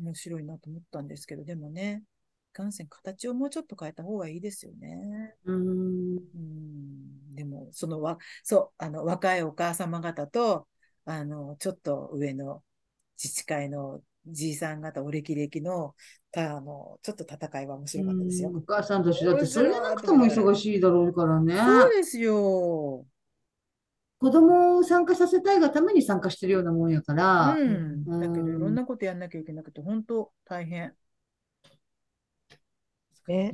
Speaker 2: 面白いなと思ったんですけど、でもね、いかんせん形をもうちょっと変えた方がいいですよね。
Speaker 1: うん、
Speaker 2: うんでも、そのわ、そう、あの、若いお母様方と、あの、ちょっと上の自治会のじいさん方、お歴々の、た、あの、ちょっと戦いは面
Speaker 1: う
Speaker 2: 白かったです
Speaker 1: ん、
Speaker 2: よ。
Speaker 1: お母さんたちだっ
Speaker 2: 面
Speaker 1: てそれ
Speaker 2: 白
Speaker 1: でな
Speaker 2: かっ
Speaker 1: く
Speaker 2: た
Speaker 1: とも
Speaker 2: です
Speaker 1: 忙しいだろうからね。
Speaker 2: そうですよ。
Speaker 1: 子供を参加させたいがために参加してるようなもんやから、
Speaker 2: う。
Speaker 1: うん
Speaker 2: だけど、いろん
Speaker 1: ん、
Speaker 2: なことやんなきゃいけなくて、本当大変。
Speaker 3: ね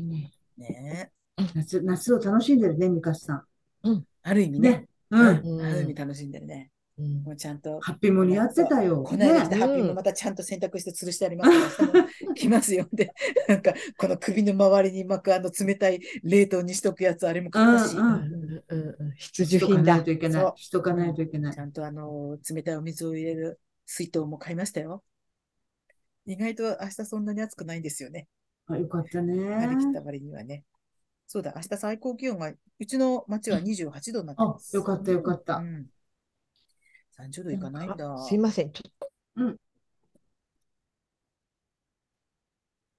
Speaker 2: ねえ
Speaker 1: 夏、夏を楽しんでるね、ミカさ
Speaker 2: ある意味
Speaker 1: ん。
Speaker 2: ね。
Speaker 1: ね、うん、
Speaker 3: うん
Speaker 2: ある意味楽しんでるね。
Speaker 3: うん
Speaker 2: もうちゃんと、
Speaker 1: ハッピーも似合ってたよ。
Speaker 2: この間来
Speaker 1: ね。
Speaker 2: たハッピーもまたちゃんと洗濯して吊るしてありますから、明日も 来ますよ。で、なんか、この首の周りに巻くあの冷たい冷凍にしとくやつ、あれも買ったし、
Speaker 1: う
Speaker 3: うん
Speaker 2: うん
Speaker 3: んうんうん必需
Speaker 1: しとか
Speaker 3: 品
Speaker 1: ない
Speaker 3: だ
Speaker 1: といけな
Speaker 2: そ
Speaker 1: い。
Speaker 2: う、
Speaker 1: しとか
Speaker 2: う
Speaker 1: ない
Speaker 2: ん
Speaker 1: といけな
Speaker 2: ち
Speaker 1: い。
Speaker 2: ゃんとあの、冷たいお水を入れる水筒も買いましたよ。意外と明日そんなに暑くないんですよね。
Speaker 1: あ、よかった
Speaker 2: 張り切っ
Speaker 1: ね。
Speaker 2: た割にはね。そうだ、明日最高気温が、うちの町は28度になってま
Speaker 1: あ、
Speaker 2: す。
Speaker 1: よかった、よかっ
Speaker 2: う
Speaker 1: た。
Speaker 2: ん。30度
Speaker 3: ないん
Speaker 2: かないん
Speaker 3: か
Speaker 2: だ。
Speaker 3: すいませんちょっと
Speaker 1: うん、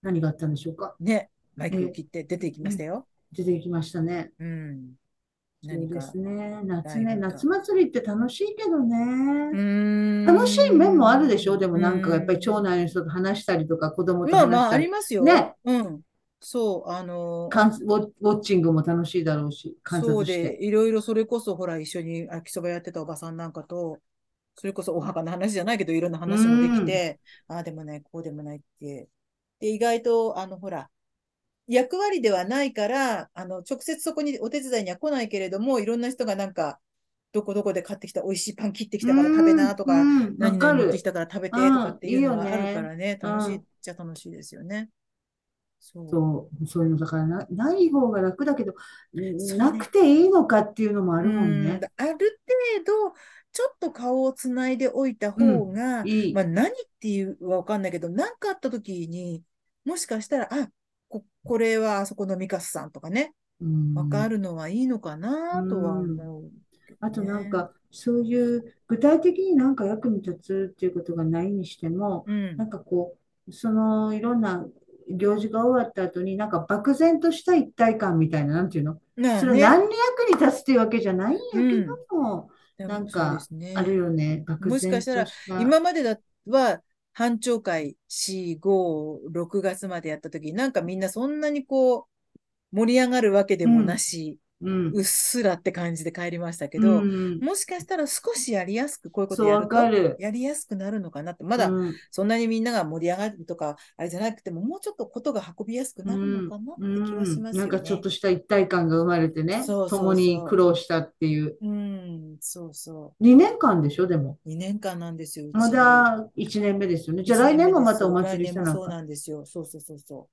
Speaker 1: 何があったんでしょうか。
Speaker 2: ね、マイ
Speaker 1: え
Speaker 2: クを
Speaker 1: ー
Speaker 2: 切って出ていきましたよ。
Speaker 1: 出てきましたね。
Speaker 2: うん。
Speaker 1: そう
Speaker 2: 何
Speaker 1: で
Speaker 2: か。
Speaker 1: すね。夏
Speaker 2: ラ
Speaker 1: ね、
Speaker 2: イブか
Speaker 1: 夏祭りって楽しいけど
Speaker 2: う
Speaker 1: ね。
Speaker 2: ーん
Speaker 1: 楽しい面もあるでしょでもなんかやっぱり
Speaker 2: う
Speaker 1: 町
Speaker 2: ん
Speaker 1: 内の人と話したりとか、子供と
Speaker 2: まあま
Speaker 1: 話し
Speaker 2: あ、
Speaker 1: た
Speaker 2: あ
Speaker 1: り。
Speaker 2: りますよ。
Speaker 1: ね。
Speaker 2: うん。そう、あの、
Speaker 1: 観ウォウォッチングも楽しいだろうし、観
Speaker 2: そう
Speaker 1: 察し
Speaker 2: で、
Speaker 1: て。
Speaker 2: いろいろそれこそ、ほら、一緒に秋そばやってたおばさんなんかと、それこそお墓の話じゃないけど、いろんな話もできて、ああでもない、こうでもないって。で、意外と、あの、ほら、役割ではないから、あの、直接そこにお手伝いには来ないけれども、いろんな人がなんか、どこどこで買ってきた、美味しいパン切ってきたから食べなと
Speaker 1: う
Speaker 2: か、
Speaker 1: ん、うんわ
Speaker 2: 何
Speaker 1: か
Speaker 2: 々持って
Speaker 1: る。
Speaker 2: きたから食べてと
Speaker 1: うん
Speaker 2: かっていうの
Speaker 1: いい
Speaker 2: は
Speaker 1: よ
Speaker 2: あ
Speaker 1: ね
Speaker 2: るからね、
Speaker 1: うん
Speaker 2: 楽しいっちゃ楽しいですよね。そう。
Speaker 1: そう、そういうのだからな、ない方が楽だけど、
Speaker 2: そ
Speaker 1: ん
Speaker 2: う
Speaker 1: な
Speaker 2: ね
Speaker 1: くていいのかっていうのもあ
Speaker 2: う
Speaker 1: るもん
Speaker 2: ん、
Speaker 1: ね。
Speaker 2: ある程度、ちょっと顔をつないでおいた
Speaker 1: う
Speaker 2: 方
Speaker 1: ん、
Speaker 2: が、
Speaker 1: い
Speaker 2: まあ
Speaker 1: い。
Speaker 2: 何っていうはわかんないけど、何かあった時に、もしかしたら、あ、こ、これはあそこのミカスさんとかね、
Speaker 1: う
Speaker 2: わか
Speaker 1: ん、
Speaker 2: るのはいいのか
Speaker 1: う
Speaker 2: なとは
Speaker 1: ん。
Speaker 2: 思うけど
Speaker 1: あとなん
Speaker 2: ね。
Speaker 1: か、そういう具体的になんか役に立つっていうことがないにしても、
Speaker 2: う
Speaker 1: なん
Speaker 2: ん。
Speaker 1: かこう、そのいろんな行事が終わった後に、なんか漠然とした一体感みたいな、なんていうの
Speaker 2: なあ
Speaker 1: それは
Speaker 2: ね。
Speaker 1: 何の役に立つっていうわけじゃないん
Speaker 2: う
Speaker 1: やけ
Speaker 2: ん。
Speaker 1: ども、
Speaker 2: で
Speaker 1: な
Speaker 2: も
Speaker 1: ん
Speaker 2: そうで
Speaker 1: か
Speaker 2: す
Speaker 1: ある
Speaker 2: ね。
Speaker 1: よね、漠
Speaker 2: もし
Speaker 1: 然
Speaker 2: かした
Speaker 1: と
Speaker 2: ら、
Speaker 1: した。
Speaker 2: 今までだは、班長会4、5、6月までやった時に、なんかみんなそんなにこう、盛り上がるわけで
Speaker 1: う、
Speaker 2: もなんし、
Speaker 1: う、
Speaker 2: うんっすらって感じで帰りましたけ
Speaker 1: う
Speaker 2: ど、
Speaker 1: ん。
Speaker 2: もしかしたら少しやりやすく、こういうこと
Speaker 1: そう、
Speaker 2: や
Speaker 1: わ
Speaker 2: る
Speaker 1: か
Speaker 2: と、
Speaker 1: る。
Speaker 2: やりやすくなるのかなって、ま
Speaker 1: う
Speaker 2: だ
Speaker 1: ん、
Speaker 2: そんなにみんなが盛り上がるとか、あれじゃなくても、もうちょっとことが運びやすく
Speaker 1: う
Speaker 2: なるの
Speaker 1: ん、
Speaker 2: かなっ
Speaker 1: う
Speaker 2: て気はし
Speaker 1: ん。
Speaker 2: ま
Speaker 1: な
Speaker 2: す
Speaker 1: ん
Speaker 2: よ
Speaker 1: かちょっ
Speaker 2: ね。
Speaker 1: とした一体感が生まれてね、
Speaker 2: そうそ
Speaker 1: 共
Speaker 2: う
Speaker 1: に苦
Speaker 2: そ
Speaker 1: 労したっていう。
Speaker 2: う。うん、そうそ
Speaker 1: 2年間でしょ、でも。
Speaker 2: う。2年間なんですよ、う
Speaker 1: ま
Speaker 2: ち。
Speaker 1: だ1年目ですよね。じゃあ
Speaker 2: 1
Speaker 1: 来
Speaker 2: 年
Speaker 1: 年
Speaker 2: 目
Speaker 1: も
Speaker 2: で
Speaker 1: また
Speaker 2: す。
Speaker 1: お
Speaker 2: 来
Speaker 1: 祭りした
Speaker 2: 年も
Speaker 1: らあ
Speaker 2: そう
Speaker 1: かん。
Speaker 2: なんですよ。そうそうそうそ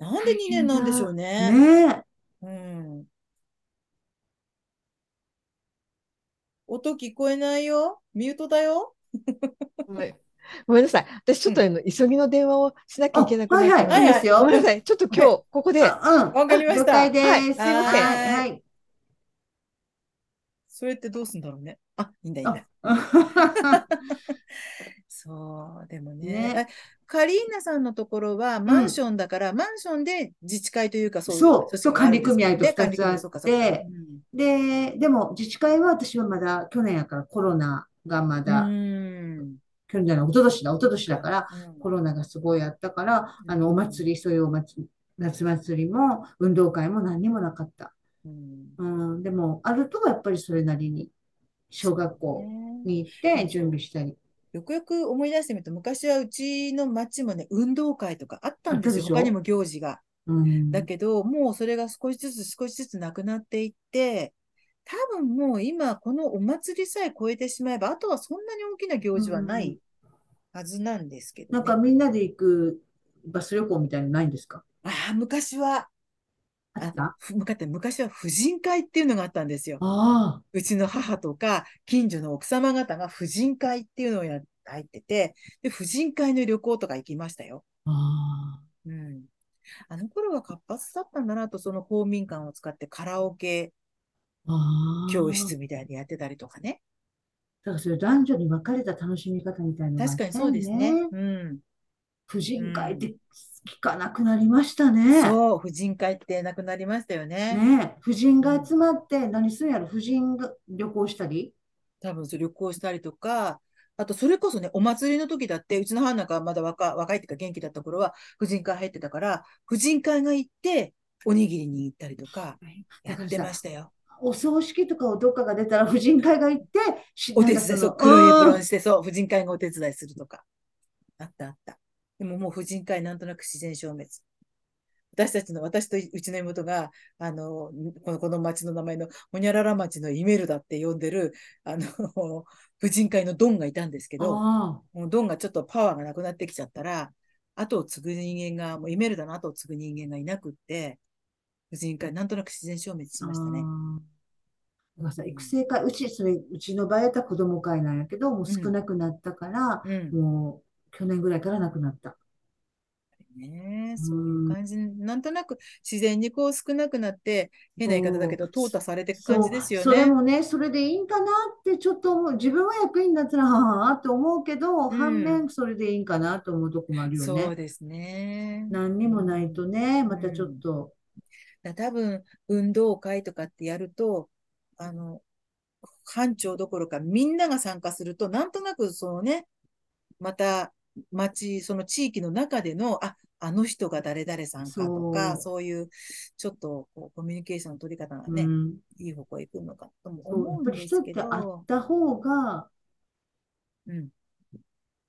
Speaker 2: う。なんで
Speaker 1: 大
Speaker 2: 2年
Speaker 1: 変
Speaker 2: なんでしょう
Speaker 1: だ。
Speaker 2: ね。
Speaker 1: ねえ。
Speaker 2: うん。音聞こえないよ。ミュートだよ。
Speaker 3: ごめんごめんなさい。私ち
Speaker 2: う
Speaker 3: ょっと
Speaker 2: ん。
Speaker 3: あの急ぎの電話をしなきゃいけ
Speaker 1: あ、
Speaker 3: なく
Speaker 1: は
Speaker 3: ないっ
Speaker 1: は
Speaker 3: た
Speaker 1: い、
Speaker 2: は
Speaker 3: の
Speaker 1: いいで
Speaker 2: い
Speaker 3: で、
Speaker 2: は
Speaker 1: す
Speaker 2: い。
Speaker 3: ごめ
Speaker 1: よ。
Speaker 3: んなさい。ちょっと
Speaker 2: はい。
Speaker 3: 今日ここで。
Speaker 1: あ、
Speaker 2: わ
Speaker 1: う
Speaker 2: か
Speaker 1: ん。
Speaker 2: り
Speaker 1: あ、
Speaker 2: まし
Speaker 1: 了解
Speaker 2: た。はい。
Speaker 1: です。
Speaker 2: は
Speaker 1: はい、
Speaker 2: ー。
Speaker 1: はいい。
Speaker 2: それってどうすんだろうね。あ、いいんだ、いいん
Speaker 1: あ、
Speaker 2: だ。そう、でもね。
Speaker 1: ね。
Speaker 2: え、カリーナさんのところは
Speaker 1: う
Speaker 2: マンシ
Speaker 1: ん。
Speaker 2: ョンだから、マンションで自治会というか、そういう
Speaker 1: そう、
Speaker 2: 組
Speaker 1: そう、
Speaker 2: 織があ
Speaker 1: 管
Speaker 2: る
Speaker 1: 理
Speaker 2: んです
Speaker 1: 組
Speaker 2: も
Speaker 1: 合
Speaker 2: ん
Speaker 1: と
Speaker 2: ね。
Speaker 1: 2
Speaker 2: 管理
Speaker 1: つ
Speaker 2: 組
Speaker 1: あ
Speaker 2: 合、
Speaker 1: っ
Speaker 2: そうか、そうか。
Speaker 1: て、 で、でも自治会は私はまだ去年やからコロナがま
Speaker 2: う
Speaker 1: だ、
Speaker 2: ん。うーん。
Speaker 1: 去年じゃない、一昨年だ、一昨年だ
Speaker 2: あ、
Speaker 1: から、
Speaker 2: うん。
Speaker 1: コロナがすごいあったから、
Speaker 2: う
Speaker 1: あの、お
Speaker 2: ん。
Speaker 1: 祭り、そういうお祭り、夏祭りも、運動会も何にもなかった。
Speaker 2: うん
Speaker 1: うん、でも、あるとやっぱりそれなりに、小
Speaker 2: そう
Speaker 1: 学校
Speaker 2: ね。
Speaker 1: に行っ
Speaker 2: で
Speaker 1: て
Speaker 2: も
Speaker 1: 準
Speaker 2: そう。
Speaker 1: 備したり。
Speaker 2: よくよく思い出してみると、昔はうちの町もね、運動会とかあった
Speaker 1: あ
Speaker 2: ん
Speaker 1: っ
Speaker 2: で
Speaker 1: た
Speaker 2: す
Speaker 1: で
Speaker 2: よ。
Speaker 1: し
Speaker 2: 他に
Speaker 1: ょ
Speaker 2: も行事が。
Speaker 1: う
Speaker 2: だ
Speaker 1: ん。
Speaker 2: けど、もうそれが少しずつ少しずつなくなっていって、多分もう今、このお祭りさえ超えてしまえば、あとはそんなに大きな行
Speaker 1: う。
Speaker 2: 事はなんいはずなんですけど
Speaker 1: なんか
Speaker 2: ね。
Speaker 1: みんなで行くバス旅行みたいなのないんですか
Speaker 2: ああ、昔は、
Speaker 1: あっ
Speaker 2: あ、
Speaker 1: た
Speaker 2: ふ昔昔は婦人会っていうのがあったんですよ。
Speaker 1: ああ、
Speaker 2: うちの母とか、近所の奥様方が婦人会っていうのをや、入ってて、で、婦人会の旅行とか行きましたよ。
Speaker 1: ああ。
Speaker 2: うん。あの頃は活発だったんだなと、その公民館を使ってカラオケ
Speaker 1: あ
Speaker 2: 教
Speaker 1: あ、
Speaker 2: 室みたいにやってたりとかね。
Speaker 1: だからそれ男女に分かれた楽しみ方みたいのがあ
Speaker 2: 確
Speaker 1: っ
Speaker 2: かに
Speaker 1: た
Speaker 2: そう
Speaker 1: よ
Speaker 2: ですね。
Speaker 1: ね。
Speaker 2: うん。
Speaker 1: 婦
Speaker 2: う
Speaker 1: 人会って
Speaker 2: ん。
Speaker 1: 聞かなくなりましたね。
Speaker 2: そう、婦人会ってなくなりましたよね。
Speaker 1: ねえ、婦人
Speaker 2: う
Speaker 1: が
Speaker 2: ん。
Speaker 1: 集まって何するんやろ婦人が旅行したり
Speaker 2: 多分そう旅行したりとか、あとそれこそね、お祭りの時だって、うちの母なんかはまだ若、若いっていうか元気だった頃は、婦人会入ってたから、婦人会が行って、おにぎりに行ったりとか、
Speaker 1: だ
Speaker 2: やっ
Speaker 1: から
Speaker 2: てま
Speaker 1: さ、
Speaker 2: したよ。
Speaker 1: お葬式とかをどっかが出たら婦人会が行って、し、
Speaker 2: お
Speaker 1: なん
Speaker 2: 手
Speaker 1: かそ
Speaker 2: 伝い、そう、
Speaker 1: の、
Speaker 2: 黒いエプロ
Speaker 1: う
Speaker 2: ンし
Speaker 1: ん、
Speaker 2: て、そう、婦人会がお手伝いするとか。あったあった。でももう婦人会なんとなく自然消滅。私たちの、私とうちの妹が、あの、この、この町の名前の、ほにゃらら町のイメルダって呼んでる、あの、 婦人会のドンがいたんですけど、
Speaker 1: ああ、
Speaker 2: もうドンがちょっとパワーがなくなってきちゃったら、後を継ぐ人間が、もうイメルダの後を継ぐ人間がいなくって、婦人会なんとなく自然消滅し
Speaker 1: あ
Speaker 2: ましたね。
Speaker 1: あ。だからさ、
Speaker 2: う
Speaker 1: 育
Speaker 2: ん。
Speaker 1: 成会、うち、それ、うちの場合やったら子供会なんやけど、もう
Speaker 2: う
Speaker 1: 少
Speaker 2: ん。
Speaker 1: なくなったから、
Speaker 2: うん。
Speaker 1: もう去年ぐらいからなくなった。
Speaker 2: ねえ、
Speaker 1: う、
Speaker 2: そういうん感じ、なんとなく自然にこう少なくなって、変な言い方だ
Speaker 1: そ
Speaker 2: け
Speaker 1: う、
Speaker 2: ど、淘
Speaker 1: そ
Speaker 2: 汰されていく感
Speaker 1: そ
Speaker 2: じ
Speaker 1: う、
Speaker 2: ですよ
Speaker 1: それ
Speaker 2: ね。
Speaker 1: もね、それでいいんかなってちょっと思う。自分は役員になったら、はあと思うけど、
Speaker 2: う
Speaker 1: 反
Speaker 2: ん、
Speaker 1: 面、それでいいんかなと思うとこもあるよ
Speaker 2: そう
Speaker 1: ね。
Speaker 2: ですね。
Speaker 1: 何に
Speaker 2: う
Speaker 1: もない
Speaker 2: ん、
Speaker 1: とね、ま
Speaker 2: う
Speaker 1: たちょっ
Speaker 2: ん。
Speaker 1: と。
Speaker 2: だ多分、運動会とかってやると、あの、班長どころかみんなが参加すると、なんとなくそのね、また町、その地域の中での、あ、あの人が誰々さんかとか、
Speaker 1: そう
Speaker 2: そういう、ちょっとこうコミュニケーションの取り方が
Speaker 1: う
Speaker 2: ね、
Speaker 1: ん
Speaker 2: いい方向へ行くのかとも
Speaker 1: そう、や
Speaker 2: 思
Speaker 1: っ
Speaker 2: うん
Speaker 1: ぱり
Speaker 2: で
Speaker 1: 人
Speaker 2: す
Speaker 1: っ
Speaker 2: け
Speaker 1: てあっ
Speaker 2: ど、
Speaker 1: た方が
Speaker 2: うん、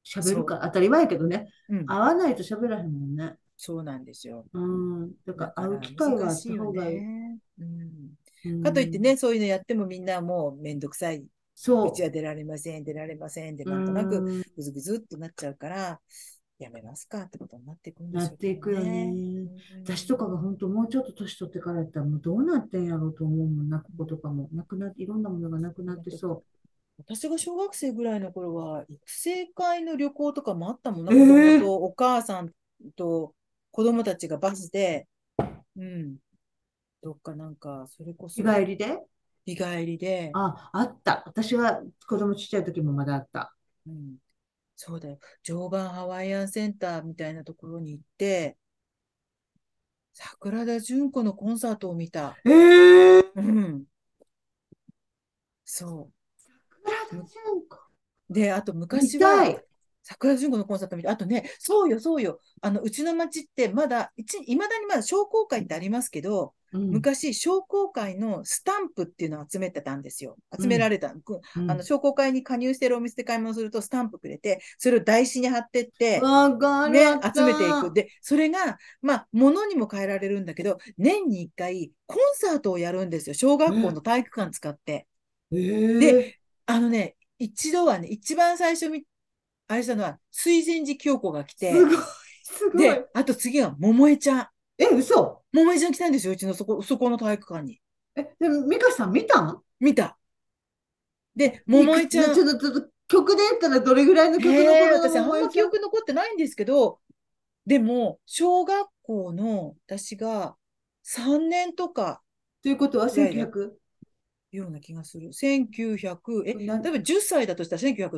Speaker 1: 喋るから当たり前やけどね、
Speaker 2: うん、
Speaker 1: 会わないと喋らへんもんね。
Speaker 2: そうなんですよ。
Speaker 1: うん、だから
Speaker 2: だか
Speaker 1: 会う
Speaker 2: ら
Speaker 1: 機会はあ
Speaker 2: 難
Speaker 1: っ
Speaker 2: しい
Speaker 1: た
Speaker 2: よ
Speaker 1: 方がいい。
Speaker 2: ね。うん
Speaker 1: うん
Speaker 2: かといってね、そういうのやってもみんなもうめんどくさい。うち
Speaker 1: そ
Speaker 2: は出られません、出られませんで、
Speaker 1: う、
Speaker 2: なんとなく
Speaker 1: うん、
Speaker 2: ぐずぐずっとなっちゃうから、やめますかってことになっていくんで
Speaker 1: な
Speaker 2: し
Speaker 1: っ
Speaker 2: ょう
Speaker 1: て
Speaker 2: け
Speaker 1: い
Speaker 2: ど
Speaker 1: くよ
Speaker 2: ね。
Speaker 1: ね。
Speaker 2: うん
Speaker 1: 私とかが本当もうちょっと年取ってからやったらもうどうなってんやろうと思うもんな、こことかも。なくなって、いろんなものがなくなってそ
Speaker 2: 私が小学生ぐらいの頃は、育成会の旅行とかもあったもんな、
Speaker 1: ええ
Speaker 2: 子供とお母さんと子供たちがバスで、うん、どっかなんか、それこ
Speaker 1: う。
Speaker 2: そ
Speaker 1: 日帰りで
Speaker 2: 日帰りで、
Speaker 1: あ、あった。私は子供ちっちゃい時もまだあった。
Speaker 2: うん、そうだよ。常磐ハワイアンセンターみたいなところに行って、桜田淳子のコンサートを見た。
Speaker 1: ええ
Speaker 2: うん。そ
Speaker 1: 桜田淳子。
Speaker 2: う。で、あと
Speaker 1: 見
Speaker 2: 昔
Speaker 1: た
Speaker 2: は、
Speaker 1: い。
Speaker 2: 桜田淳子のコンサート見て、あとね、そうよ、そうよ。あの、うちの町ってまだ、いち、いまだにまだ商工会ってありますけど、
Speaker 1: うん、
Speaker 2: 昔、商工会のスタンプっていうのを集めてたんですよ。集められた。く
Speaker 1: うん
Speaker 2: あの、商工会に加入してるお店で買い物するとスタンプくれて、それを台紙に貼ってって、
Speaker 1: わかる
Speaker 2: ね
Speaker 1: あっ、
Speaker 2: 集めてい
Speaker 1: た
Speaker 2: く。で、それが、まあ、物にも変えられるんだけど、年に一回、コンサートをやるんですよ。小学校の体育館使って。
Speaker 1: え
Speaker 2: あのね、一度はね、一番最初み、あれしたのは、水前寺清子が来
Speaker 1: え
Speaker 2: て、
Speaker 1: すごい、すごい
Speaker 2: で。、あと次は桃江ちゃん。
Speaker 1: え、嘘。
Speaker 2: 桃江ちゃん来たんですよ、うちのそこ、そこの体育館に。
Speaker 1: え、でも、美香さん見たん
Speaker 2: 見た。で、桃江ちゃん。
Speaker 1: ちょっと、ちょっと、曲で言ったらどれぐらいの曲の
Speaker 2: へえ
Speaker 1: 頃
Speaker 2: 私、あ
Speaker 1: の
Speaker 2: ん
Speaker 1: 桃
Speaker 2: ま
Speaker 1: 井ち
Speaker 2: 記
Speaker 1: ゃん
Speaker 2: 憶残ってないんですけど、でも、小学校の、私が、3年とか、
Speaker 1: ということは
Speaker 2: ぐらいだ
Speaker 1: 1900
Speaker 2: ような気がする。1900、え、
Speaker 1: な
Speaker 2: 多分10歳だとしたら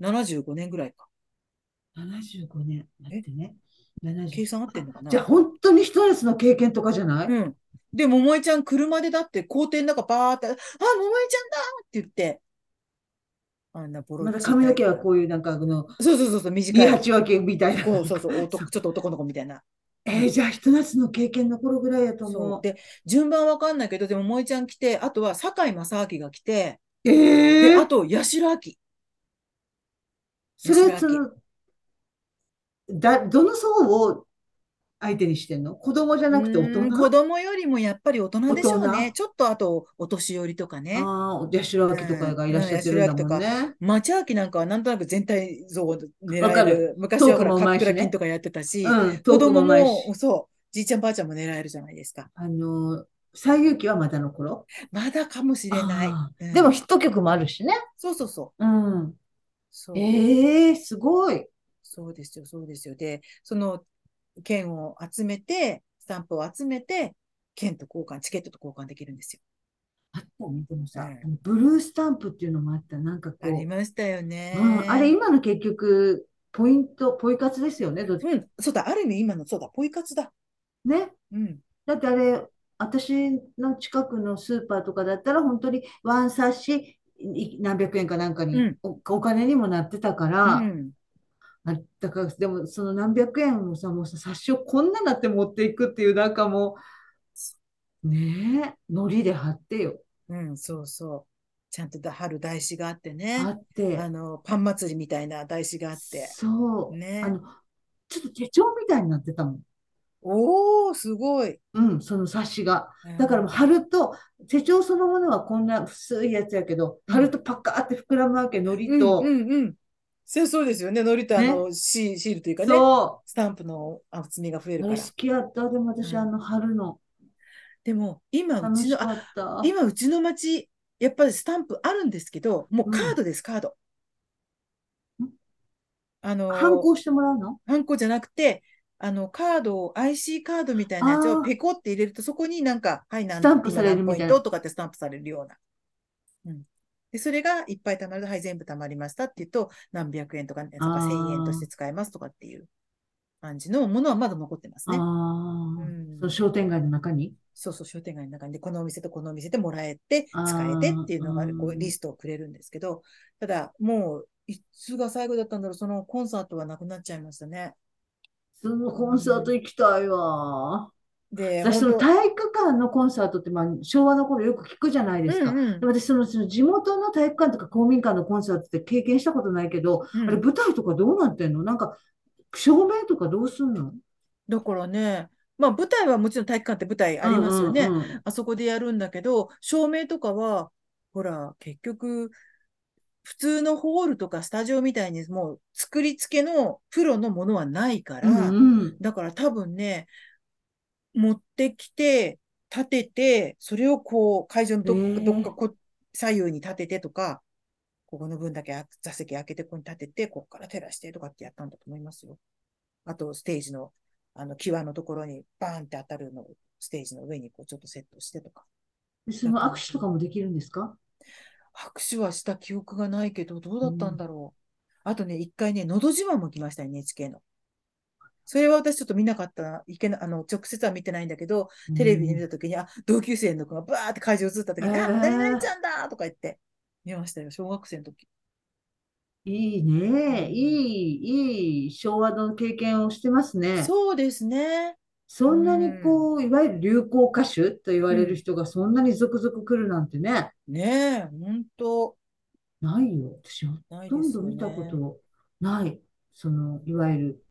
Speaker 2: 1975年ぐらいか。
Speaker 1: 75年。待ってね。
Speaker 2: 計
Speaker 1: 70。
Speaker 2: 算合ってんのかな
Speaker 1: じゃあ、本当に一つの経験とかじゃない
Speaker 2: うん。で、桃江ちゃん、車でだって校庭の中バーって、あ、桃江ちゃんだって言って、あんなボロ
Speaker 1: まだ
Speaker 2: ちい
Speaker 1: 髪の毛は
Speaker 2: タイプ
Speaker 1: こういう、なんか、あの、
Speaker 2: なそうそうそうそう、
Speaker 1: リ
Speaker 2: 短
Speaker 1: ハ
Speaker 2: い。
Speaker 1: チ分けみたいな。
Speaker 2: こう、そうそう、
Speaker 1: そう
Speaker 2: 男ちょっと男の子みたいな。
Speaker 1: えーじゃあ、一つの経験の頃ぐらいやと
Speaker 2: そ
Speaker 1: 思
Speaker 2: う。で、順番わかんないけど、でも桃江ちゃん来て、あとは堺正明が来て、
Speaker 1: う。え
Speaker 2: で、
Speaker 1: え
Speaker 2: あと、八代亜紀。
Speaker 1: それ、そ
Speaker 2: 吉田
Speaker 1: の、だ、どの層を相手にしてんの子供じゃなくて大
Speaker 2: うーん
Speaker 1: 人
Speaker 2: 子供よりもやっぱり大人でしょう
Speaker 1: 大
Speaker 2: ね。
Speaker 1: 人
Speaker 2: ちょっとあと、お年寄りとかね。
Speaker 1: ああ、お八代亜紀とかがいらっしゃってるんだもんね。
Speaker 2: 町秋なんかはなんとなく全体像を狙
Speaker 1: わか
Speaker 2: え
Speaker 1: る
Speaker 2: る。昔はほ
Speaker 1: トークも
Speaker 2: ら、
Speaker 1: うま
Speaker 2: カ
Speaker 1: い
Speaker 2: ッ
Speaker 1: しね
Speaker 2: クラ金とかやってたし、
Speaker 1: うん、ト
Speaker 2: 子
Speaker 1: ークも
Speaker 2: 供
Speaker 1: うまいし
Speaker 2: も、。そう、じいちゃんばあちゃんも狙えるじゃないですか。
Speaker 1: あの、西遊記はまだの頃
Speaker 2: まだかもしれない。
Speaker 1: あ
Speaker 2: う
Speaker 1: あ、
Speaker 2: ん
Speaker 1: でもヒット曲もあるしね。
Speaker 2: そうそうそう。
Speaker 1: うん。
Speaker 2: そう
Speaker 1: ええすごい。
Speaker 2: そうですよ、そうですよ。で、その券を集めて、スタンプを集めて、券と交換、チケットと交換できるんですよ。
Speaker 1: あったね、でもさ
Speaker 2: え、
Speaker 1: ブルースタンプっていうのもあった。なんかこ
Speaker 2: あり
Speaker 1: う、
Speaker 2: ましたよね。
Speaker 1: うん、あれ今の結局、ポイント、ポイ活ですよね、どっち
Speaker 2: うん、そうだ、ある意味今の、そうだ、ポイ活だ。
Speaker 1: ね。
Speaker 2: うん。
Speaker 1: だってあれ、私の近くのスーパーとかだったら、本当にワン冊子、い何百円かなんか
Speaker 2: う
Speaker 1: に
Speaker 2: ん
Speaker 1: お、お金にもなってたか
Speaker 2: う
Speaker 1: ら、
Speaker 2: ん。
Speaker 1: あだから、でも、その何百円もさ、もうさ、冊子をこんななって持っていくっていう、なんかもう、ねえ、海苔で貼ってよ。
Speaker 2: うん、そうそう。ちゃんとだ春台紙があってね。
Speaker 1: 貼って。
Speaker 2: あの、パン祭りみたいな台紙があって。
Speaker 1: そう。
Speaker 2: ね
Speaker 1: あの、ちょっと手帳みたいになってたもん。
Speaker 2: おー、すごい。
Speaker 1: うん、その冊子が。だからもう貼ると、手帳そのものはこんな薄いやつやけど、
Speaker 2: うん
Speaker 1: 貼るとパカーって膨らむわけ、海
Speaker 2: う
Speaker 1: 苔
Speaker 2: ん、
Speaker 1: と
Speaker 2: う。ん、うん。そうそうですよね。のりとあの、シーシールというかね、
Speaker 1: そ
Speaker 2: スタンプの厚みが増え
Speaker 1: う。
Speaker 2: る
Speaker 1: あ
Speaker 2: か
Speaker 1: れ
Speaker 2: ら。
Speaker 1: 好きやった。でも私、
Speaker 2: うん
Speaker 1: あの、貼るの。
Speaker 2: でも、今、う
Speaker 1: 楽
Speaker 2: ち
Speaker 1: し
Speaker 2: の、
Speaker 1: か
Speaker 2: あ、
Speaker 1: った。
Speaker 2: 今、うちの町、やっぱりスタンプあるんですけど、もうカードです、カード
Speaker 1: ん。
Speaker 2: あの、
Speaker 1: 反抗してもらうの
Speaker 2: ハンコじゃなくて、あの、カードを、IC カードみたいなやつ
Speaker 1: あ
Speaker 2: を
Speaker 1: ー
Speaker 2: ペコって入れると、そこになんか、はい、なん
Speaker 1: スタンプされる
Speaker 2: 今何
Speaker 1: みたいな
Speaker 2: ポイントとかってスタンプされるような。うん。で、それがいっぱい貯まると、はい、全部貯まりましたって言うと、何百円とか、なんか
Speaker 1: あー
Speaker 2: 1000円として使えますとかっていう。感じのものはまだ残ってますね。
Speaker 1: あ
Speaker 2: う
Speaker 1: あ、
Speaker 2: ん
Speaker 1: その商店街の中に。
Speaker 2: そうそう、商店街の中にで、このお店とこのお店でもらえて、使えてっていうのが
Speaker 1: あー
Speaker 2: こ
Speaker 1: う
Speaker 2: うんリストをくれるんですけど、ただ、もう、いつが最後だったんだろう、そのコンサートはなくなっちゃいましたね。
Speaker 1: そのコンサート行きたいわ。
Speaker 2: で、
Speaker 1: 私、その
Speaker 2: 本
Speaker 1: 体育館のコンサートって、まあ、昭和の頃よく聞くじゃないです
Speaker 2: 当
Speaker 1: か。
Speaker 2: うんうん
Speaker 1: で私その、その地元の体育館とか公民館のコンサートって経験したことないけど、
Speaker 2: うん
Speaker 1: あれ舞台とかどうなってんのなんか、照明とかどうすんの
Speaker 2: だからね、まあ舞台はもちろん体育館って舞台ありますよね。
Speaker 1: うんうんうん
Speaker 2: あそこでやるんだけど、照明とかは、ほら、結局、普通のホールとかスタジオみたいにもう作り付けのプロのものはないから、
Speaker 1: うんうん
Speaker 2: だから多分ね、持ってきて、立てて、それをこう、会場のどっ,、
Speaker 1: へえ
Speaker 2: どっかこう左右に立ててとか、ここの分だけあ座席開けて、ここに立てて、ここから照らしてとかってやったんだと思いますよ。あと、ステージの、あの、際のところにバーンって当たるのを、ステージの上にこう、ちょっとセットしてとか。
Speaker 1: でその握手とかもできるんですか
Speaker 2: 拍手はした記憶がないけど、どうだったんだろう。あとね、一回ね、のど自慢も来ました、NHK の。それは私ちょっと見なかった、いけな、あの、直接は見てないんだけど、テレビで見たときに、あ、同級生の子がバーって会場映ったときに、あ、
Speaker 1: えー
Speaker 2: 何々ちゃんだとか言って、見ましたよ、小学生のとき。
Speaker 1: いいね。いい、いい昭和の経験をしてますね。
Speaker 2: そうですね。
Speaker 1: そんなにこう、いわゆる流行歌手と言われる人がそんなに続々来るなんてね、
Speaker 2: ねえ、ほんと、
Speaker 1: ないよ。私、ほ
Speaker 2: ない
Speaker 1: と
Speaker 2: で
Speaker 1: ん
Speaker 2: すよ
Speaker 1: ど見たこ
Speaker 2: ね。
Speaker 1: とない。その、いわゆる、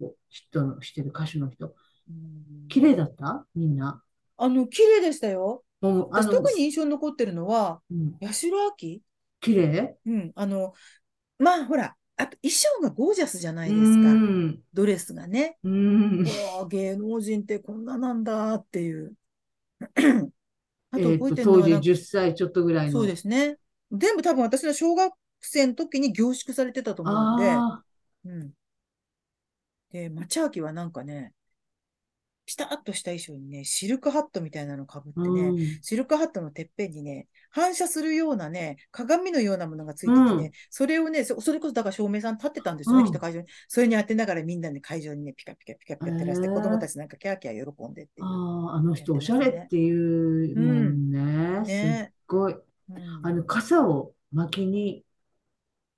Speaker 1: こうヒットのしてる歌手の人。
Speaker 2: うん
Speaker 1: 綺麗だったみんな。
Speaker 2: あの、綺麗でしたよ。
Speaker 1: もう、あ
Speaker 2: 私
Speaker 1: の、
Speaker 2: 特に印象に残ってるのは、
Speaker 1: うん、
Speaker 2: 八代亜紀
Speaker 1: 綺麗
Speaker 2: うん、あの、まあほら、あと衣装がゴージャスじゃないうですか。
Speaker 1: ん、
Speaker 2: ドレスがね。
Speaker 1: うん。
Speaker 2: うわ芸能人ってこんななんだって いう。あ
Speaker 1: え
Speaker 2: と
Speaker 1: ー
Speaker 2: 覚え
Speaker 1: と、
Speaker 2: てる
Speaker 1: 当
Speaker 2: のは
Speaker 1: 時
Speaker 2: なんか
Speaker 1: 10歳ちょっとぐらい
Speaker 2: そう
Speaker 1: の。
Speaker 2: ですね。全部多分私の小学生の時に凝縮されてたと思うんで。
Speaker 1: ああ、
Speaker 2: うん。で、町明はなんかね、ピタッとした衣装にね、シルクハットみたいなのかぶってね、
Speaker 1: うん。
Speaker 2: シルクハットのてっぺんにね、反射するようなね、鏡のようなものがついててね、
Speaker 1: うん
Speaker 2: それをね、そそれこそだから照明さん立ってたんですよね、
Speaker 1: うん
Speaker 2: きっと会場に。それに当てながらみんなで会場にね、ピカピカピカピカ照らして、
Speaker 1: へえ
Speaker 2: 子供たちなんかキャーキャー喜んでっていう。
Speaker 1: ああ、あの人、
Speaker 2: や
Speaker 1: お
Speaker 2: って
Speaker 1: し
Speaker 2: ま
Speaker 1: ゃ
Speaker 2: したね
Speaker 1: れっていうもんね。すっ
Speaker 2: ね。
Speaker 1: ごい。
Speaker 2: うん
Speaker 1: あの、傘を巻きに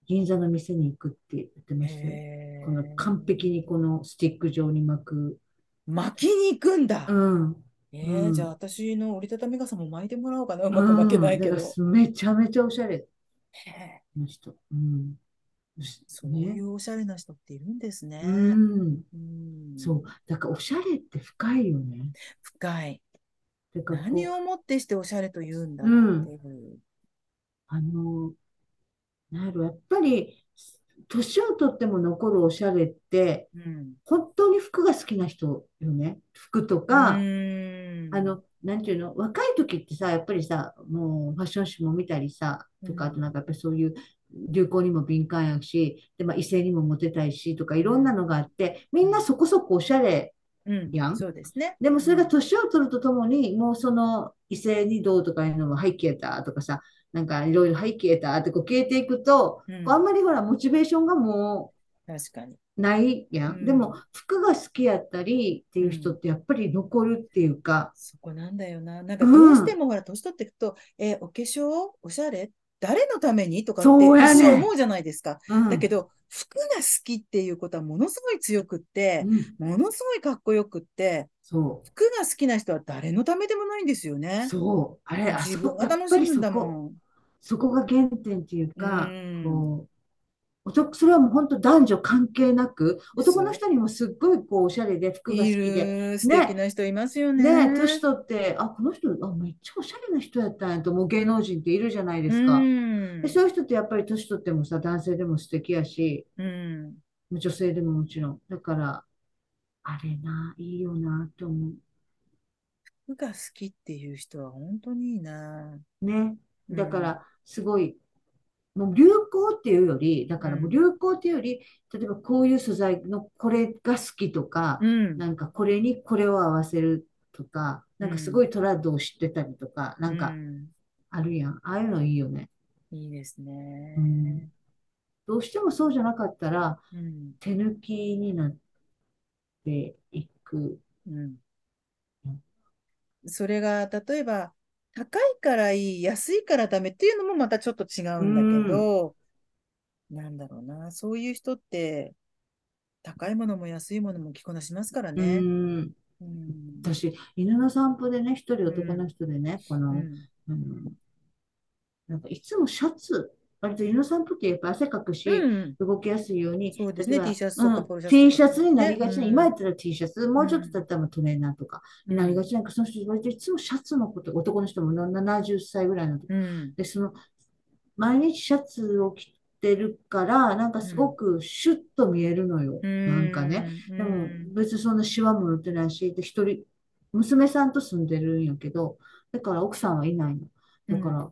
Speaker 1: 銀座の店に行くって言ってましたよ。
Speaker 2: へえ
Speaker 1: この完璧にこのスティック状に巻く。
Speaker 2: 巻きに行くんだ。
Speaker 1: うん。
Speaker 2: えー
Speaker 1: うん
Speaker 2: じゃあ私の折りたたみ傘も巻いてもらおうかな。う
Speaker 1: う
Speaker 2: まく巻けない
Speaker 1: ん。
Speaker 2: け
Speaker 1: だ
Speaker 2: ど。
Speaker 1: からめちゃめちゃおしゃれ
Speaker 2: へー
Speaker 1: な人。うん。
Speaker 2: そう
Speaker 1: ね
Speaker 2: いうおしゃれな人っているんですね。
Speaker 1: うん。
Speaker 2: うん
Speaker 1: そう。だからおしゃれって深いよね。
Speaker 2: 深い。
Speaker 1: だからこう
Speaker 2: 何をもってしておしゃれと言うんだっ
Speaker 1: うん
Speaker 2: ていう。
Speaker 1: あの、なんやろ、やっぱり、年をとっても残るおしゃれって、
Speaker 2: うん。
Speaker 1: 本当に服が好きな人よね。服と
Speaker 2: う
Speaker 1: か、
Speaker 2: ーん
Speaker 1: あの、なんていうの、若い時ってさ、やっぱりさ、もうファッション誌も見たりさ、とか、
Speaker 2: うん
Speaker 1: あとなんかやっぱりそういう流行にも敏感やし、で、まあ、異性にもモテたいし、とか、いろんなのがあって、みんなそこそこおしゃれ。
Speaker 2: うん
Speaker 1: やん
Speaker 2: そうですね。
Speaker 1: でもそれが年を取るとともに、もうその異性にどうとかいうのも背景だとかさ、なんかいろいろ背景だってこう消えていくと、
Speaker 2: うん
Speaker 1: あんまりほら、モチベーションがもう、
Speaker 2: 確かに。
Speaker 1: ないや
Speaker 2: うん
Speaker 1: ん。でも、服が好きやったりっていう人ってやっぱり残るっていうか、
Speaker 2: そこなんだよな。なんかどうしてもほら、年取っていくと、えーお化粧おしゃれ誰のためにとかって
Speaker 1: そうやね
Speaker 2: 一生思うじゃないですか。
Speaker 1: うん
Speaker 2: だけど、服が好きっていうことはものすごい強くって、
Speaker 1: うん
Speaker 2: ものすごいかっこよくって、
Speaker 1: そ
Speaker 2: 服が好きな人は誰のためでもないんですよ
Speaker 1: う、
Speaker 2: ね。
Speaker 1: そう、あれ、あそ
Speaker 2: 自分
Speaker 1: こ、
Speaker 2: が
Speaker 1: やっ
Speaker 2: 楽し
Speaker 1: ぱり
Speaker 2: いん
Speaker 1: そ
Speaker 2: だ
Speaker 1: こ、
Speaker 2: もん。
Speaker 1: そこが原点っていうか、
Speaker 2: うん
Speaker 1: こう、男、それはもう本当男女関係なく、男の人にもすっごいこう、おしゃれで服が好
Speaker 2: い
Speaker 1: きで、
Speaker 2: る、素敵な人いますよね。
Speaker 1: ね、年取って、あ、この人、あ、めっちゃおしゃれな人やったんやと思う芸能人っているじゃないです
Speaker 2: う
Speaker 1: か。
Speaker 2: ん
Speaker 1: で、そういう人ってやっぱり年取ってもさ、男性でも素敵やし、
Speaker 2: うん
Speaker 1: 女性でももちろん。だから、あれな、いいよなって思
Speaker 2: 服が好きっていう人は本当にいいな。
Speaker 1: う。ね。
Speaker 2: うん
Speaker 1: だから、すごい、もう流行っていうより、だからもう流行っていうより、例えばこういう素材のこれが好きとか、
Speaker 2: うん。
Speaker 1: なんかこれにこれを合わせるとか、なんかすごいトラッドを知ってたりとか、なん
Speaker 2: う
Speaker 1: かあるやん。ああいうのいいよね。
Speaker 2: いいですね。
Speaker 1: うんどうしてもそうじゃなかったら、
Speaker 2: うん
Speaker 1: 手抜きになっていく。
Speaker 2: うん。それが、例えば、高いからいい、安いからダメっていうのもまたちょっと違うんだけど、なんだろうな、そういう人って、高いものも安いものも着こなしますか
Speaker 1: う
Speaker 2: らね。
Speaker 1: ん。
Speaker 2: うん。
Speaker 1: 私、犬の散歩でね、一人男の人でね、こ
Speaker 2: う
Speaker 1: の、
Speaker 2: ん
Speaker 1: あのなんかいつもシャツ、割と犬の散歩ってやっぱ汗かくし、
Speaker 2: うん。
Speaker 1: 動きやすいように、
Speaker 2: そうですね
Speaker 1: 例えば
Speaker 2: T シャツとか
Speaker 1: うん
Speaker 2: ポロシャツとか
Speaker 1: T シャツになりがちな、
Speaker 2: ねうん
Speaker 1: 今やったら T シャツ、もうちょっとだったらトレーナーとか、なりがちなんか、その人、割といつもシャツのこと、男の人も70歳ぐらいの時
Speaker 2: うん。
Speaker 1: で、その、毎日シャツを着てるから、なんかすごくシュッと見えるのよ。なんかね。
Speaker 2: うん。
Speaker 1: で
Speaker 2: う
Speaker 1: も
Speaker 2: ん
Speaker 1: 別にそんなシワも寄ってないし、で、一人、娘さんと住んでるんやけど、だから奥さんはいないの。だから、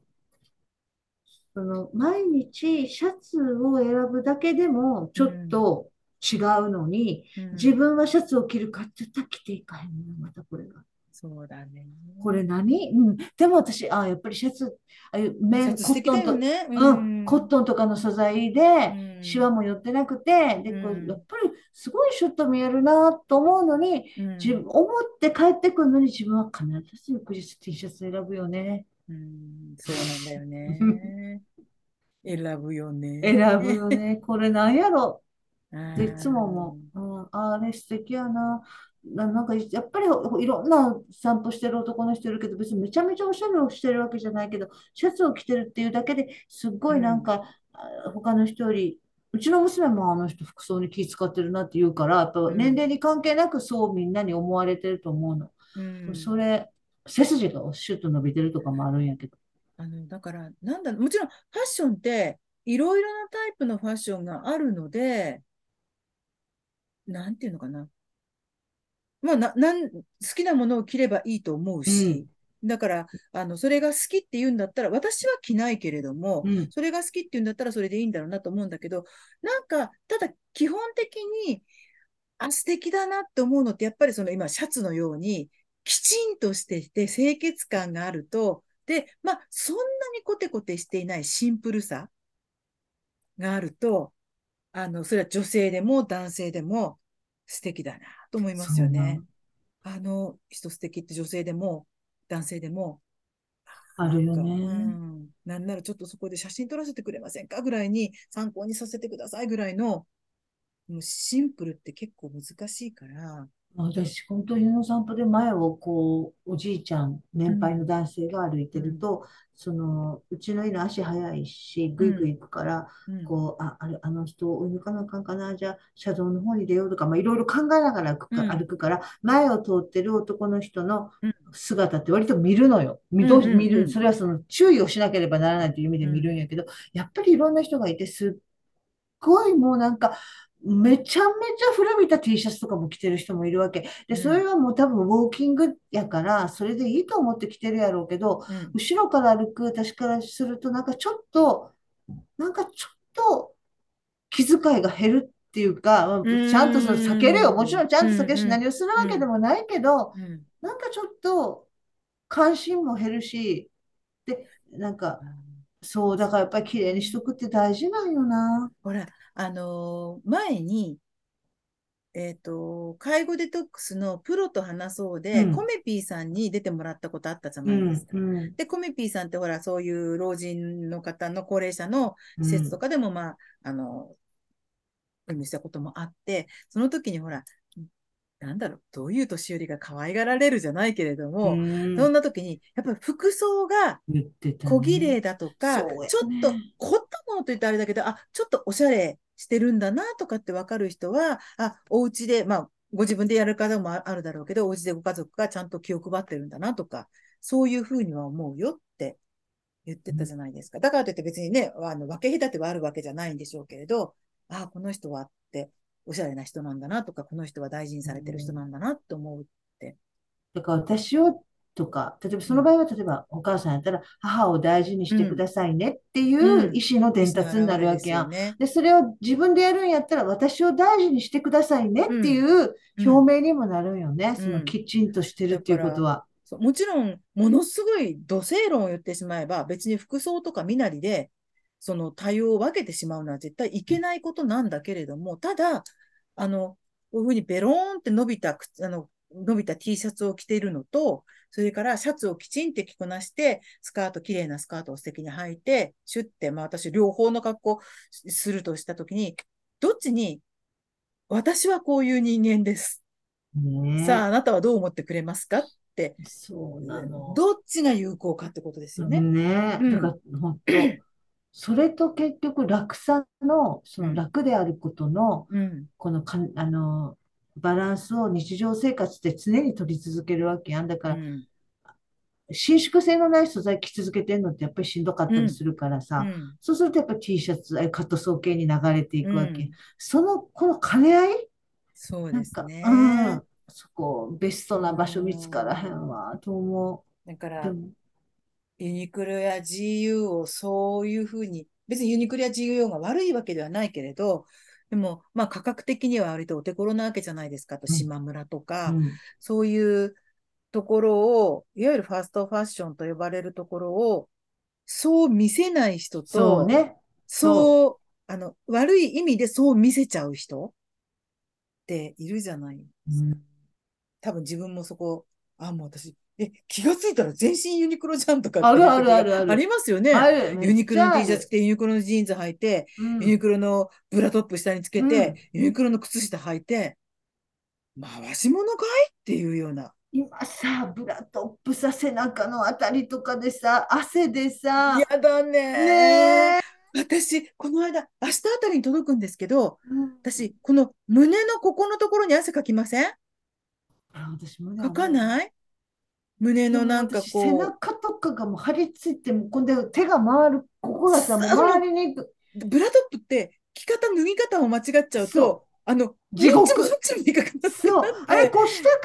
Speaker 1: その、毎日シャツを選ぶだけでもちょっと違うのに、
Speaker 2: うん
Speaker 1: 自分はシャツを着るかって言ったら着ていかへんのよ、またこれが。
Speaker 2: そうだね。
Speaker 1: これ何うん。でも私、あ、やっぱりシャツ、ああいう綿、
Speaker 2: 節的
Speaker 1: コット
Speaker 2: だ
Speaker 1: ンと
Speaker 2: よね。
Speaker 1: うん、コットンとかの素材で、
Speaker 2: うん
Speaker 1: シワも寄ってなくて、で、こ
Speaker 2: うん
Speaker 1: う、やっぱりすごいシュッと見えるなと思うのに、
Speaker 2: うん
Speaker 1: 自分、思って帰ってくるのに自分は必ず翌日 T シャツ選ぶよね。
Speaker 2: うん、そうなんだよ ね。選ぶよね。
Speaker 1: 選ぶよね。これなんやろ
Speaker 2: あ
Speaker 1: って
Speaker 2: ー
Speaker 1: いつも思う。うん、あれ素敵やな。な、なんか、やっぱりいろんな散歩してる男の人いるけど、別にめちゃめちゃおしゃれをしてるわけじゃないけど、シャツを着てるっていうだけですっごいなんか、あ他の人より、うちの娘もあの人服装に気使ってるなって言うから、やっぱ
Speaker 2: うん
Speaker 1: 年齢に関係なくそうみんなに思われてると思うの。
Speaker 2: うん
Speaker 1: それ、背筋がシュッと伸びてるとかもあるんやけど。
Speaker 2: あの、だから、なんだろう、もちろんファッションって、いろいろなタイプのファッションがあるので、なんていうのかな。まあ、な、なん、好きなものを着ればいいと思うし、だから、あの、それが好きって言うんだったら、私は着ないけれども、
Speaker 1: うん、
Speaker 2: それが好きって言うんだったらそれでいいんだろうなと思うんだけど、なんか、ただ基本的に、あ、素敵だなって思うのって、やっぱりその今、シャツのように、きちんとしていて、清潔感があると、で、まあ、そんなにコテコテしていないシンプルさがあると、あの、それは女性でも男性でも素敵だなと思いますよね。あの、人素敵って女性でも男性でも、
Speaker 1: あるよ
Speaker 2: なんかう
Speaker 1: ね。
Speaker 2: ん、なんならちょっとそこで写真撮らせてくれませんかぐらいに参考にさせてくださいぐらいの、もうシンプルって結構難しいから。
Speaker 1: 私、本当に犬の散歩で前をこう、おじいちゃん、年配の男性が歩いてると、その、うちの犬足早いし、ぐいぐい行くから、
Speaker 2: うん
Speaker 1: こう、あ、あれ、あの人を追い抜かなあかんかな、じゃあ、車道の方に出ようとか、まあ、いろいろ考えながら歩くか、
Speaker 2: うん
Speaker 1: 歩くから、前を通ってる男の人の
Speaker 2: うん
Speaker 1: 姿って割と見るのよ。見
Speaker 2: うん
Speaker 1: どう
Speaker 2: うんうん
Speaker 1: 見る、それはその注意をしなければならないという意味で見るんやけど、やっぱりいろんな人がいて、すっごいもうなんか、めちゃめちゃ古びた T シャツとかも着てる人もいるわけ。
Speaker 2: うん
Speaker 1: で、それはもう多分ウォーキングやから、それでいいと思って着てるやろうけど、
Speaker 2: うん
Speaker 1: 後ろから歩く私からすると、なんかちょっと、なんかちょっと気遣いが減るっていうか、まあ
Speaker 2: うん
Speaker 1: ちゃんとその避けるよ。もちろんちゃんと避ける
Speaker 2: う
Speaker 1: し、
Speaker 2: ん
Speaker 1: 何をするわけでもないけど、
Speaker 2: うん
Speaker 1: なんかちょっと関心も減るし、で、なんか、そう、だからやっぱり綺麗にしとくって大事なんよな。
Speaker 2: ほら、あのー前に、えっ、と、介護デトックスのプロと話そうで、
Speaker 1: うん
Speaker 2: コメピーさんに出てもらったことあったじゃ
Speaker 1: う
Speaker 2: ないです
Speaker 1: ん、
Speaker 2: か。
Speaker 1: うん、
Speaker 2: で、コメピーさんってほら、そういう老人の方の高齢者の
Speaker 1: うん、
Speaker 2: 施設とかでも、まあ、あの、お見せしたこともあって、その時にほら、なんだろう、どういう年寄りが可愛がられるじゃないけれど
Speaker 1: う
Speaker 2: も、
Speaker 1: ん
Speaker 2: そんな時に、やっぱり服装が
Speaker 1: 言ってた
Speaker 2: 小綺
Speaker 1: ね。
Speaker 2: 麗だとか、
Speaker 1: そうやね
Speaker 2: ちょっと凝ったものと言ってあれだけど、あ、ちょっとおしゃれしてるんだなとかってわかる人は、あ、お家で、まあ、ご自分でやる方もああるだろうけど、お家でご家族がちゃんと気を配ってるんだなとか、そういうふうには思うよって言ってたじゃないですか。だからといって別にね、あの、分け隔てはあるわけじゃないんでしょうけれど、あ、この人はって、おしゃれな人なんだなとか、この人は大事にされてる人なんだなって思う。
Speaker 1: だから私をとか、例えばその場合は、例えばお母さんやったら、母を大事にしてくださいねっていう意思の伝達になるわけやん。
Speaker 2: ね。
Speaker 1: で、それを自分でやるんやったら、私を大事にしてくださいねっていう
Speaker 2: うん
Speaker 1: 表明にもなるんよね。そ
Speaker 2: うん
Speaker 1: のきちんとしてるっていうことは。
Speaker 2: そうもちろん、ものすごい土星論を言ってしまえば、別に服装とか身なりで、その対応を分けてしまうのは絶対いけないことなんだけれども、ただ、あの、こういうふうにベローンって伸びた靴、あの、伸びた T シャツを着ているのと、それからシャツをきちんって着こなして、スカート、綺麗なスカートを素敵に履いて、シュッて、まあ私両方の格好するとしたときに、どっちに、私はこういう人間です。
Speaker 1: ねえ
Speaker 2: さあ、あなたはどう思ってくれますかって、
Speaker 1: そうなの。
Speaker 2: どっちが有効かってことですよね。
Speaker 1: ね
Speaker 2: う
Speaker 1: え、
Speaker 2: ん
Speaker 1: だから本当、それと結局楽さの、その楽であることの、
Speaker 2: うん。
Speaker 1: このか、あの、バランスを日常生活で常に取り続けるわけやん。だから、
Speaker 2: うん
Speaker 1: 伸縮性のない素材着続けてんのってやっぱりしんどかったりするから
Speaker 2: う
Speaker 1: さ、
Speaker 2: ん
Speaker 1: そうするとやっぱ T シャツ、えカットソー系に流れていくわ
Speaker 2: う
Speaker 1: け
Speaker 2: ん。
Speaker 1: その、この兼ね合い
Speaker 2: そう
Speaker 1: なん
Speaker 2: です
Speaker 1: か、
Speaker 2: ね。
Speaker 1: うん、そこ、ベストな場所見つからへんわ、と思
Speaker 2: だか
Speaker 1: う。
Speaker 2: ら
Speaker 1: で、も、
Speaker 2: ユニクロや GU をそういうふうに、別にユニクロや GU が悪いわけではないけれど、でも、まあ価格的には割とお手頃なわけじゃないですか。あと、
Speaker 1: うん
Speaker 2: 島村とか、
Speaker 1: うん、
Speaker 2: そういうところを、いわゆるファーストファッションと呼ばれるところを、そう見せない人
Speaker 1: そう
Speaker 2: と、
Speaker 1: ね。
Speaker 2: そう、あの、悪い意味でそう見せちゃう人っているじゃない。
Speaker 1: うん
Speaker 2: 多分自分もそこ、あ、もう私、え、気がついたら全身ユニクロじゃんとか
Speaker 1: ある
Speaker 2: っていう
Speaker 1: あるある
Speaker 2: 時
Speaker 1: あ
Speaker 2: が
Speaker 1: る
Speaker 2: ありますよね。
Speaker 1: ある、め
Speaker 2: ユニクロの
Speaker 1: っちゃ
Speaker 2: T シャツ着て、ユニクロのジーンズ履いて、
Speaker 1: あるうん
Speaker 2: ユニクロのブラトップ下につけ
Speaker 1: うん
Speaker 2: て、ユニクロの靴下履いて、回し物かいっていうような。
Speaker 1: 今さ、ブラトップさ、背中のあたりとかでさ、汗でさ、
Speaker 2: やだ
Speaker 1: ね
Speaker 2: ね
Speaker 1: え、
Speaker 2: 私、この間、明日あたりに届くんですけど、
Speaker 1: うん
Speaker 2: 私、この胸のここのところに汗かきません
Speaker 1: あ私胸
Speaker 2: かか
Speaker 1: い
Speaker 2: ない胸
Speaker 1: で
Speaker 2: の
Speaker 1: も
Speaker 2: なんか
Speaker 1: 私背
Speaker 2: こ
Speaker 1: 中とかがもう張り付いて、もう今度手が回る、ここがさ、もう
Speaker 2: そう
Speaker 1: 回りに行く。
Speaker 2: う、ブラトップって着方、脱ぎ方を間違っちゃう
Speaker 1: そ
Speaker 2: と、あの、
Speaker 1: 地獄
Speaker 2: こっちもそっちもにかかって
Speaker 1: そう、あれ、こう、下から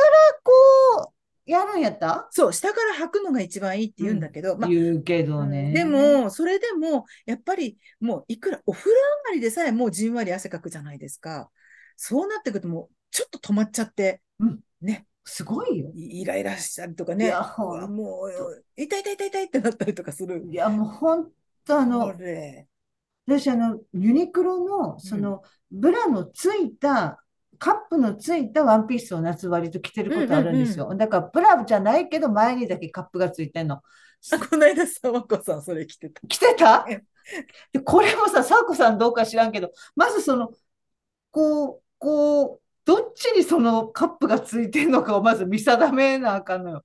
Speaker 1: こう、やるんやった
Speaker 2: そう、下から履くのが一番いいって言うんだけど、まあ
Speaker 1: 言うけどね。
Speaker 2: で、も、それでも、やっぱり、もういくらお風呂上がりでさえもうじんわり汗かくじゃないですか。そうなってくると、もうちょっと止まっちゃって、
Speaker 1: うん
Speaker 2: ね、
Speaker 1: すごいよ。
Speaker 2: イイライラしたりとか
Speaker 1: い
Speaker 2: ね、
Speaker 1: や、
Speaker 2: う
Speaker 1: ほ
Speaker 2: わ
Speaker 1: ん、
Speaker 2: もう、痛い痛い痛い痛いってなったりとかする。
Speaker 1: いや、もう本当、あの
Speaker 2: こ、れ
Speaker 1: 私、あの、ユニクロの、その、ブラのついた、カップのついたワンピースを夏割と着てることあるんですよ。だから、ブラじゃないけど、前にだけカップがついてんの。
Speaker 2: あ、この間さ、和子さんそれ着てた。
Speaker 1: 着てた
Speaker 2: え
Speaker 1: で、これもさ、サーコさんどうか知らんけど、まずその、こう、こう、どっちにそのカップがついてるのかをまず見定めなあかんのよ。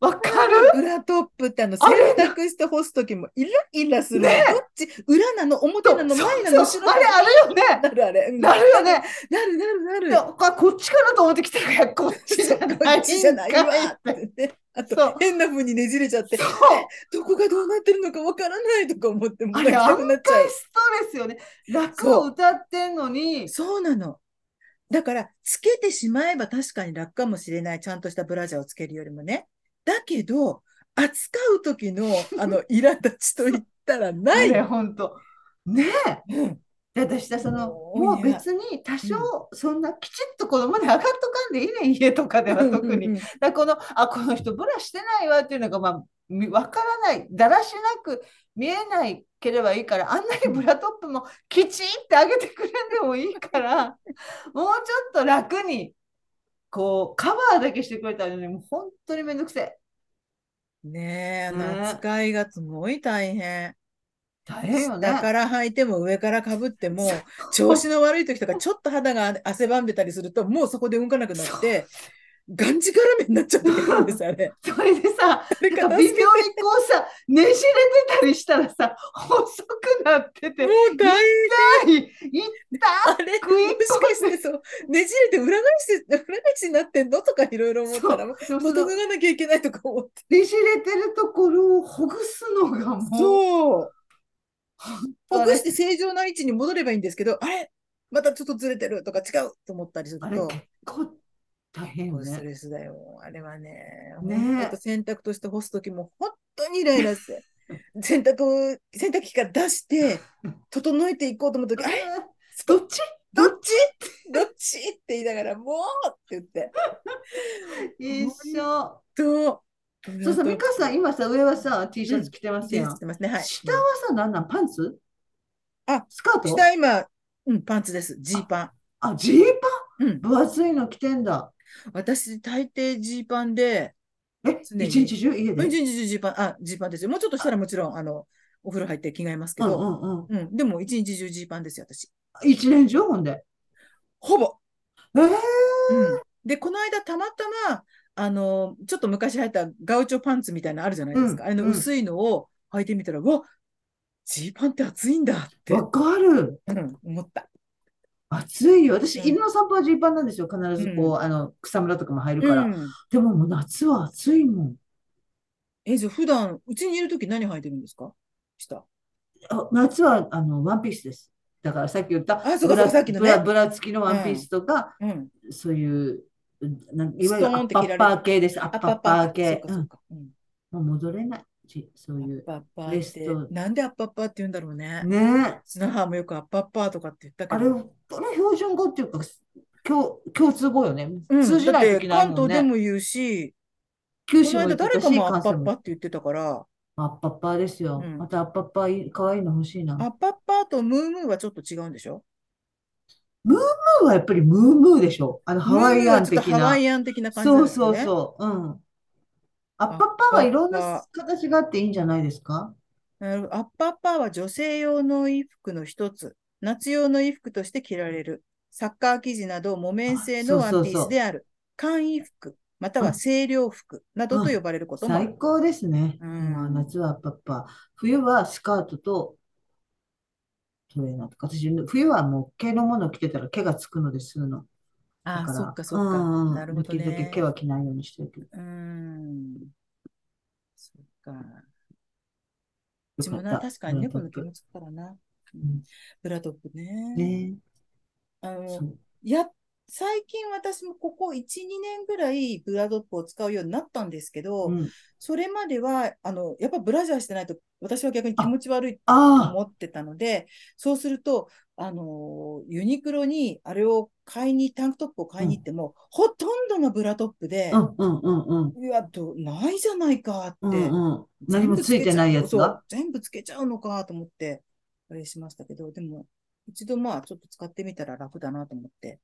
Speaker 1: わかる
Speaker 2: ブラトップってあの、洗
Speaker 1: あれ
Speaker 2: 濯して干すときもイライラするの。
Speaker 1: ねえ
Speaker 2: どっち裏なの表なの
Speaker 1: そう
Speaker 2: 前なの
Speaker 1: そ
Speaker 2: 後
Speaker 1: う
Speaker 2: ろな
Speaker 1: あれ、あ
Speaker 2: の
Speaker 1: れよね。
Speaker 2: なるあ
Speaker 1: な
Speaker 2: れ。
Speaker 1: るよね。
Speaker 2: なるなるなる。
Speaker 1: いやここっちかなと思って来たから、こっちじゃないんか
Speaker 2: こっちじゃないわ
Speaker 1: い
Speaker 2: ってね。あ
Speaker 1: そ
Speaker 2: と
Speaker 1: う、
Speaker 2: 変な風にねじれちゃって、
Speaker 1: そう。
Speaker 2: どこがどうなってるのかわからないとか思って、も
Speaker 1: あ
Speaker 2: う
Speaker 1: れ、
Speaker 2: 泣きたくなっちゃ
Speaker 1: 案外
Speaker 2: う。
Speaker 1: ストレスよね。楽を歌ってんのに、
Speaker 2: そうなの。だから、つけてしまえば確かに楽かもしれない。ちゃんとしたブラジャーをつけるよりもね。だけど、扱う時の、あの、苛立ちといったら
Speaker 1: あ
Speaker 2: ない。
Speaker 1: れ、ほんと。ねえ。
Speaker 2: うん
Speaker 1: で私はその、
Speaker 2: もう
Speaker 1: もう
Speaker 2: いや
Speaker 1: 別に多少、そんなきちっと子供に上がっとかんでいいねん、家とかでは特に。
Speaker 2: うんうんうん
Speaker 1: だからこの、あ、この人ブラしてないわっていうのが、まあ、みわからない、だらしなく見えないければいいから、あんなにブラトップもきちんって上げてくれんでもいい から、もうちょっと楽に、こう、カバーだけしてくれたらね、もう本当にめんどくせえ。
Speaker 2: ねえ、あ
Speaker 1: ね
Speaker 2: の扱いがすごい大変。
Speaker 1: 大変よね。
Speaker 2: 下から履いても上からかぶっても、調子の悪い時とか、ちょっと肌が汗ばんでたりすると、もうそこで動かなくなって、がんじがらめになっちゃう時あるんです、あれ。
Speaker 1: それでさ、
Speaker 2: れ
Speaker 1: なんか微妙にこうさ、ねじれてたりしたらさ、細くなってて
Speaker 2: も、う大変。
Speaker 1: 痛い、痛
Speaker 2: あれ、
Speaker 1: クイッ
Speaker 2: もしかしてそう、ねじれて裏返し、裏返しになってんのとかいろいろ思
Speaker 1: い。
Speaker 2: ったら、もう
Speaker 1: そう、
Speaker 2: も
Speaker 1: そうの
Speaker 2: 脱がなきゃいけないとか思って。
Speaker 1: ねじれてるところをほぐすのがもう、
Speaker 2: そう。ほ
Speaker 1: あ
Speaker 2: ぐ
Speaker 1: れ
Speaker 2: して正常な位置に戻ればいいんですけど、あれまたちょっとずれてるとか違うと思ったりする
Speaker 1: あれ
Speaker 2: と
Speaker 1: 結、構大変よ
Speaker 2: スト
Speaker 1: ね。
Speaker 2: レスだよ。あれはね。
Speaker 1: ね
Speaker 2: 本当洗濯として干すときも本当にイライラ して、洗濯、洗濯機から出して、整えていこうと思ったとき、あれ
Speaker 1: どっち
Speaker 2: どっちどっちって言いながら、もうって言って。
Speaker 1: 一緒。
Speaker 2: と、
Speaker 1: そうさ、美香さん、今さ、上はさ、T シャ
Speaker 2: う
Speaker 1: ツ着てます
Speaker 2: 手
Speaker 1: やん。
Speaker 2: つってますね。はい。
Speaker 1: 下はさ、なんなんパンツ
Speaker 2: あ
Speaker 1: スカート
Speaker 2: 下今、うん、パンツです。ジーパン。
Speaker 1: あ、ジーパン
Speaker 2: うん。
Speaker 1: 分厚いの着てんだ。
Speaker 2: 私、大抵ジーパンで、
Speaker 1: え、
Speaker 2: 常に
Speaker 1: 一日中家
Speaker 2: う
Speaker 1: で。
Speaker 2: ん、ジージーパン、あ、ジーパンですよ。もうちょっとしたらもちろん、あの、お風呂入って着替えますけ
Speaker 1: うん
Speaker 2: ど、
Speaker 1: うんうん。
Speaker 2: うん、でも一日中ジーパンですよ、私。
Speaker 1: 一年中ほんで。
Speaker 2: ほぼ。
Speaker 1: えー、
Speaker 2: うん。で、この間、たまたま、あの、ちょっと昔流行ったガウチョパンツみたいなのあるじゃないですか。
Speaker 1: うん
Speaker 2: あれの
Speaker 1: うん
Speaker 2: 薄いのを履いてみたら、うわ、ジーパンって暑いんだって、
Speaker 1: わかる。
Speaker 2: うん、思った。
Speaker 1: 暑いよ。私、
Speaker 2: うん
Speaker 1: 犬の散歩はジーパンなんですよ。必ずこう、あの、草むらとかも入るから。
Speaker 2: うん
Speaker 1: でももう夏は暑いもん。
Speaker 2: え、じゃあ普段、うちにいるとき何履いてるんですか下。
Speaker 1: あ夏はあのワンピースです。だからさっき言った
Speaker 2: あそう
Speaker 1: ブ
Speaker 2: かそうか
Speaker 1: ラ、
Speaker 2: さっきの
Speaker 1: ブラ、
Speaker 2: ね
Speaker 1: ブラ付きのワンピースとか、
Speaker 2: うん。
Speaker 1: そういう、なんいわゆ
Speaker 2: ストーンって
Speaker 1: るア
Speaker 2: 着ら
Speaker 1: ッ
Speaker 2: れる
Speaker 1: パッパー系です。アッ
Speaker 2: あ
Speaker 1: パッパー系。
Speaker 2: そうかそうか。うん。
Speaker 1: うん、もう戻れない。じそうい
Speaker 2: アッ
Speaker 1: う。
Speaker 2: パッパ
Speaker 1: レ
Speaker 2: ーっ
Speaker 1: ス
Speaker 2: て
Speaker 1: ト。
Speaker 2: なんでアッパッパーって言うんだろうね。
Speaker 1: ねえ。
Speaker 2: 砂浜もよくアッパッパーとかって言ったけ
Speaker 1: あ
Speaker 2: ど。
Speaker 1: れ、この標準語っていうか、共、共通語よね。
Speaker 2: うん
Speaker 1: 通じない
Speaker 2: だっ
Speaker 1: 時
Speaker 2: て
Speaker 1: ない
Speaker 2: 関
Speaker 1: もん
Speaker 2: 東で
Speaker 1: ね。
Speaker 2: も言うし、
Speaker 1: 九
Speaker 2: こ
Speaker 1: 州も
Speaker 2: の間
Speaker 1: 言ってた
Speaker 2: 誰か
Speaker 1: し、
Speaker 2: もア
Speaker 1: 関
Speaker 2: ッパ
Speaker 1: 西
Speaker 2: ッパー
Speaker 1: も。
Speaker 2: って言ってたから、
Speaker 1: アッパッパーですよ。
Speaker 2: うん
Speaker 1: またアッパッパーいい、可愛いの欲しいな。
Speaker 2: ア
Speaker 1: ム
Speaker 2: ッパッパーとムームーはちょっと違うんでしょ
Speaker 1: ーはやっぱりムームーでしょ。あの、ハワイアン
Speaker 2: ムームーはちょっと
Speaker 1: 的
Speaker 2: ハワ
Speaker 1: な。
Speaker 2: イアン的な感じなん
Speaker 1: そう
Speaker 2: ですよ
Speaker 1: そう
Speaker 2: ね。
Speaker 1: そう。うん。アッパッ
Speaker 2: ア
Speaker 1: パ
Speaker 2: ッ
Speaker 1: ー
Speaker 2: パッパー
Speaker 1: はいろんな形があっていいんじゃないですか
Speaker 2: なるほどアッパッパーは女性用の衣服の一つ。夏用の衣服として着られる。サッカー生地など木綿製のワンピースである。簡易服、または清涼服などと呼ばれることもある。
Speaker 1: 最高ですね。
Speaker 2: うん
Speaker 1: まあ夏はアッパッパー。冬はスカートとトレーナーとか。私、冬はもう毛のもの着てたら毛がつくのでするの。だ
Speaker 2: ああ、
Speaker 1: から、
Speaker 2: そっかそっか。
Speaker 1: うんうん
Speaker 2: なるほど
Speaker 1: できるだけ
Speaker 2: ね。
Speaker 1: 毛は着ないようにしてるけど。
Speaker 2: うーん。そっか。うち
Speaker 1: よ
Speaker 2: も
Speaker 1: か
Speaker 2: な、
Speaker 1: った。
Speaker 2: 確かにね、
Speaker 1: ブ
Speaker 2: こ
Speaker 1: ラ
Speaker 2: の
Speaker 1: ト
Speaker 2: 気
Speaker 1: ップ
Speaker 2: 持ちからな。うん
Speaker 1: ん
Speaker 2: ブラトップね。
Speaker 1: ね
Speaker 2: あの
Speaker 1: そう。
Speaker 2: や、最近私もここ1、2年ぐらいブラトップを使うようになったんですけど、
Speaker 1: うん。
Speaker 2: それまでは、あの、やっぱブラジャーしてないと、私は逆に気持ち悪いと
Speaker 1: ああ、
Speaker 2: 思ってたので、そうすると、あの、ユニクロにあれを買いに、タンクトップを買いに行っても、ほとんどがブラトップで、
Speaker 1: うんうんうんうん。
Speaker 2: うわ、ど、ないじゃないか
Speaker 1: う
Speaker 2: って、
Speaker 1: んうん。何
Speaker 2: 全
Speaker 1: も
Speaker 2: 部
Speaker 1: つい
Speaker 2: け
Speaker 1: て
Speaker 2: ちゃ
Speaker 1: な
Speaker 2: う
Speaker 1: いやつ
Speaker 2: そう
Speaker 1: が。、
Speaker 2: 全部つけちゃうのかと思って、あれしましたけど、でも、一度まあ、ちょっと使ってみたら楽だなと思って、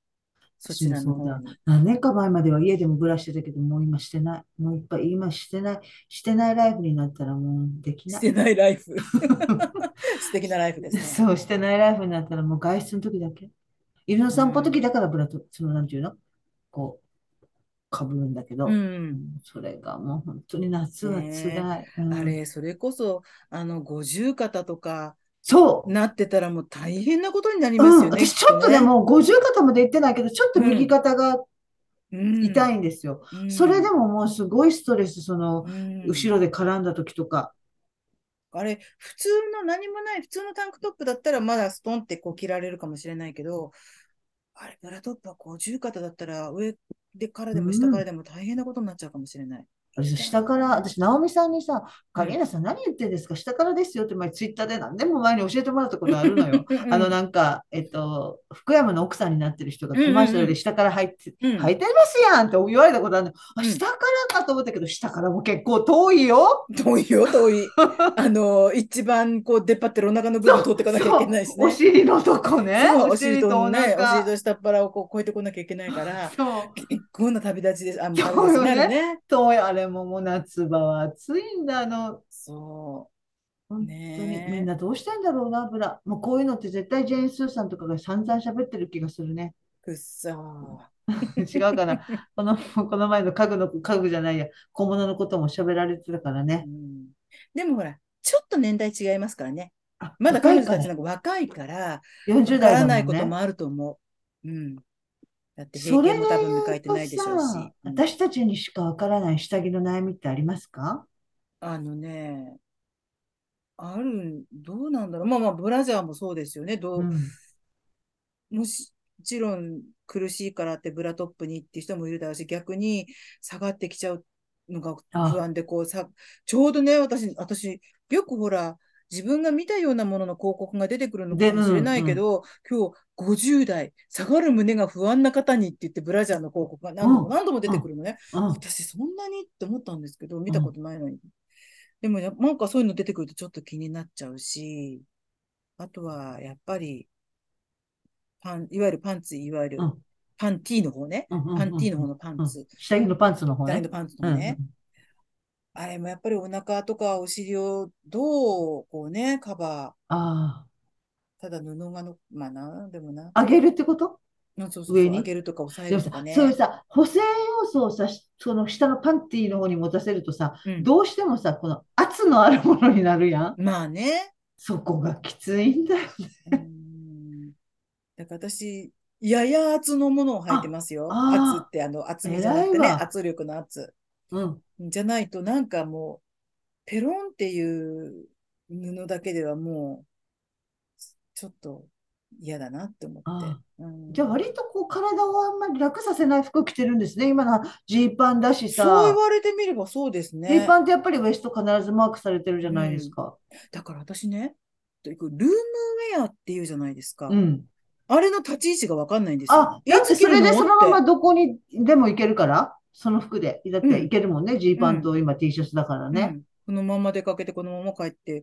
Speaker 2: そちらの方に。
Speaker 1: 何年か前までは家でもブラしてたけど、もう今してない。もういっぱい、今してない、してないライフになったらもうでき
Speaker 2: し
Speaker 1: ない。
Speaker 2: てないライ フ。 素敵なライフですね。
Speaker 1: そう、してないライフになったらもう外出の時だけ。犬の散歩の時だからブラと、その、なんていうのこう、かぶるんだけど
Speaker 2: う、ん。
Speaker 1: それがもう本当に夏はつらい。うん
Speaker 2: あれ、それこそ、あの、五十肩とか
Speaker 1: そう。
Speaker 2: なってたらもう大変なことになり
Speaker 1: う
Speaker 2: ます
Speaker 1: ん、
Speaker 2: よね。
Speaker 1: 私ちょっとで
Speaker 2: ね、
Speaker 1: も五十肩まで行ってないけど、ちょっと右肩が痛いんですよ。
Speaker 2: うん。
Speaker 1: それでももうすごいストレス、その、
Speaker 2: うん、
Speaker 1: 後ろで絡んだ時とか。
Speaker 2: あれ、普通の何もない、普通のタンクトップだったらまだストンってこう着られるかもしれないけど、あれ、ブラトップはこう十肩だったら上でからで
Speaker 1: う
Speaker 2: も
Speaker 1: ん
Speaker 2: 下からでも大変なことになっちゃうかもしれない。
Speaker 1: あれさ下から、私、直美さんにさ、カリーナさん何言ってんですか下からですよって前、ツイッターで何年も前に教えてもらったことあるのよ。 あの、なんか、えっと、福山の奥さんになってる人がコマーシャルで下から入って、
Speaker 2: うん
Speaker 1: 入ってますやんって言われたことあるのよ。あ、
Speaker 2: うん
Speaker 1: 下からかと思ったけど、下からも結構遠いよ。
Speaker 2: 遠いよ、遠 い。あの、一番こう出っ張ってるお腹の部分を通っていかなきゃいけないし
Speaker 1: そうお
Speaker 2: ね。
Speaker 1: 尻のとこね。
Speaker 2: そう
Speaker 1: お
Speaker 2: お尻
Speaker 1: 尻
Speaker 2: と
Speaker 1: とお
Speaker 2: ね、お
Speaker 1: 腹
Speaker 2: 尻と下っ腹をこう越えてこなきゃいけない から、
Speaker 1: そう。
Speaker 2: 結構な旅立ちです。あ、もう
Speaker 1: そうよね
Speaker 2: 旅立ちになるね。
Speaker 1: 遠い、あれももう夏場は暑いんだ、あの。
Speaker 2: そ
Speaker 1: 本当
Speaker 2: ね
Speaker 1: に
Speaker 2: え
Speaker 1: みんなどうしてんだろうな、ブラ。もうこういうのって絶対ジェーン・スーさんとかが散々喋ってる気がするね。
Speaker 2: う。くっそー。
Speaker 1: 違うかな。この、この前の家具の、家具じゃないや、小物のことも喋られてたからね。
Speaker 2: うんでもほら、ちょっと年代違いますからね。
Speaker 1: あ、
Speaker 2: まだ
Speaker 1: 若
Speaker 2: 彼
Speaker 1: い
Speaker 2: 女たち
Speaker 1: か
Speaker 2: の方が若いから、
Speaker 1: ら、
Speaker 2: わ
Speaker 1: 40
Speaker 2: か
Speaker 1: 代
Speaker 2: ら
Speaker 1: だ
Speaker 2: ない
Speaker 1: も
Speaker 2: こ
Speaker 1: ん
Speaker 2: と
Speaker 1: ね。
Speaker 2: もあると思う。うん。だって平
Speaker 1: それ
Speaker 2: 均
Speaker 1: で
Speaker 2: も多分書
Speaker 1: 言
Speaker 2: いうてな
Speaker 1: と
Speaker 2: いでしょうし。
Speaker 1: さ、
Speaker 2: うん
Speaker 1: 私たちにしかわからない下着の悩みってありますか
Speaker 2: あのね、あるん、どうなんだろう。まあまあ、ブラジャーもそうですよね。どう
Speaker 1: うん。
Speaker 2: もしもちろん苦しいからってブラトップにっていう人もいるだろうし、逆に下がってきちゃうのが不安で、こうさ、ちょうどね、私、私、よくほら、自分が見たようなものの広告が出てくるの
Speaker 1: で
Speaker 2: かもしれないけど、今日50代、下がる胸が不安な方にって言ってブラジャーの広告が何度も
Speaker 1: うん
Speaker 2: 何度も出てくるのね。
Speaker 1: うん。
Speaker 2: 私そんなにって思ったんですけど、見たことないのに。でもや、なんかそういうの出てくるとちょっと気になっちゃうし、あとはやっぱり、パン、いわゆるパンツ、いわゆる
Speaker 1: うん
Speaker 2: パンティーの方ね。
Speaker 1: うんうんうん
Speaker 2: パンティーの方のパンツ。
Speaker 1: 下着のパンツの方
Speaker 2: ダ
Speaker 1: ね
Speaker 2: イの。パンツのね。あれもやっぱりお腹とかお尻をどう、こうね、カバ
Speaker 1: うんうんあ
Speaker 2: ー、ただ布がの、まあなんでもな。
Speaker 1: あ、上げるってこと
Speaker 2: うんそうそうそう、
Speaker 1: 上に
Speaker 2: 上げるとか抑え
Speaker 1: でも
Speaker 2: る
Speaker 1: さ
Speaker 2: とかね。
Speaker 1: そういうさ、補正要素をさ、しその下のパンティーの方に持たせるとさ、
Speaker 2: うん
Speaker 1: どうしてもさ、この圧のあるものになるやん。
Speaker 2: まあね。
Speaker 1: そこがきついんだよ。
Speaker 2: うんだから私、やや圧のものを履いてますよ。
Speaker 1: ああー
Speaker 2: 圧ってあの厚みじゃなくて
Speaker 1: 偉
Speaker 2: ね、
Speaker 1: いわ
Speaker 2: 圧力の圧。
Speaker 1: うん。
Speaker 2: じゃないとなんかもう、ペロンっていう布だけではもう、ちょっと嫌だなって思って
Speaker 1: あ。
Speaker 2: うん
Speaker 1: じゃあ割とこう体をあんまり楽させない服着てるんですね。今のはジーパンだしさ、
Speaker 2: そう言われてみればそうです
Speaker 1: ジー
Speaker 2: ね。
Speaker 1: パンってやっぱりウエスト必ずマークされてるじゃないですか。
Speaker 2: だから私ね、ルームウェアっていうじゃないですか。
Speaker 1: うん。
Speaker 2: あれの立ち位置がわかんないんですよ。
Speaker 1: あ、だってそれでそのままどこにでも行けるから、その服で。だって行けるもんね、ジーパンと今 T シャツだから
Speaker 2: ね
Speaker 1: ね。
Speaker 2: このまま出かけて、このまま帰って、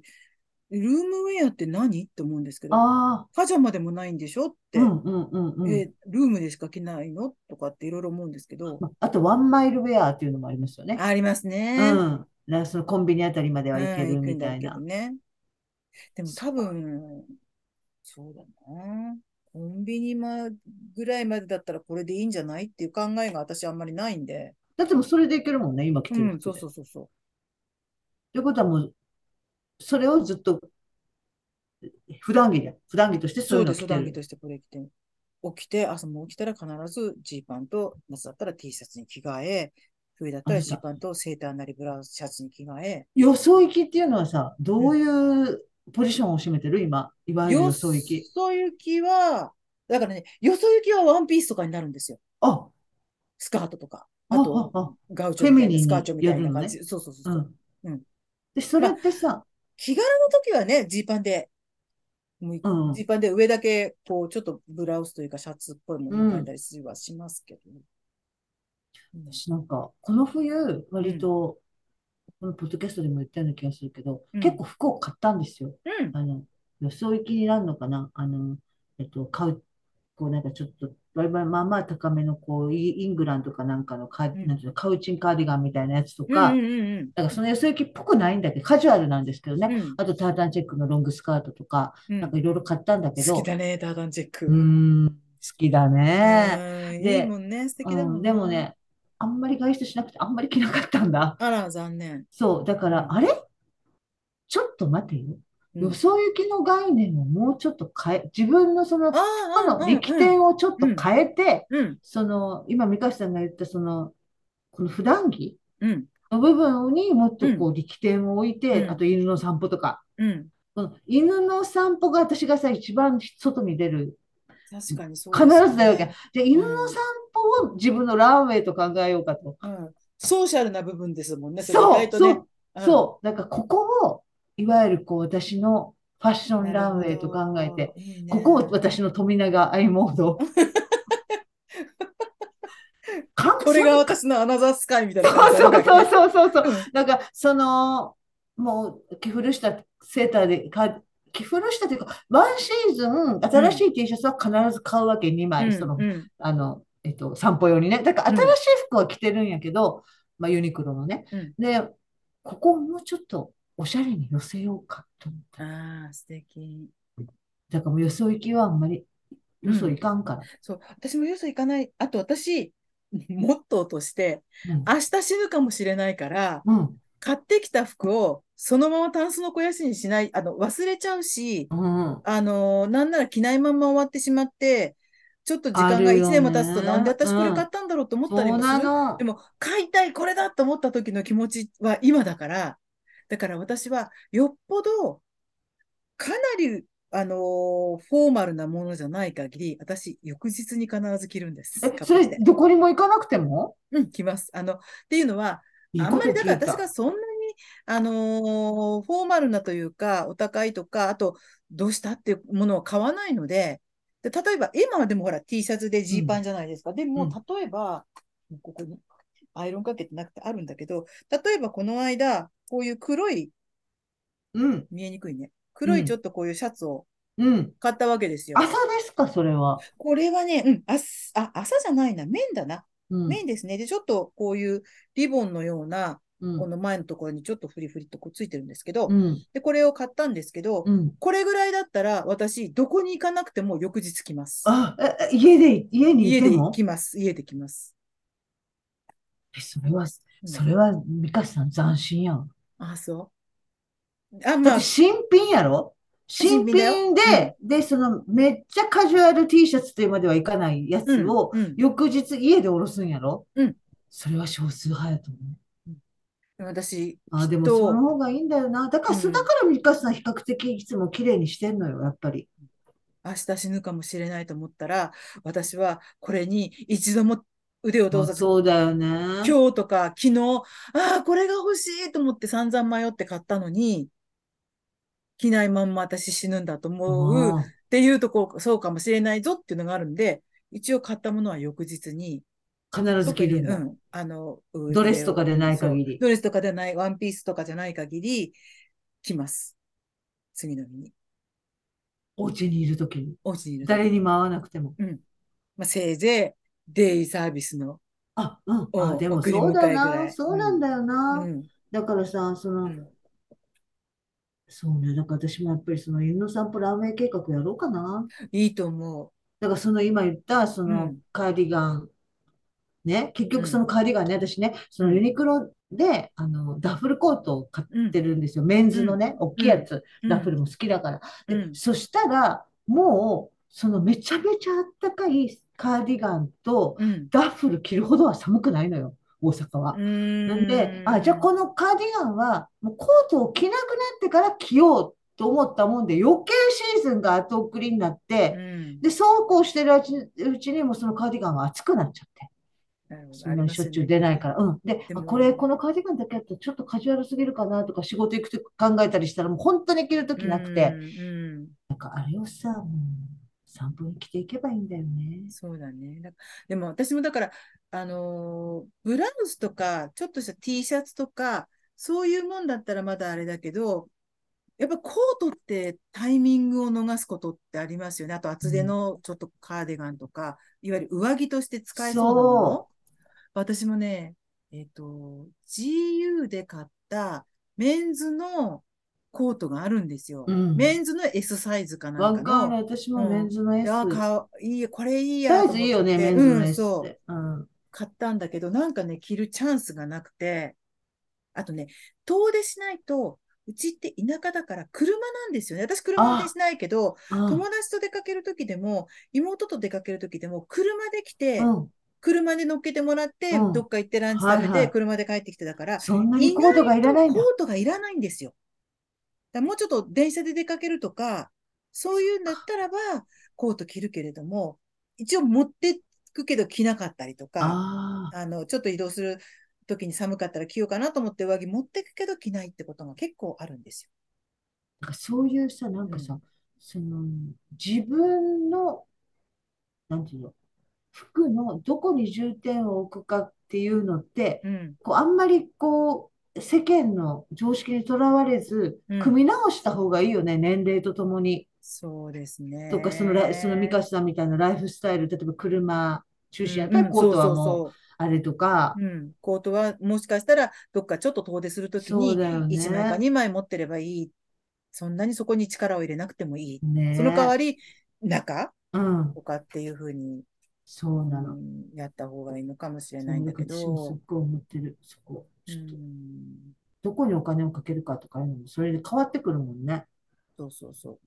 Speaker 2: ルームウェアって何って思うんですけど、
Speaker 1: ああ、
Speaker 2: パジャマでもないんでしょって、
Speaker 1: うんうんうんうん。
Speaker 2: え、ルームでしか着ないのとかっていろいろ思うんですけど、
Speaker 1: まあとワンマイルウェアっていうのもありますよね。
Speaker 2: あります
Speaker 1: う
Speaker 2: ね。
Speaker 1: ん。だからそのコンビニあたりまでは行け
Speaker 2: うん
Speaker 1: る
Speaker 2: 行く
Speaker 1: み
Speaker 2: んだ
Speaker 1: たい
Speaker 2: け
Speaker 1: な
Speaker 2: ど。ね。でも多分、そうだな。コンビニまぐらいまでだったらこれでいいんじゃないっていう考えが私あんまりないんで。
Speaker 1: だってもうそれで行けるもんね、今着て
Speaker 2: う
Speaker 1: る
Speaker 2: ん、
Speaker 1: 服
Speaker 2: そう
Speaker 1: で。
Speaker 2: そうそうそ
Speaker 1: ということはもう、それをずっと、普段着で、普段着として
Speaker 2: う。
Speaker 1: そう
Speaker 2: そ
Speaker 1: いううの
Speaker 2: で
Speaker 1: を
Speaker 2: す。
Speaker 1: 着
Speaker 2: 普
Speaker 1: て
Speaker 2: 段着
Speaker 1: る。
Speaker 2: としてこれ着て。起きて、朝も起きたら必ずジーパンと、夏だったら T シャツに着替え、冬だったらジーパンとセーターなりブラウスシャツに着替え。
Speaker 1: よそ行きっていうのはさ、どういうポジションを占めてる今、いわゆるよそ行
Speaker 2: よ
Speaker 1: き。
Speaker 2: そ行きは、だからね、よそ行きはワンピースとかになるんですよ。
Speaker 1: あ、
Speaker 2: スカートとか。
Speaker 1: あ
Speaker 2: あ
Speaker 1: あ
Speaker 2: と、
Speaker 1: あ、
Speaker 2: ガウチョみた
Speaker 1: フェミニ
Speaker 2: い
Speaker 1: ン
Speaker 2: な、
Speaker 1: に
Speaker 2: スカーチョみたいな
Speaker 1: や
Speaker 2: 感
Speaker 1: るの
Speaker 2: じ。そうそうそうそうう。
Speaker 1: ん。
Speaker 2: うん
Speaker 1: で、それってさ、
Speaker 2: 気軽の時はね、ジーパンで、もう
Speaker 1: うん。
Speaker 2: ジーパンで上だけ、こう、ちょっとブラウスというかシャツっぽいものを書いたりするはしますけど。うん
Speaker 1: 私なんか、この冬、割と、このポッドキャストでも言ったような気がするけど、
Speaker 2: うん
Speaker 1: 結構服を買ったんですよ。
Speaker 2: うん。
Speaker 1: あの、よそ行きになるのかなあの、えっと、買う、こうなんかちょっと、割々まあまあ高めの、こう、イイングランドかなんかのカー、
Speaker 2: うん
Speaker 1: なんていうの、カウチンカーディガンみたいなやつと
Speaker 2: うん
Speaker 1: か、
Speaker 2: うんうん
Speaker 1: だからそのよそ行きっぽくないんだけど、カジュアルなんですけど
Speaker 2: うん
Speaker 1: ね。
Speaker 2: うん
Speaker 1: あと、タータンチェックのロングスカートとか、
Speaker 2: うん
Speaker 1: なんかいろいろ買ったんだけ
Speaker 2: 好
Speaker 1: ど、
Speaker 2: きだね、タータンチェック。
Speaker 1: うーん、好きだね。
Speaker 2: うん
Speaker 1: で
Speaker 2: いいもんね、素敵だもん
Speaker 1: うん、でも。ね、あんまり外出しなくて、あんまり着なかったんだ。
Speaker 2: あら、残念。
Speaker 1: そう、だから、あれちょっと待てよ。
Speaker 2: うん
Speaker 1: よそ行きの概念をもうちょっと変え、自分のその、
Speaker 2: あ
Speaker 1: そ
Speaker 2: あ、ああ
Speaker 1: の力点をちょっと変えて、
Speaker 2: うん、
Speaker 1: その、今、美香さんが言った、その、この普段着
Speaker 2: うん、
Speaker 1: の部分にもっとこう力点を置いて、
Speaker 2: うん
Speaker 1: あと犬の散歩とか。
Speaker 2: うん。
Speaker 1: この犬の散歩が私がさ、一番外に出る。
Speaker 2: 確かにそう
Speaker 1: 必
Speaker 2: ですね
Speaker 1: ずだよ。じゃあ犬の散歩を自分のランウェイと考えようかと。
Speaker 2: うん。ソーシャルな部分ですもんね、それ
Speaker 1: そう
Speaker 2: 意外とね。ん
Speaker 1: そう。なんかここを、いわゆるこう私のファッションランウェイと考えて、
Speaker 2: いいね、
Speaker 1: ここを私の富永アイモード。完
Speaker 2: これが
Speaker 1: そ
Speaker 2: 私のアナザースカイみたいな
Speaker 1: うそうそう
Speaker 2: う
Speaker 1: そうそうそう。
Speaker 2: うん
Speaker 1: なんかその、もう着古したセーターでか、着古したというか、ワンシーズン、新しい T シャツは必ず買うわけ、2枚、その、
Speaker 2: うん
Speaker 1: あの、えっと、散歩用にね。だから
Speaker 2: うん
Speaker 1: 新しい服は着てるんやけど、まあユニクロのね。
Speaker 2: うん
Speaker 1: で、ここをもうちょっとおしゃれに寄せようかと思った。
Speaker 2: ああ、素敵。
Speaker 1: だからもうよそ行きはあんまり、
Speaker 2: うん
Speaker 1: よそ行かんから。
Speaker 2: そう、私もよそ行かない。あと私、 モットーとして、
Speaker 1: うん。
Speaker 2: 明日死ぬかもしれないから、
Speaker 1: うん。
Speaker 2: 買ってきた服をそのままタンスの肥やしにしない、あの、忘れちゃうし、
Speaker 1: うんうん。
Speaker 2: あのーなんなら着ないまま終わってしまって、ちょっと時間が
Speaker 1: ある
Speaker 2: 1
Speaker 1: よね
Speaker 2: 年も経つと、なんで私これ買ったんだろうと思ったり
Speaker 1: そう
Speaker 2: もす
Speaker 1: な
Speaker 2: る。
Speaker 1: の
Speaker 2: で。も、買いたい、これだと思った時の気持ちは今だから、だから私はよっぽど、かなり、あのーフォーマルなものじゃない限り、私、翌日に必ず着るんです。
Speaker 1: え、
Speaker 2: 買っ
Speaker 1: そ
Speaker 2: て
Speaker 1: れ
Speaker 2: きて
Speaker 1: どこにも行かなくても
Speaker 2: うん、着ます。あの、っていうのは、
Speaker 1: いい
Speaker 2: あん
Speaker 1: こ
Speaker 2: ま
Speaker 1: と
Speaker 2: りだから
Speaker 1: 聞い
Speaker 2: 私
Speaker 1: た。
Speaker 2: がそんなに、あのーフォーマルなというか、お高いとか、あと、どうしたっていうものを買わないので、で例えば、今はでもほら T シャツでジーパンじゃないですか。で
Speaker 1: うん
Speaker 2: も、例えば、ここにアイロンかけてなくてあるんだけど、例えばこの間、こういう黒い、
Speaker 1: うん。
Speaker 2: 見えにくいね。黒
Speaker 1: う
Speaker 2: い
Speaker 1: ん
Speaker 2: ちょっとこういうシャツを
Speaker 1: うん。
Speaker 2: 買ったわけですよ。
Speaker 1: 朝ですか、それは。
Speaker 2: これはね、うん、あすあ、朝じゃないな、綿だな。
Speaker 1: うん。
Speaker 2: 綿ですね。で、ちょっとこういうリボンのような、
Speaker 1: うん
Speaker 2: この前のところにちょっとフリフリとこうついてるんですけど、
Speaker 1: うん。
Speaker 2: で、これを買ったんですけど、
Speaker 1: うん。
Speaker 2: これぐらいだったら私、どこに行かなくても翌日来ます。
Speaker 1: あ、ええ家で、家にい
Speaker 2: 家
Speaker 1: て
Speaker 2: で
Speaker 1: も
Speaker 2: 行きます。家で来ます。
Speaker 1: それは、
Speaker 2: うん
Speaker 1: それは、美香さん斬新やん。
Speaker 2: あ、そう。あ、
Speaker 1: だっ
Speaker 2: まあ
Speaker 1: て、新品やろ新
Speaker 2: 新品だよ
Speaker 1: 品で、で、その、めっちゃカジュアル T シャツというまではいかないやつを、
Speaker 2: うんうん
Speaker 1: 翌日家でおろすんやろ
Speaker 2: うん
Speaker 1: それは少数派やと思う。
Speaker 2: 私、
Speaker 1: あ、
Speaker 2: き
Speaker 1: で
Speaker 2: っ
Speaker 1: もその
Speaker 2: と、
Speaker 1: 方がいいんだよな。だから、
Speaker 2: うん
Speaker 1: だからミカさん比較的いつも綺麗にしてんのよ、やっぱり。
Speaker 2: 明日死ぬかもしれないと思ったら、私はこれに一度も腕をどうさず、
Speaker 1: そうだよね。
Speaker 2: 今日とか昨日、ああ、これが欲しいと思って散々迷って買ったのに、着ないまんま私死ぬんだと思う
Speaker 1: ああ
Speaker 2: っていうとこ、そうかもしれないぞっていうのがあるんで、一応買ったものは翌日に、
Speaker 1: 必ず着るん
Speaker 2: 特
Speaker 1: だ。
Speaker 2: にうん、あの、
Speaker 1: ドレスとかでない限
Speaker 2: そう
Speaker 1: り。
Speaker 2: ドレスとかでない、ワンピースとかじゃない限り、着ます。次の日に。
Speaker 1: お家にいるときに。
Speaker 2: お家にいる時
Speaker 1: 誰にも会わなくても。
Speaker 2: まあ、せいぜいデイサービスの。
Speaker 1: あ、うん。
Speaker 2: う
Speaker 1: あ、
Speaker 2: ん
Speaker 1: でも
Speaker 2: 送り
Speaker 1: そうだ
Speaker 2: 迎えぐら
Speaker 1: な。
Speaker 2: い
Speaker 1: そうなんだよ
Speaker 2: う
Speaker 1: な。
Speaker 2: ん。
Speaker 1: だからさ、そうの、
Speaker 2: ん
Speaker 1: そうね。だから私もやっぱりその犬の散歩ラーメン計画やろうかな。
Speaker 2: いいと思。
Speaker 1: だからその今言った、そう
Speaker 2: う
Speaker 1: の
Speaker 2: ん。
Speaker 1: カーディガン。ね、結
Speaker 2: うん
Speaker 1: 局そのカーディガンね、私ね、そのユニクロで、あの、ダッフルコートを買ってるんですよ。メンズのね、大きいやつ。
Speaker 2: うん
Speaker 1: ダッフルも好きだから。で、
Speaker 2: うん
Speaker 1: そしたら、もう、そのめちゃめちゃあったかいカーディガンと
Speaker 2: うん。
Speaker 1: ダッフル着るほどは寒くないのよ、大阪は。な
Speaker 2: な
Speaker 1: んで、あ、じゃあこのカーディガンは、もうコートを着なくなってから着ようと思ったもんで、余計シーズンが後送りになって、
Speaker 2: うん
Speaker 1: で、そうこうしてるうちうちにもそのカーディガンは暑くなっちゃって。
Speaker 2: なるほど
Speaker 1: そんなにしょっちゅう出ないから。うん。で、
Speaker 2: で
Speaker 1: あ
Speaker 2: も
Speaker 1: これ、このカーディガンだけだとちょっとカジュアルすぎるかなとか、仕事行くと考えたりしたら、もう本当に着ると
Speaker 2: あ
Speaker 1: き
Speaker 2: りま
Speaker 1: な
Speaker 2: す
Speaker 1: く
Speaker 2: よね
Speaker 1: て、
Speaker 2: うんうん
Speaker 1: なんかあれをさ、もう散歩に着ていけばいいんだよね。
Speaker 2: そうだね。だでも私もだから、あのーブラウスとか、ちょっとした T シャツとか、そういうもんだったらまだあれだけど、やっぱコートってタイミングを逃すことってありますよね。あと厚手のちょっとカーディガンとか、いわゆる上着として使えそうなもの
Speaker 1: そ。
Speaker 2: 私もね、えっ、と、GU で買ったメンズのコートがあるんですよ。
Speaker 1: うん
Speaker 2: メンズの S サイズかな
Speaker 1: わ
Speaker 2: ん
Speaker 1: か
Speaker 2: か
Speaker 1: る。
Speaker 2: の。
Speaker 1: 私もメンズの
Speaker 2: い
Speaker 1: S。
Speaker 2: や、かいい、これいいや
Speaker 1: サイ
Speaker 2: と
Speaker 1: ズ
Speaker 2: 思
Speaker 1: い
Speaker 2: っ
Speaker 1: いよね、
Speaker 2: て
Speaker 1: メンズの
Speaker 2: うん、
Speaker 1: S っ
Speaker 2: そう。
Speaker 1: て。うん。
Speaker 2: 買ったんだけど、なんかね、着るチャンスがなくて、あとね、遠出しないと、うちって田舎だから車なんですよね。私車運転しないけど、
Speaker 1: あ
Speaker 2: 友達と出かけるときでも、妹と出かけるときでも、車で来て、
Speaker 1: うん。
Speaker 2: 車で乗っけてもらって、
Speaker 1: うん
Speaker 2: どっか行ってランチ食べて、
Speaker 1: はいはい
Speaker 2: 車で帰ってきてだから、
Speaker 1: そんなにコートがいらないん
Speaker 2: 意外
Speaker 1: だ。
Speaker 2: とコートがいらないんですよ。だからもうちょっと電車で出かけるとか、そういうんだったらば、コート着るけれども、一応持ってくけど着なかったりとか、
Speaker 1: ああ。
Speaker 2: あの、ちょっと移動する時に寒かったら着ようかなと思って上着持ってくけど着ないってことが結構あるんですよ。
Speaker 1: なんかそういうさ、なんか
Speaker 2: う
Speaker 1: さ、その、自分の、なんていうの、服のどこに重点を置くかっていうのって、
Speaker 2: うん。
Speaker 1: こうあんまりこう世間の常識にとらわれず、
Speaker 2: うん
Speaker 1: 組み直した方がいいよね、年齢とともに。
Speaker 2: そうですね。
Speaker 1: とか、そのライ、そのミカさんみたいなライフスタイル、例えば車中心やったらコートはもう、
Speaker 2: う
Speaker 1: あれとか
Speaker 2: ん、そうそうそう、うん、コートはもしかしたらどっかちょっと遠出するとき
Speaker 1: そう
Speaker 2: に
Speaker 1: だよね
Speaker 2: 1枚か2枚持ってればいい。そんなにそこに力を入れなくてもいい。
Speaker 1: ね
Speaker 2: その代わり、中
Speaker 1: うん、
Speaker 2: とかっていうふうに、
Speaker 1: そう
Speaker 2: う
Speaker 1: なの。
Speaker 2: ん、やった方がいいのかもしれ
Speaker 1: そ
Speaker 2: ないん
Speaker 1: の
Speaker 2: だけ
Speaker 1: 私もす
Speaker 2: ど
Speaker 1: っ。ごい思ってる、そこ。
Speaker 2: う
Speaker 1: ちょっと、
Speaker 2: ん
Speaker 1: どこにお金をかけるかとかいうのも、それで変わってくるもんね。
Speaker 2: そうそうそう。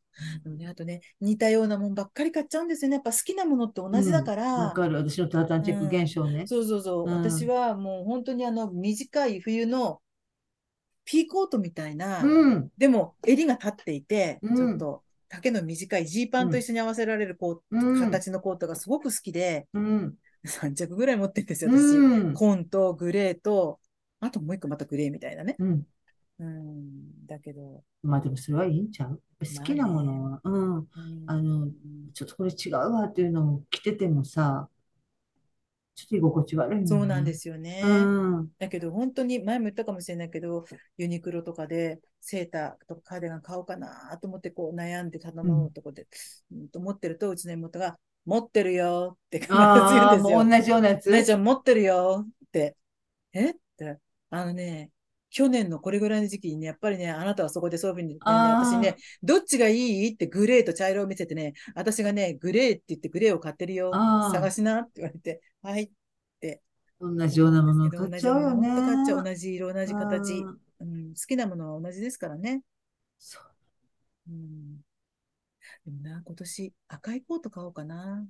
Speaker 2: でもね、あとね、似たようなもんばっかり買っちゃうんですよね。やっぱ好きなものって同じだか
Speaker 1: うんわ
Speaker 2: ら。
Speaker 1: かる。私のタータンチェック現象ね。
Speaker 2: そうそうそう。
Speaker 1: うん
Speaker 2: 私はもう本当にあの短い冬のピーコートみたいな、
Speaker 1: うん、
Speaker 2: でも襟が立っていて、
Speaker 1: うん
Speaker 2: ちょっと丈の短いジーパンと一緒に合わせられるこう、
Speaker 1: うん
Speaker 2: 形のコートがすごく好きで、
Speaker 1: うん、
Speaker 2: 3着ぐらい持ってるんですよ、私。
Speaker 1: うん、
Speaker 2: 紺とグレーと、あともう一個またグレーみたいなね。
Speaker 1: うん。
Speaker 2: うん、だけど。
Speaker 1: まあでもそれはいいんちゃう好きなものは、うん。
Speaker 2: うん
Speaker 1: あのちょっとこれ違うわっていうのを着ててもさ、ちょっと居心地悪いもん。
Speaker 2: そうなんですすよね。
Speaker 1: うん。
Speaker 2: だけど本当に前も言ったかもしれないけどユニクロとかでセーターとかカーディガン買おうかなと思ってこう悩んで頼もうとこで、うん、と思ってるとうちの妹が「持ってるよ」って必ず言
Speaker 1: ああ、
Speaker 2: うんです
Speaker 1: も
Speaker 2: よ
Speaker 1: う。同じようなやつ。
Speaker 2: 姉ちゃん持ってるよって。えって。あのね、去年のこれぐらいの時期にね、やっぱりね、あなたはそこでそういうふうに言ってね、
Speaker 1: あー
Speaker 2: 私にね、どっちがいいってグレーと茶色を見せてね、私がね、グレーって言ってグレーを買ってるよ。
Speaker 1: あー
Speaker 2: 探しなって言われて、はい。
Speaker 1: 同じようなものを
Speaker 2: 同
Speaker 1: 買っ
Speaker 2: じ
Speaker 1: ちゃ
Speaker 2: よ
Speaker 1: う
Speaker 2: うな
Speaker 1: よ
Speaker 2: もの
Speaker 1: ね。
Speaker 2: を買っちゃう同じ色、同じ形、
Speaker 1: うん
Speaker 2: うん。好きなものは同じですからね。
Speaker 1: そう
Speaker 2: うん。でもな、今年赤いコート買おうかな。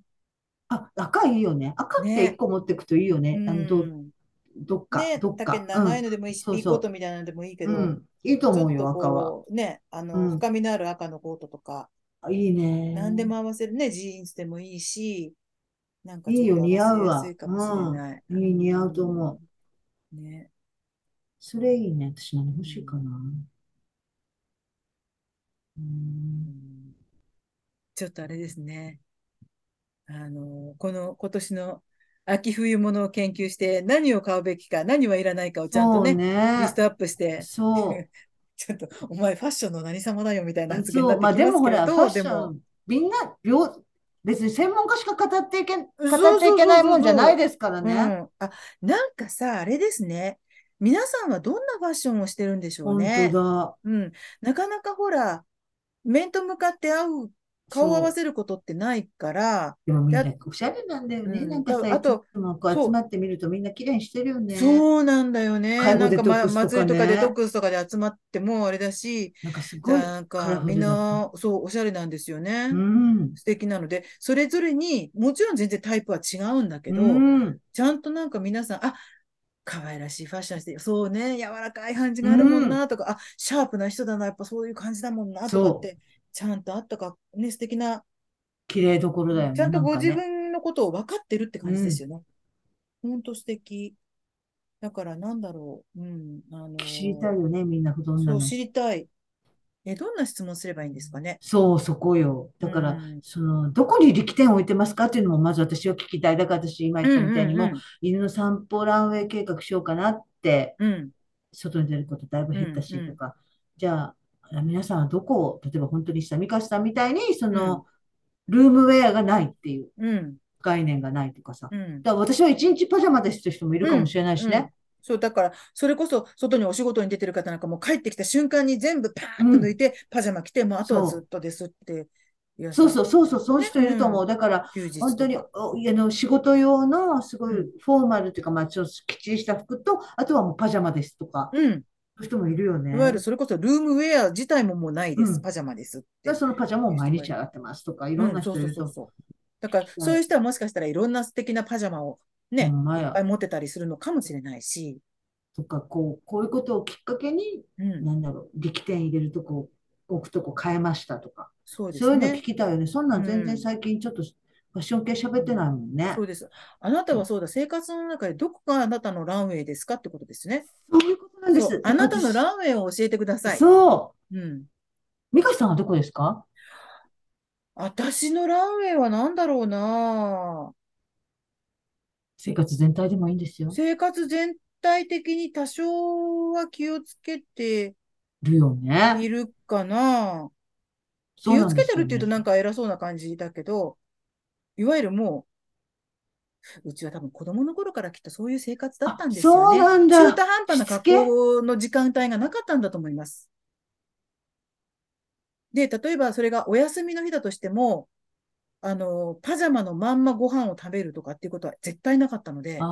Speaker 1: あ、赤いいよね。赤って一個持ってくといいよね。あの、ど、
Speaker 2: うん
Speaker 1: どっか、
Speaker 2: ね、
Speaker 1: どっか。
Speaker 2: 丈の長いのでもいいし、
Speaker 1: そう
Speaker 2: いい
Speaker 1: そう
Speaker 2: コートみたいなのでもいいけ
Speaker 1: う
Speaker 2: ど、
Speaker 1: ん。うん。いいと思う
Speaker 2: ちょ
Speaker 1: よ、
Speaker 2: っと
Speaker 1: 赤は。
Speaker 2: こうね、あの、
Speaker 1: うん
Speaker 2: 深みのある赤のコートとか、
Speaker 1: あいいね。
Speaker 2: 何でも合わせるね、ジーンズでもいいし、なんか
Speaker 1: いい
Speaker 2: ちょ
Speaker 1: よ、
Speaker 2: っと
Speaker 1: 似合う
Speaker 2: 合わ
Speaker 1: わ
Speaker 2: せやすいかもしれない。
Speaker 1: うんいい似合うと思
Speaker 2: うん。ね。
Speaker 1: それいいね。私何欲しいかな。うん。
Speaker 2: ちょっとあれですね。あの、この今年の秋冬物を研究して、何を買うべきか、何はいらないかをちゃんと
Speaker 1: そう
Speaker 2: ね、
Speaker 1: ね
Speaker 2: リストアップして、
Speaker 1: そう。
Speaker 2: ちょっと、お前ファッションの何様だよみたいな発言に
Speaker 1: そ
Speaker 2: な
Speaker 1: う、
Speaker 2: って
Speaker 1: まあで
Speaker 2: きま
Speaker 1: も
Speaker 2: す
Speaker 1: ほ
Speaker 2: けれ
Speaker 1: ら、
Speaker 2: ど、
Speaker 1: ファッシ
Speaker 2: でも
Speaker 1: ョ、ン、みんな、両、別に専門家しか語っていけ、語
Speaker 2: そうそう
Speaker 1: っていけないもんじゃないですから
Speaker 2: うん、
Speaker 1: ね。
Speaker 2: あ、なんかさ、あれですね。皆さんはどんなファッションをしてるんでしょう
Speaker 1: 本
Speaker 2: ね。
Speaker 1: 当だ。
Speaker 2: うん。なかなかほら、面と向かって会う、顔を合わせることってないから、
Speaker 1: でもみんな
Speaker 2: だ
Speaker 1: おしゃれなんだよね。
Speaker 2: うん
Speaker 1: なんかさ、
Speaker 2: だあと
Speaker 1: いつもこう
Speaker 2: そう
Speaker 1: 集まってみるとみんな綺麗にしてるよね。
Speaker 2: そうなんだよね。
Speaker 1: 介護
Speaker 2: なんか、ま、
Speaker 1: デトックスとかね
Speaker 2: 祭りとかデトックスとかで集まってもあれだし、
Speaker 1: なんかすごい
Speaker 2: なん
Speaker 1: カラ
Speaker 2: か
Speaker 1: フ
Speaker 2: み
Speaker 1: ル
Speaker 2: ん
Speaker 1: だった。
Speaker 2: な、そう、おしゃれなんですよね。
Speaker 1: うん。
Speaker 2: 素敵なので、それぞれに、もちろん全然タイプは違うんだけど、
Speaker 1: うん。
Speaker 2: ちゃんとなんか皆さん、あ、可愛らしいファッションして、そうね、柔らかい感じがあるもんなとか、あ、シャープな人だな、やっぱそういう感じだもんなとかって、ちゃんとあったか、ね、素敵な、
Speaker 1: 綺麗どころだよね。
Speaker 2: ちゃんとご
Speaker 1: なんか
Speaker 2: 自
Speaker 1: ね
Speaker 2: 分のことを分かってるって感じですよね。ほんと素敵。だからなんだろう、うん、あのー
Speaker 1: 知りたいよね、みんな、どんな
Speaker 2: そう、
Speaker 1: の。
Speaker 2: 知りたい。え、どんな質問すればいいんですかね。
Speaker 1: そう、そこよ。だから、
Speaker 2: うん
Speaker 1: その、どこに力点を置いてますかっていうのも、まず私は聞きたい。だから私、今言ったみたいにも、
Speaker 2: うん
Speaker 1: 犬の散歩ランウェイ計画しようかなって、
Speaker 2: うんうん、
Speaker 1: 外に出ることだいぶ減った
Speaker 2: うんう
Speaker 1: し、
Speaker 2: ん
Speaker 1: とか、じゃあ、皆さんはどこを、例えば本当にさ、ミカさんみたいに、その、ルームウェアがないっていう
Speaker 2: うん、うん、
Speaker 1: 概念がないとかさ。だか
Speaker 2: うん。
Speaker 1: ら私は一日パジャマでしてる人もいるかもしれないし
Speaker 2: うん
Speaker 1: ね。
Speaker 2: そう、だから、それこそ、外にお仕事に出てる方なんかもう帰ってきた瞬間に全部パーンと抜いて、パジャマ着て、もうあとは
Speaker 1: そ
Speaker 2: ずっとですって、いらっしゃ
Speaker 1: そ
Speaker 2: る
Speaker 1: うそうそうそう、そういう人いると思
Speaker 2: う
Speaker 1: う。だから、
Speaker 2: 休日とか
Speaker 1: 本当におあの仕事用のすごい
Speaker 2: うん
Speaker 1: フォーマルというか、まあ、ちょっときっちりした服と、あとはもうパジャマですとか、
Speaker 2: うん。
Speaker 1: そういう人もいるよね。
Speaker 2: いわゆるそれこそ、ルームウェア自体ももうないです。
Speaker 1: うん
Speaker 2: パジャマですって
Speaker 1: で。そのパジャマを毎日上がってますとか、いろんな人いると
Speaker 2: うんそうそう
Speaker 1: 思
Speaker 2: そうそう。だから、
Speaker 1: うん
Speaker 2: そういう人はもしかしたらいろんな素敵なパジャマを
Speaker 1: う。
Speaker 2: ね、いっ
Speaker 1: ほんまや
Speaker 2: ぱい持ってたりするのかもしれないし、
Speaker 1: とか、こう、こういうことをきっかけに、
Speaker 2: うん、
Speaker 1: なんだろう、力点入れるとこ、置くとこ変えましたとか、
Speaker 2: そうで
Speaker 1: そうい
Speaker 2: す
Speaker 1: うの聞
Speaker 2: ね。
Speaker 1: きたいよね。そんなん全
Speaker 2: うん
Speaker 1: 然最近ちょっとファッション系喋ってないもんね
Speaker 2: そう。です。あなたはそうだ、生活の中でどこがあなたのランウェイですかってことですね。
Speaker 1: そういうことなんで
Speaker 2: そう
Speaker 1: す。
Speaker 2: あなたのランウェイを教えてください。
Speaker 1: そ
Speaker 2: うん、
Speaker 1: う。美香さんはどこですか
Speaker 2: 私のランウェイは何だろうな。
Speaker 1: 生活全体でもいいんですよ。
Speaker 2: 生活全体的に多少は気をつけて
Speaker 1: いるよね。
Speaker 2: いるかな。
Speaker 1: そ
Speaker 2: 気
Speaker 1: うな
Speaker 2: をつ
Speaker 1: んで
Speaker 2: け
Speaker 1: す
Speaker 2: て
Speaker 1: よ
Speaker 2: るっていうと
Speaker 1: ね
Speaker 2: なんか偉そうな感じだけど、いわゆるもう、うちは多分子供の頃からきっとそういう生活だったんですよね。
Speaker 1: あそうなんだ
Speaker 2: 中途半端な
Speaker 1: しつけ
Speaker 2: 格好の時間帯がなかったんだと思います。で、例えばそれがお休みの日だとしても、あの、パジャマのまんまご飯を食べるとかっていうことは絶対なかったので、
Speaker 1: あ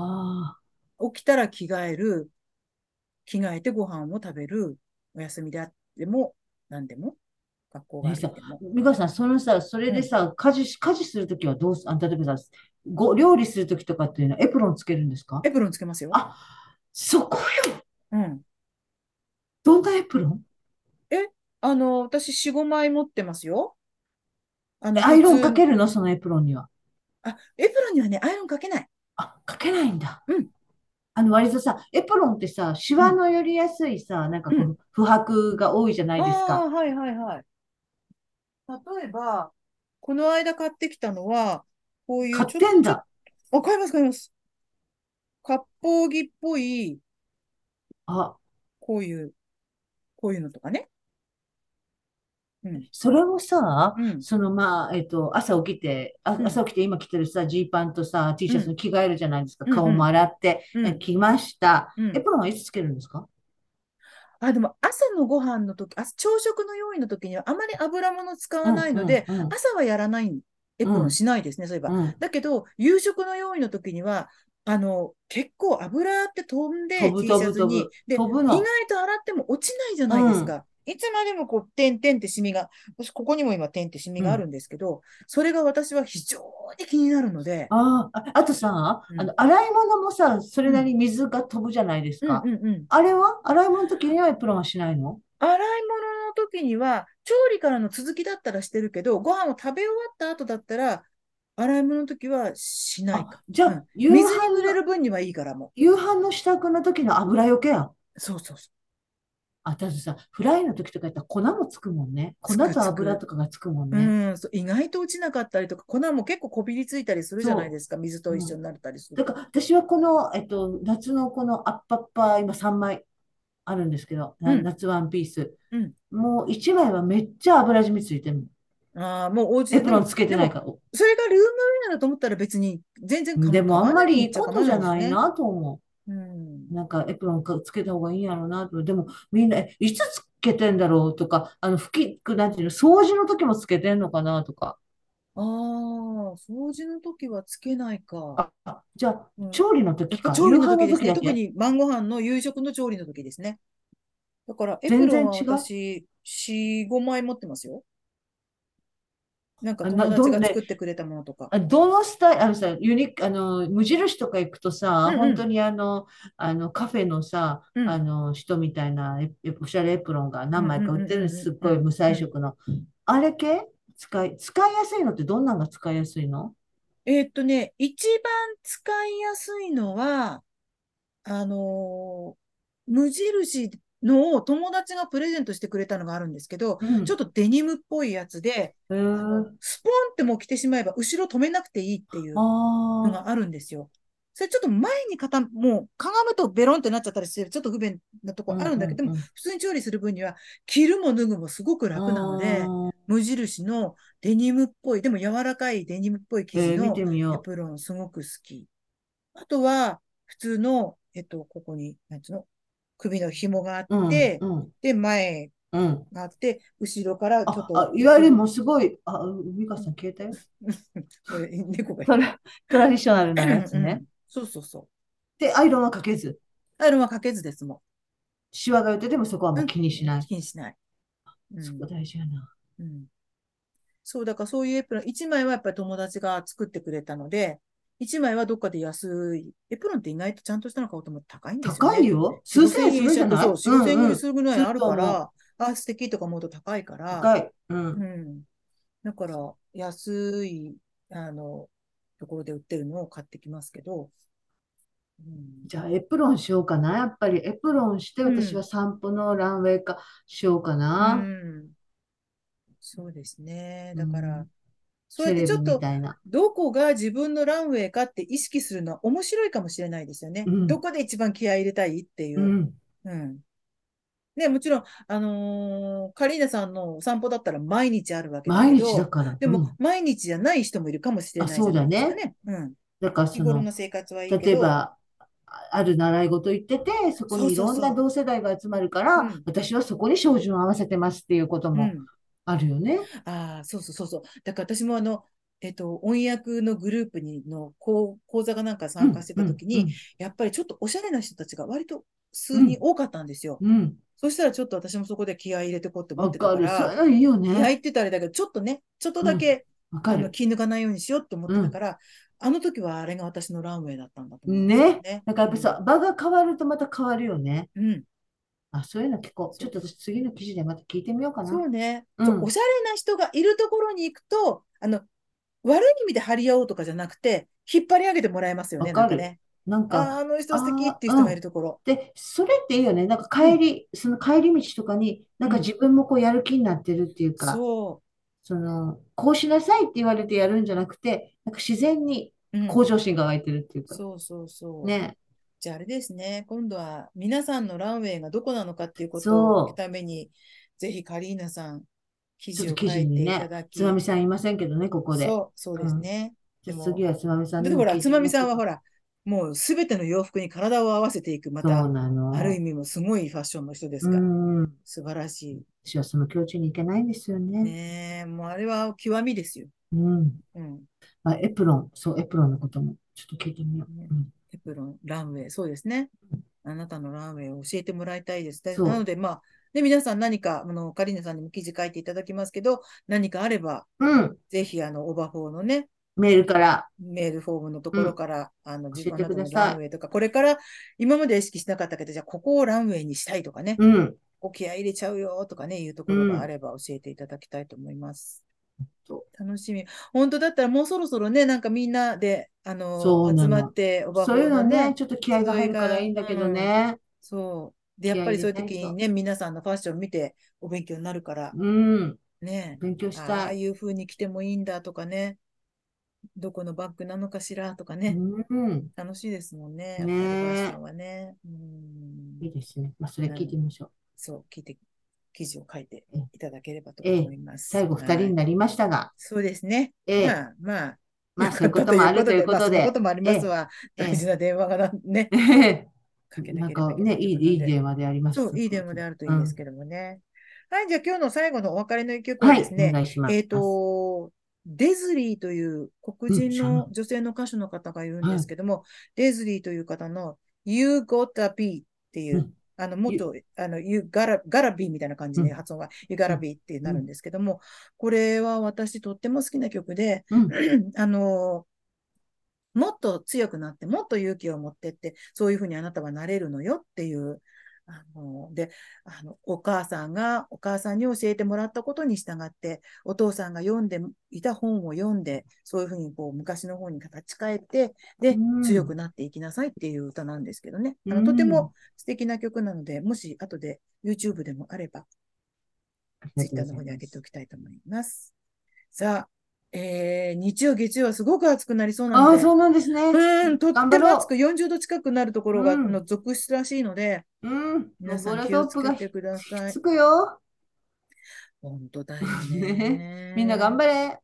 Speaker 1: あ、
Speaker 2: 起きたら着替える、着替えてご飯を食べる、お休みであっても、何でも、学校があっても。
Speaker 1: 美香さん、そのさ、それでさ、家事、家事するときはどうす、あ、例えばさ、ご料理するときとかっていうのはエプロンつけるんですか
Speaker 2: エプロンつけますよ。
Speaker 1: あ、そこよ。
Speaker 2: うん。
Speaker 1: どんなエプロン
Speaker 2: あの、私、4、5枚持ってますよ。あの、
Speaker 1: アイロンか
Speaker 2: る。
Speaker 1: けるのそのエプロンには。
Speaker 2: あ、エプロンにはね、アイロンかけない。
Speaker 1: あ、かけないんだ。
Speaker 2: うん。
Speaker 1: あの、割とさ、エプロンってさ、シワの寄りやすいさ、なんかこ
Speaker 2: う
Speaker 1: う、不白が多いじゃないです
Speaker 2: ああ
Speaker 1: か。
Speaker 2: ー、はいはいはい。例えば、この間買ってきたのは、こういう
Speaker 1: 買っ
Speaker 2: ちょ
Speaker 1: てんだ。
Speaker 2: あ、買います、買います。割烹着っぽい、
Speaker 1: あ、
Speaker 2: こういう、こういうのとかね。うん。
Speaker 1: それをさ、
Speaker 2: うん。
Speaker 1: そのまあ、えっと、朝起きて、あ
Speaker 2: うん
Speaker 1: 朝起きて今着てるさ、ジーパンとさ、T シャツに着替えるじゃないですか。
Speaker 2: うん
Speaker 1: 顔も洗って、
Speaker 2: うん
Speaker 1: え着ました。
Speaker 2: うん
Speaker 1: エプロンはいつつけるんですか
Speaker 2: あ、でも朝のご飯の時、あ、朝食の用意の時にはあまり油物使わないので、
Speaker 1: うんうん
Speaker 2: 朝はやらない、エプロンしないですね、そういえば。
Speaker 1: うんうん
Speaker 2: だけど、夕食の用意の時には、あの、結構油って飛んで、
Speaker 1: 飛ぶ
Speaker 2: T シ
Speaker 1: 飛ぶ
Speaker 2: ャツに。で、
Speaker 1: 飛ぶ
Speaker 2: 意
Speaker 1: の。
Speaker 2: 外と洗っても落ちないじゃないですか。いつまでもこう、点々ってシミが、私ここにも今点ってシミがあるんですけど、それが私は非常に気になるので、
Speaker 1: ああ、あとさ、
Speaker 2: うん
Speaker 1: あの、洗い物もさ、それなりに水が飛ぶじゃないです
Speaker 2: うん
Speaker 1: か。
Speaker 2: うんうん。
Speaker 1: あれは洗い物の時にはエプロンはしないの
Speaker 2: 洗い物の時には、調理からの続きだったらしてるけど、ご飯を食べ終わった後だったら、洗い物の時はしないか。
Speaker 1: あ、じゃ
Speaker 2: うん
Speaker 1: あ、夕
Speaker 2: 水に
Speaker 1: 飯
Speaker 2: 濡れ
Speaker 1: の、
Speaker 2: る分にはいいからも
Speaker 1: 夕飯の支度の時の油よけや。
Speaker 2: う。そうそうそ
Speaker 1: あ、たださ、フライの時とかやったら粉もつくもんね。粉
Speaker 2: つくつ
Speaker 1: と
Speaker 2: く
Speaker 1: 油とかがつくもん
Speaker 2: う。
Speaker 1: ね。
Speaker 2: うんそう、意外と落ちなかったりとか、粉も結構こびりついたりするじゃないですか。水と一緒になったりする
Speaker 1: だ
Speaker 2: と。
Speaker 1: から私はこの、えっと、夏のこのアッパッパー、今3枚あるんですけど、な
Speaker 2: うん
Speaker 1: 夏ワンピース
Speaker 2: うん。
Speaker 1: もう1枚はめっちゃ油染みついてるもん。
Speaker 2: ああ、もうお家で
Speaker 1: エプロンつけてないから。
Speaker 2: それがルームウェアだと思ったら別に全然構
Speaker 1: でもあんまりいい
Speaker 2: 構
Speaker 1: こ
Speaker 2: わ
Speaker 1: とじゃ
Speaker 2: っち
Speaker 1: ない
Speaker 2: 構わ
Speaker 1: なと思
Speaker 2: ですねうん
Speaker 1: う。なんかエプロンかつけた方がいいんやろうなと。でもみんな、え、いつつけてんだろうとか、あの、拭き、なんていうの、掃除の時もつけてんのかなとか。
Speaker 2: ああ、掃除の時はつけないか。
Speaker 1: あ、あじゃあ、
Speaker 2: うん
Speaker 1: 調理の時か、
Speaker 2: 調理の
Speaker 1: 夕飯の
Speaker 2: 時です
Speaker 1: 時
Speaker 2: ね。
Speaker 1: だけ。
Speaker 2: 特に晩ご飯の夕食の調理の時ですね。だから、エプ
Speaker 1: 全
Speaker 2: ロン
Speaker 1: 然
Speaker 2: は
Speaker 1: 違う
Speaker 2: 私、4、5枚持ってますよ。なんか
Speaker 1: あ
Speaker 2: 友
Speaker 1: な
Speaker 2: 達
Speaker 1: どん
Speaker 2: が
Speaker 1: ね
Speaker 2: 作ってくれたものとか。
Speaker 1: あどのスタイル、あのさ、ユニあの、無印とか行くとさ
Speaker 2: う、んうん
Speaker 1: 本当にあの、あの、カフェのさ、
Speaker 2: うん
Speaker 1: あの、人みたいな、ええおしゃれエプロンが何枚か売ってるんです。す
Speaker 2: う
Speaker 1: っ
Speaker 2: んうんうんう
Speaker 1: ご
Speaker 2: ん
Speaker 1: い無彩色の。あれ系使い、使いやすいのってどんなんが使いやすいの
Speaker 2: えーっとね、一番使いやすいのは、あのー無印のを友達がプレゼントしてくれたのがあるんですけど、
Speaker 1: うん
Speaker 2: ちょっとデニムっぽいやつで、
Speaker 1: へー
Speaker 2: スポンってもう着てしまえば後ろ止めなくていいっていうの
Speaker 1: あ
Speaker 2: があるんですよ。それちょっと前にかた、もうかがむとベロンってなっちゃったりして、ちょっと不便なとこ
Speaker 1: ー
Speaker 2: あるんだけど、
Speaker 1: う
Speaker 2: でも
Speaker 1: う
Speaker 2: 普通に調理する分には着るも脱ぐもすごく楽なので、
Speaker 1: うん
Speaker 2: 無印のデニムっぽい、でも柔らかいデニムっぽい生
Speaker 1: え
Speaker 2: 地
Speaker 1: ー見
Speaker 2: の
Speaker 1: てみ
Speaker 2: エ
Speaker 1: よう。
Speaker 2: プロンすごく好き。あとは、普通の、えっと、ここに、なんつうの、首の紐があ
Speaker 1: う
Speaker 2: っ
Speaker 1: ん、
Speaker 2: て、
Speaker 1: うん、
Speaker 2: で、前
Speaker 1: うん。
Speaker 2: があって、後ろからちょっ
Speaker 1: あ、
Speaker 2: と、
Speaker 1: あ、いわゆるもうすごい、あ、美香さん消えたよ。
Speaker 2: これ猫がい
Speaker 1: ト
Speaker 2: る。
Speaker 1: ラ、 トラディショナルなやつ
Speaker 2: う
Speaker 1: ね
Speaker 2: ん。そうそうそ
Speaker 1: で、アイロンはかけず、
Speaker 2: う。アイロンはかけずですも
Speaker 1: シワが寄っててもそこは
Speaker 2: ん。
Speaker 1: もう気にしない。
Speaker 2: 気にしない。うん
Speaker 1: そこ大事やな。
Speaker 2: うんそう、だからそういうエプロン、1枚はやっぱり友達が作ってくれたので、1枚はどっかで安い。エプロンって意外とちゃんとしたの買おうと思って高いんですよ、ね。
Speaker 1: 高いよ。
Speaker 2: 4。
Speaker 1: 数千円するじゃない
Speaker 2: そう、4、5000円ぐらいするぐら
Speaker 1: う
Speaker 2: い
Speaker 1: んうん
Speaker 2: あるか
Speaker 1: する
Speaker 2: ら、あ、素敵とか思うと高いから、
Speaker 1: 高い。う。
Speaker 2: うんん。だから、安い、あの、ところで売ってるのを買ってきますけど、うん、
Speaker 1: じゃあ、エプロンしようかな。やっぱりエプロンして、
Speaker 2: うん
Speaker 1: 私は散歩のランウェイ化しようかな。
Speaker 2: うんそうですね。
Speaker 1: う
Speaker 2: だ
Speaker 1: ん
Speaker 2: から、そうや
Speaker 1: セ
Speaker 2: っ
Speaker 1: レ
Speaker 2: てちょ
Speaker 1: ブ
Speaker 2: っ
Speaker 1: み
Speaker 2: と、
Speaker 1: たいな。
Speaker 2: どこが自分のランウェイかって意識するのは面白いかもしれないですよね。
Speaker 1: うん
Speaker 2: どこで一番気合い入れたいっていうう。
Speaker 1: ん。
Speaker 2: うん。ね、もちろん、あのーカリーナさんのお散歩だったら毎日あるわけだけ
Speaker 1: 毎日だ
Speaker 2: ど、
Speaker 1: から。
Speaker 2: で
Speaker 1: う
Speaker 2: も
Speaker 1: ん、
Speaker 2: 毎日じゃない人もいるかもしれない
Speaker 1: あそうだね
Speaker 2: じゃないですかね。うん。
Speaker 1: だから、
Speaker 2: 日
Speaker 1: そ
Speaker 2: 頃
Speaker 1: の、
Speaker 2: の生活はいいけど。
Speaker 1: 例えば、あある習い事行ってて、そこにいろんな同世代が集まるから、
Speaker 2: うん
Speaker 1: 私はそこに照準を合わせてますっていうこと
Speaker 2: う
Speaker 1: も
Speaker 2: ん。
Speaker 1: あるよね。
Speaker 2: ああ、そうそうそうそう。だから私もあの、えっと、音訳のグループにの講講座がなんか参加してた時に、やっぱりちょっとおしゃれな人たちが割と数人多かったんですよ。
Speaker 1: うん、うん、うん
Speaker 2: そしたらちょっと私もそこで気合い入れてこうって思
Speaker 1: わ
Speaker 2: ってた
Speaker 1: か
Speaker 2: か
Speaker 1: る。そ
Speaker 2: ら、
Speaker 1: れいいよ
Speaker 2: 気合い
Speaker 1: ね。
Speaker 2: ってたらあれだけど、ちょっとね、ちょっとだけ、
Speaker 1: わか
Speaker 2: あの
Speaker 1: る。
Speaker 2: 気抜かないようにしようって思ってたから、あの時はあれが私のランウェイだったんだと思うんですよ
Speaker 1: ね。だからやっぱさ、場が変わるとまた変わるよね。
Speaker 2: うん、うん
Speaker 1: あ、そういうの聞こう。ちょっと私次の記事でまた聞いてみようかな。
Speaker 2: そうね、
Speaker 1: うん
Speaker 2: そうおしゃれな人がいるところに行くと、あの、悪い意味で張り合おうとかじゃなくて、引っ張り上げてもらえますよね、
Speaker 1: わか
Speaker 2: なん
Speaker 1: る
Speaker 2: かね。
Speaker 1: なん
Speaker 2: あー
Speaker 1: か、
Speaker 2: あの人素敵
Speaker 1: あー
Speaker 2: っていう人がいるところ。
Speaker 1: で、それっていいよね。なんか帰り、その帰り道とかに、なんか自分もこうやる気になってるっていうか、
Speaker 2: そ
Speaker 1: その、こうしなさいって言われてやるんじゃなくて、なんか自然に
Speaker 2: う。うん
Speaker 1: 向上心が湧いてるっていうか、
Speaker 2: そうそうそう。
Speaker 1: ね。
Speaker 2: じゃああれですね、今度は皆さんのランウェイがどこなのかっていうこと
Speaker 1: そう
Speaker 2: を聞くために、ぜひカリーナさん、記
Speaker 1: ちょっと
Speaker 2: 事
Speaker 1: 記
Speaker 2: を書
Speaker 1: 事
Speaker 2: いて
Speaker 1: に
Speaker 2: い
Speaker 1: ね
Speaker 2: ただ、き、
Speaker 1: つまみさんいませんけどね、ここで。
Speaker 2: そう、そうですね。
Speaker 1: じゃあ
Speaker 2: でも
Speaker 1: 次はつまみさんに
Speaker 2: だって
Speaker 1: も
Speaker 2: ほら、
Speaker 1: 記
Speaker 2: つ
Speaker 1: 事
Speaker 2: まみさんはほ
Speaker 1: ら、
Speaker 2: ら、もうすべての洋服に体を合わせていく、ま
Speaker 1: そう
Speaker 2: た、
Speaker 1: なの。
Speaker 2: ある意味もすごいファッションの人です
Speaker 1: う
Speaker 2: から、
Speaker 1: ん。
Speaker 2: 素晴らし
Speaker 1: 私はその境地に行けないんですよ
Speaker 2: い。
Speaker 1: ね。
Speaker 2: ねえ、もうあれは極みですよ。
Speaker 1: うん。
Speaker 2: うん。
Speaker 1: まあ、エプロン、そう、エプロンのこともちょっと聞いてみよう。
Speaker 2: ね
Speaker 1: うん
Speaker 2: エプロン、ランウェイ、そうですね。あなたのランウェイを教えてもらいたいです。で
Speaker 1: そう
Speaker 2: なので、まあ、で皆さん何か、あの、カリーナさんにも記事書いていただきますけど、何かあれば、
Speaker 1: うん。
Speaker 2: ぜひ、あの、オーバーフォーのね、
Speaker 1: メールから
Speaker 2: メールフォームのところから、あの、自分
Speaker 1: 教えて
Speaker 2: の
Speaker 1: くだ
Speaker 2: の
Speaker 1: さい
Speaker 2: ランウェイとか、これから、今まで意識しなかったけど、じゃあ、ここをランウェイにしたいとかね、
Speaker 1: うん。
Speaker 2: ここ気合い入れちゃうよとかね、いうところがあれば教えていただきたいと思います。
Speaker 1: そ
Speaker 2: 楽しみ。本当だったらもうそろそろね、なんかみんなで、あ
Speaker 1: そ
Speaker 2: の
Speaker 1: う、な
Speaker 2: 集
Speaker 1: の
Speaker 2: まって、おば
Speaker 1: そういうの
Speaker 2: ね
Speaker 1: ね、ちょっと気合が入るからいいんだけどね。
Speaker 2: そう。で、やっぱりそういう時
Speaker 1: 気合い入れない
Speaker 2: に
Speaker 1: と
Speaker 2: ね、皆さんのファッション見てお勉強になるから、
Speaker 1: うん。
Speaker 2: ね、
Speaker 1: 勉強し
Speaker 2: あ
Speaker 1: た
Speaker 2: あ
Speaker 1: い。
Speaker 2: いう風に着てもいいんだとかね、どこのバッグなのかしらとかね、
Speaker 1: うん。
Speaker 2: 楽しいですもんね、やっぱりフ
Speaker 1: ね
Speaker 2: ァッションはね。うん
Speaker 1: いいですね。まあ、それ聞いてみましょう。
Speaker 2: そう、聞いて、記事を書いて
Speaker 1: ええ
Speaker 2: いただければと
Speaker 1: ええ
Speaker 2: 思います。
Speaker 1: 最後二人
Speaker 2: はい
Speaker 1: になりましたが、
Speaker 2: そうですね。
Speaker 1: ええ
Speaker 2: まあ、まあ、
Speaker 1: まあ、そういうこともあるというこ
Speaker 2: まあ
Speaker 1: と
Speaker 2: そんな
Speaker 1: で
Speaker 2: こ。ともありますわ。
Speaker 1: ええ
Speaker 2: 大事な電話がなね、 かけ
Speaker 1: な
Speaker 2: な
Speaker 1: ん
Speaker 2: ければ
Speaker 1: か
Speaker 2: いけな
Speaker 1: ね、
Speaker 2: いと
Speaker 1: い
Speaker 2: いう
Speaker 1: い、
Speaker 2: ことで
Speaker 1: いい電話であります。
Speaker 2: そう、いい電話であるといいんですけどもね。はい、じゃあ今日の最後のお別れの一曲
Speaker 1: うん
Speaker 2: は
Speaker 1: はい、
Speaker 2: ですね、
Speaker 1: お願いします。
Speaker 2: えっ、と、デズリーという黒人の女性の歌手の方がいるんですけども、デズリーという方の You Gotta Be っていう、
Speaker 1: うん
Speaker 2: あの、もっと、あの、You Gotta, gotta Be みたいな感じで
Speaker 1: うん
Speaker 2: 発音が You Gotta Be ってなるんですけども、これは私とっても好きな曲で、
Speaker 1: うん、
Speaker 2: あの、もっと強くなって、もっと勇気を持ってって、そういうふうにあなたはなれるのよっていう。あのであの、お母さんが、お母さんに教えてもらったことに従って、お父さんが読んでいた本を読んで、そういうふうにこう昔の本に形変えて、で、
Speaker 1: うん
Speaker 2: 強くなっていきなさいっていう歌なんですけどね。
Speaker 1: う
Speaker 2: あの
Speaker 1: ん
Speaker 2: とても素敵な曲なので、もし後で YouTube でもあれば、ツイッターの方に上げておきたいと思います。さあ、えー日曜、月曜はすごく暑くなりそうな
Speaker 1: あ
Speaker 2: の
Speaker 1: あ、
Speaker 2: で、
Speaker 1: そうなんですね。
Speaker 2: うん、とっ
Speaker 1: 頑
Speaker 2: て
Speaker 1: 張
Speaker 2: も
Speaker 1: ろ
Speaker 2: 暑く40度近くなるところが、
Speaker 1: うん
Speaker 2: あの続出らしいので、
Speaker 1: う。うん、
Speaker 2: 皆さ
Speaker 1: ボ
Speaker 2: ん
Speaker 1: ラ
Speaker 2: 気
Speaker 1: ソ
Speaker 2: を
Speaker 1: ー
Speaker 2: つ
Speaker 1: プ
Speaker 2: け
Speaker 1: が
Speaker 2: て
Speaker 1: ひ
Speaker 2: ください
Speaker 1: つ。くよ。
Speaker 2: 本当だよね。
Speaker 1: みんな頑張れ。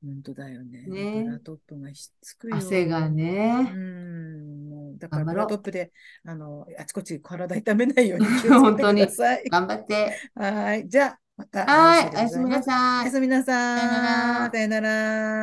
Speaker 2: 本当だよね。
Speaker 1: ね
Speaker 2: ブラトップがひっつくよ。
Speaker 1: 汗が
Speaker 2: う
Speaker 1: ね。
Speaker 2: ん、もうだから
Speaker 1: 頑張ろ
Speaker 2: ブラ
Speaker 1: う
Speaker 2: トップで、あの、あちこち体痛めないように気をつ
Speaker 1: 本
Speaker 2: けて
Speaker 1: 当
Speaker 2: く
Speaker 1: に
Speaker 2: ださい。
Speaker 1: 頑張って。
Speaker 2: はい。じゃあ、また
Speaker 1: は
Speaker 2: 来週
Speaker 1: い、
Speaker 2: で
Speaker 1: お
Speaker 2: ご
Speaker 1: やす
Speaker 2: ざ
Speaker 1: みなさい
Speaker 2: います。おや。すみなさい。
Speaker 1: さよなら
Speaker 2: さよなら。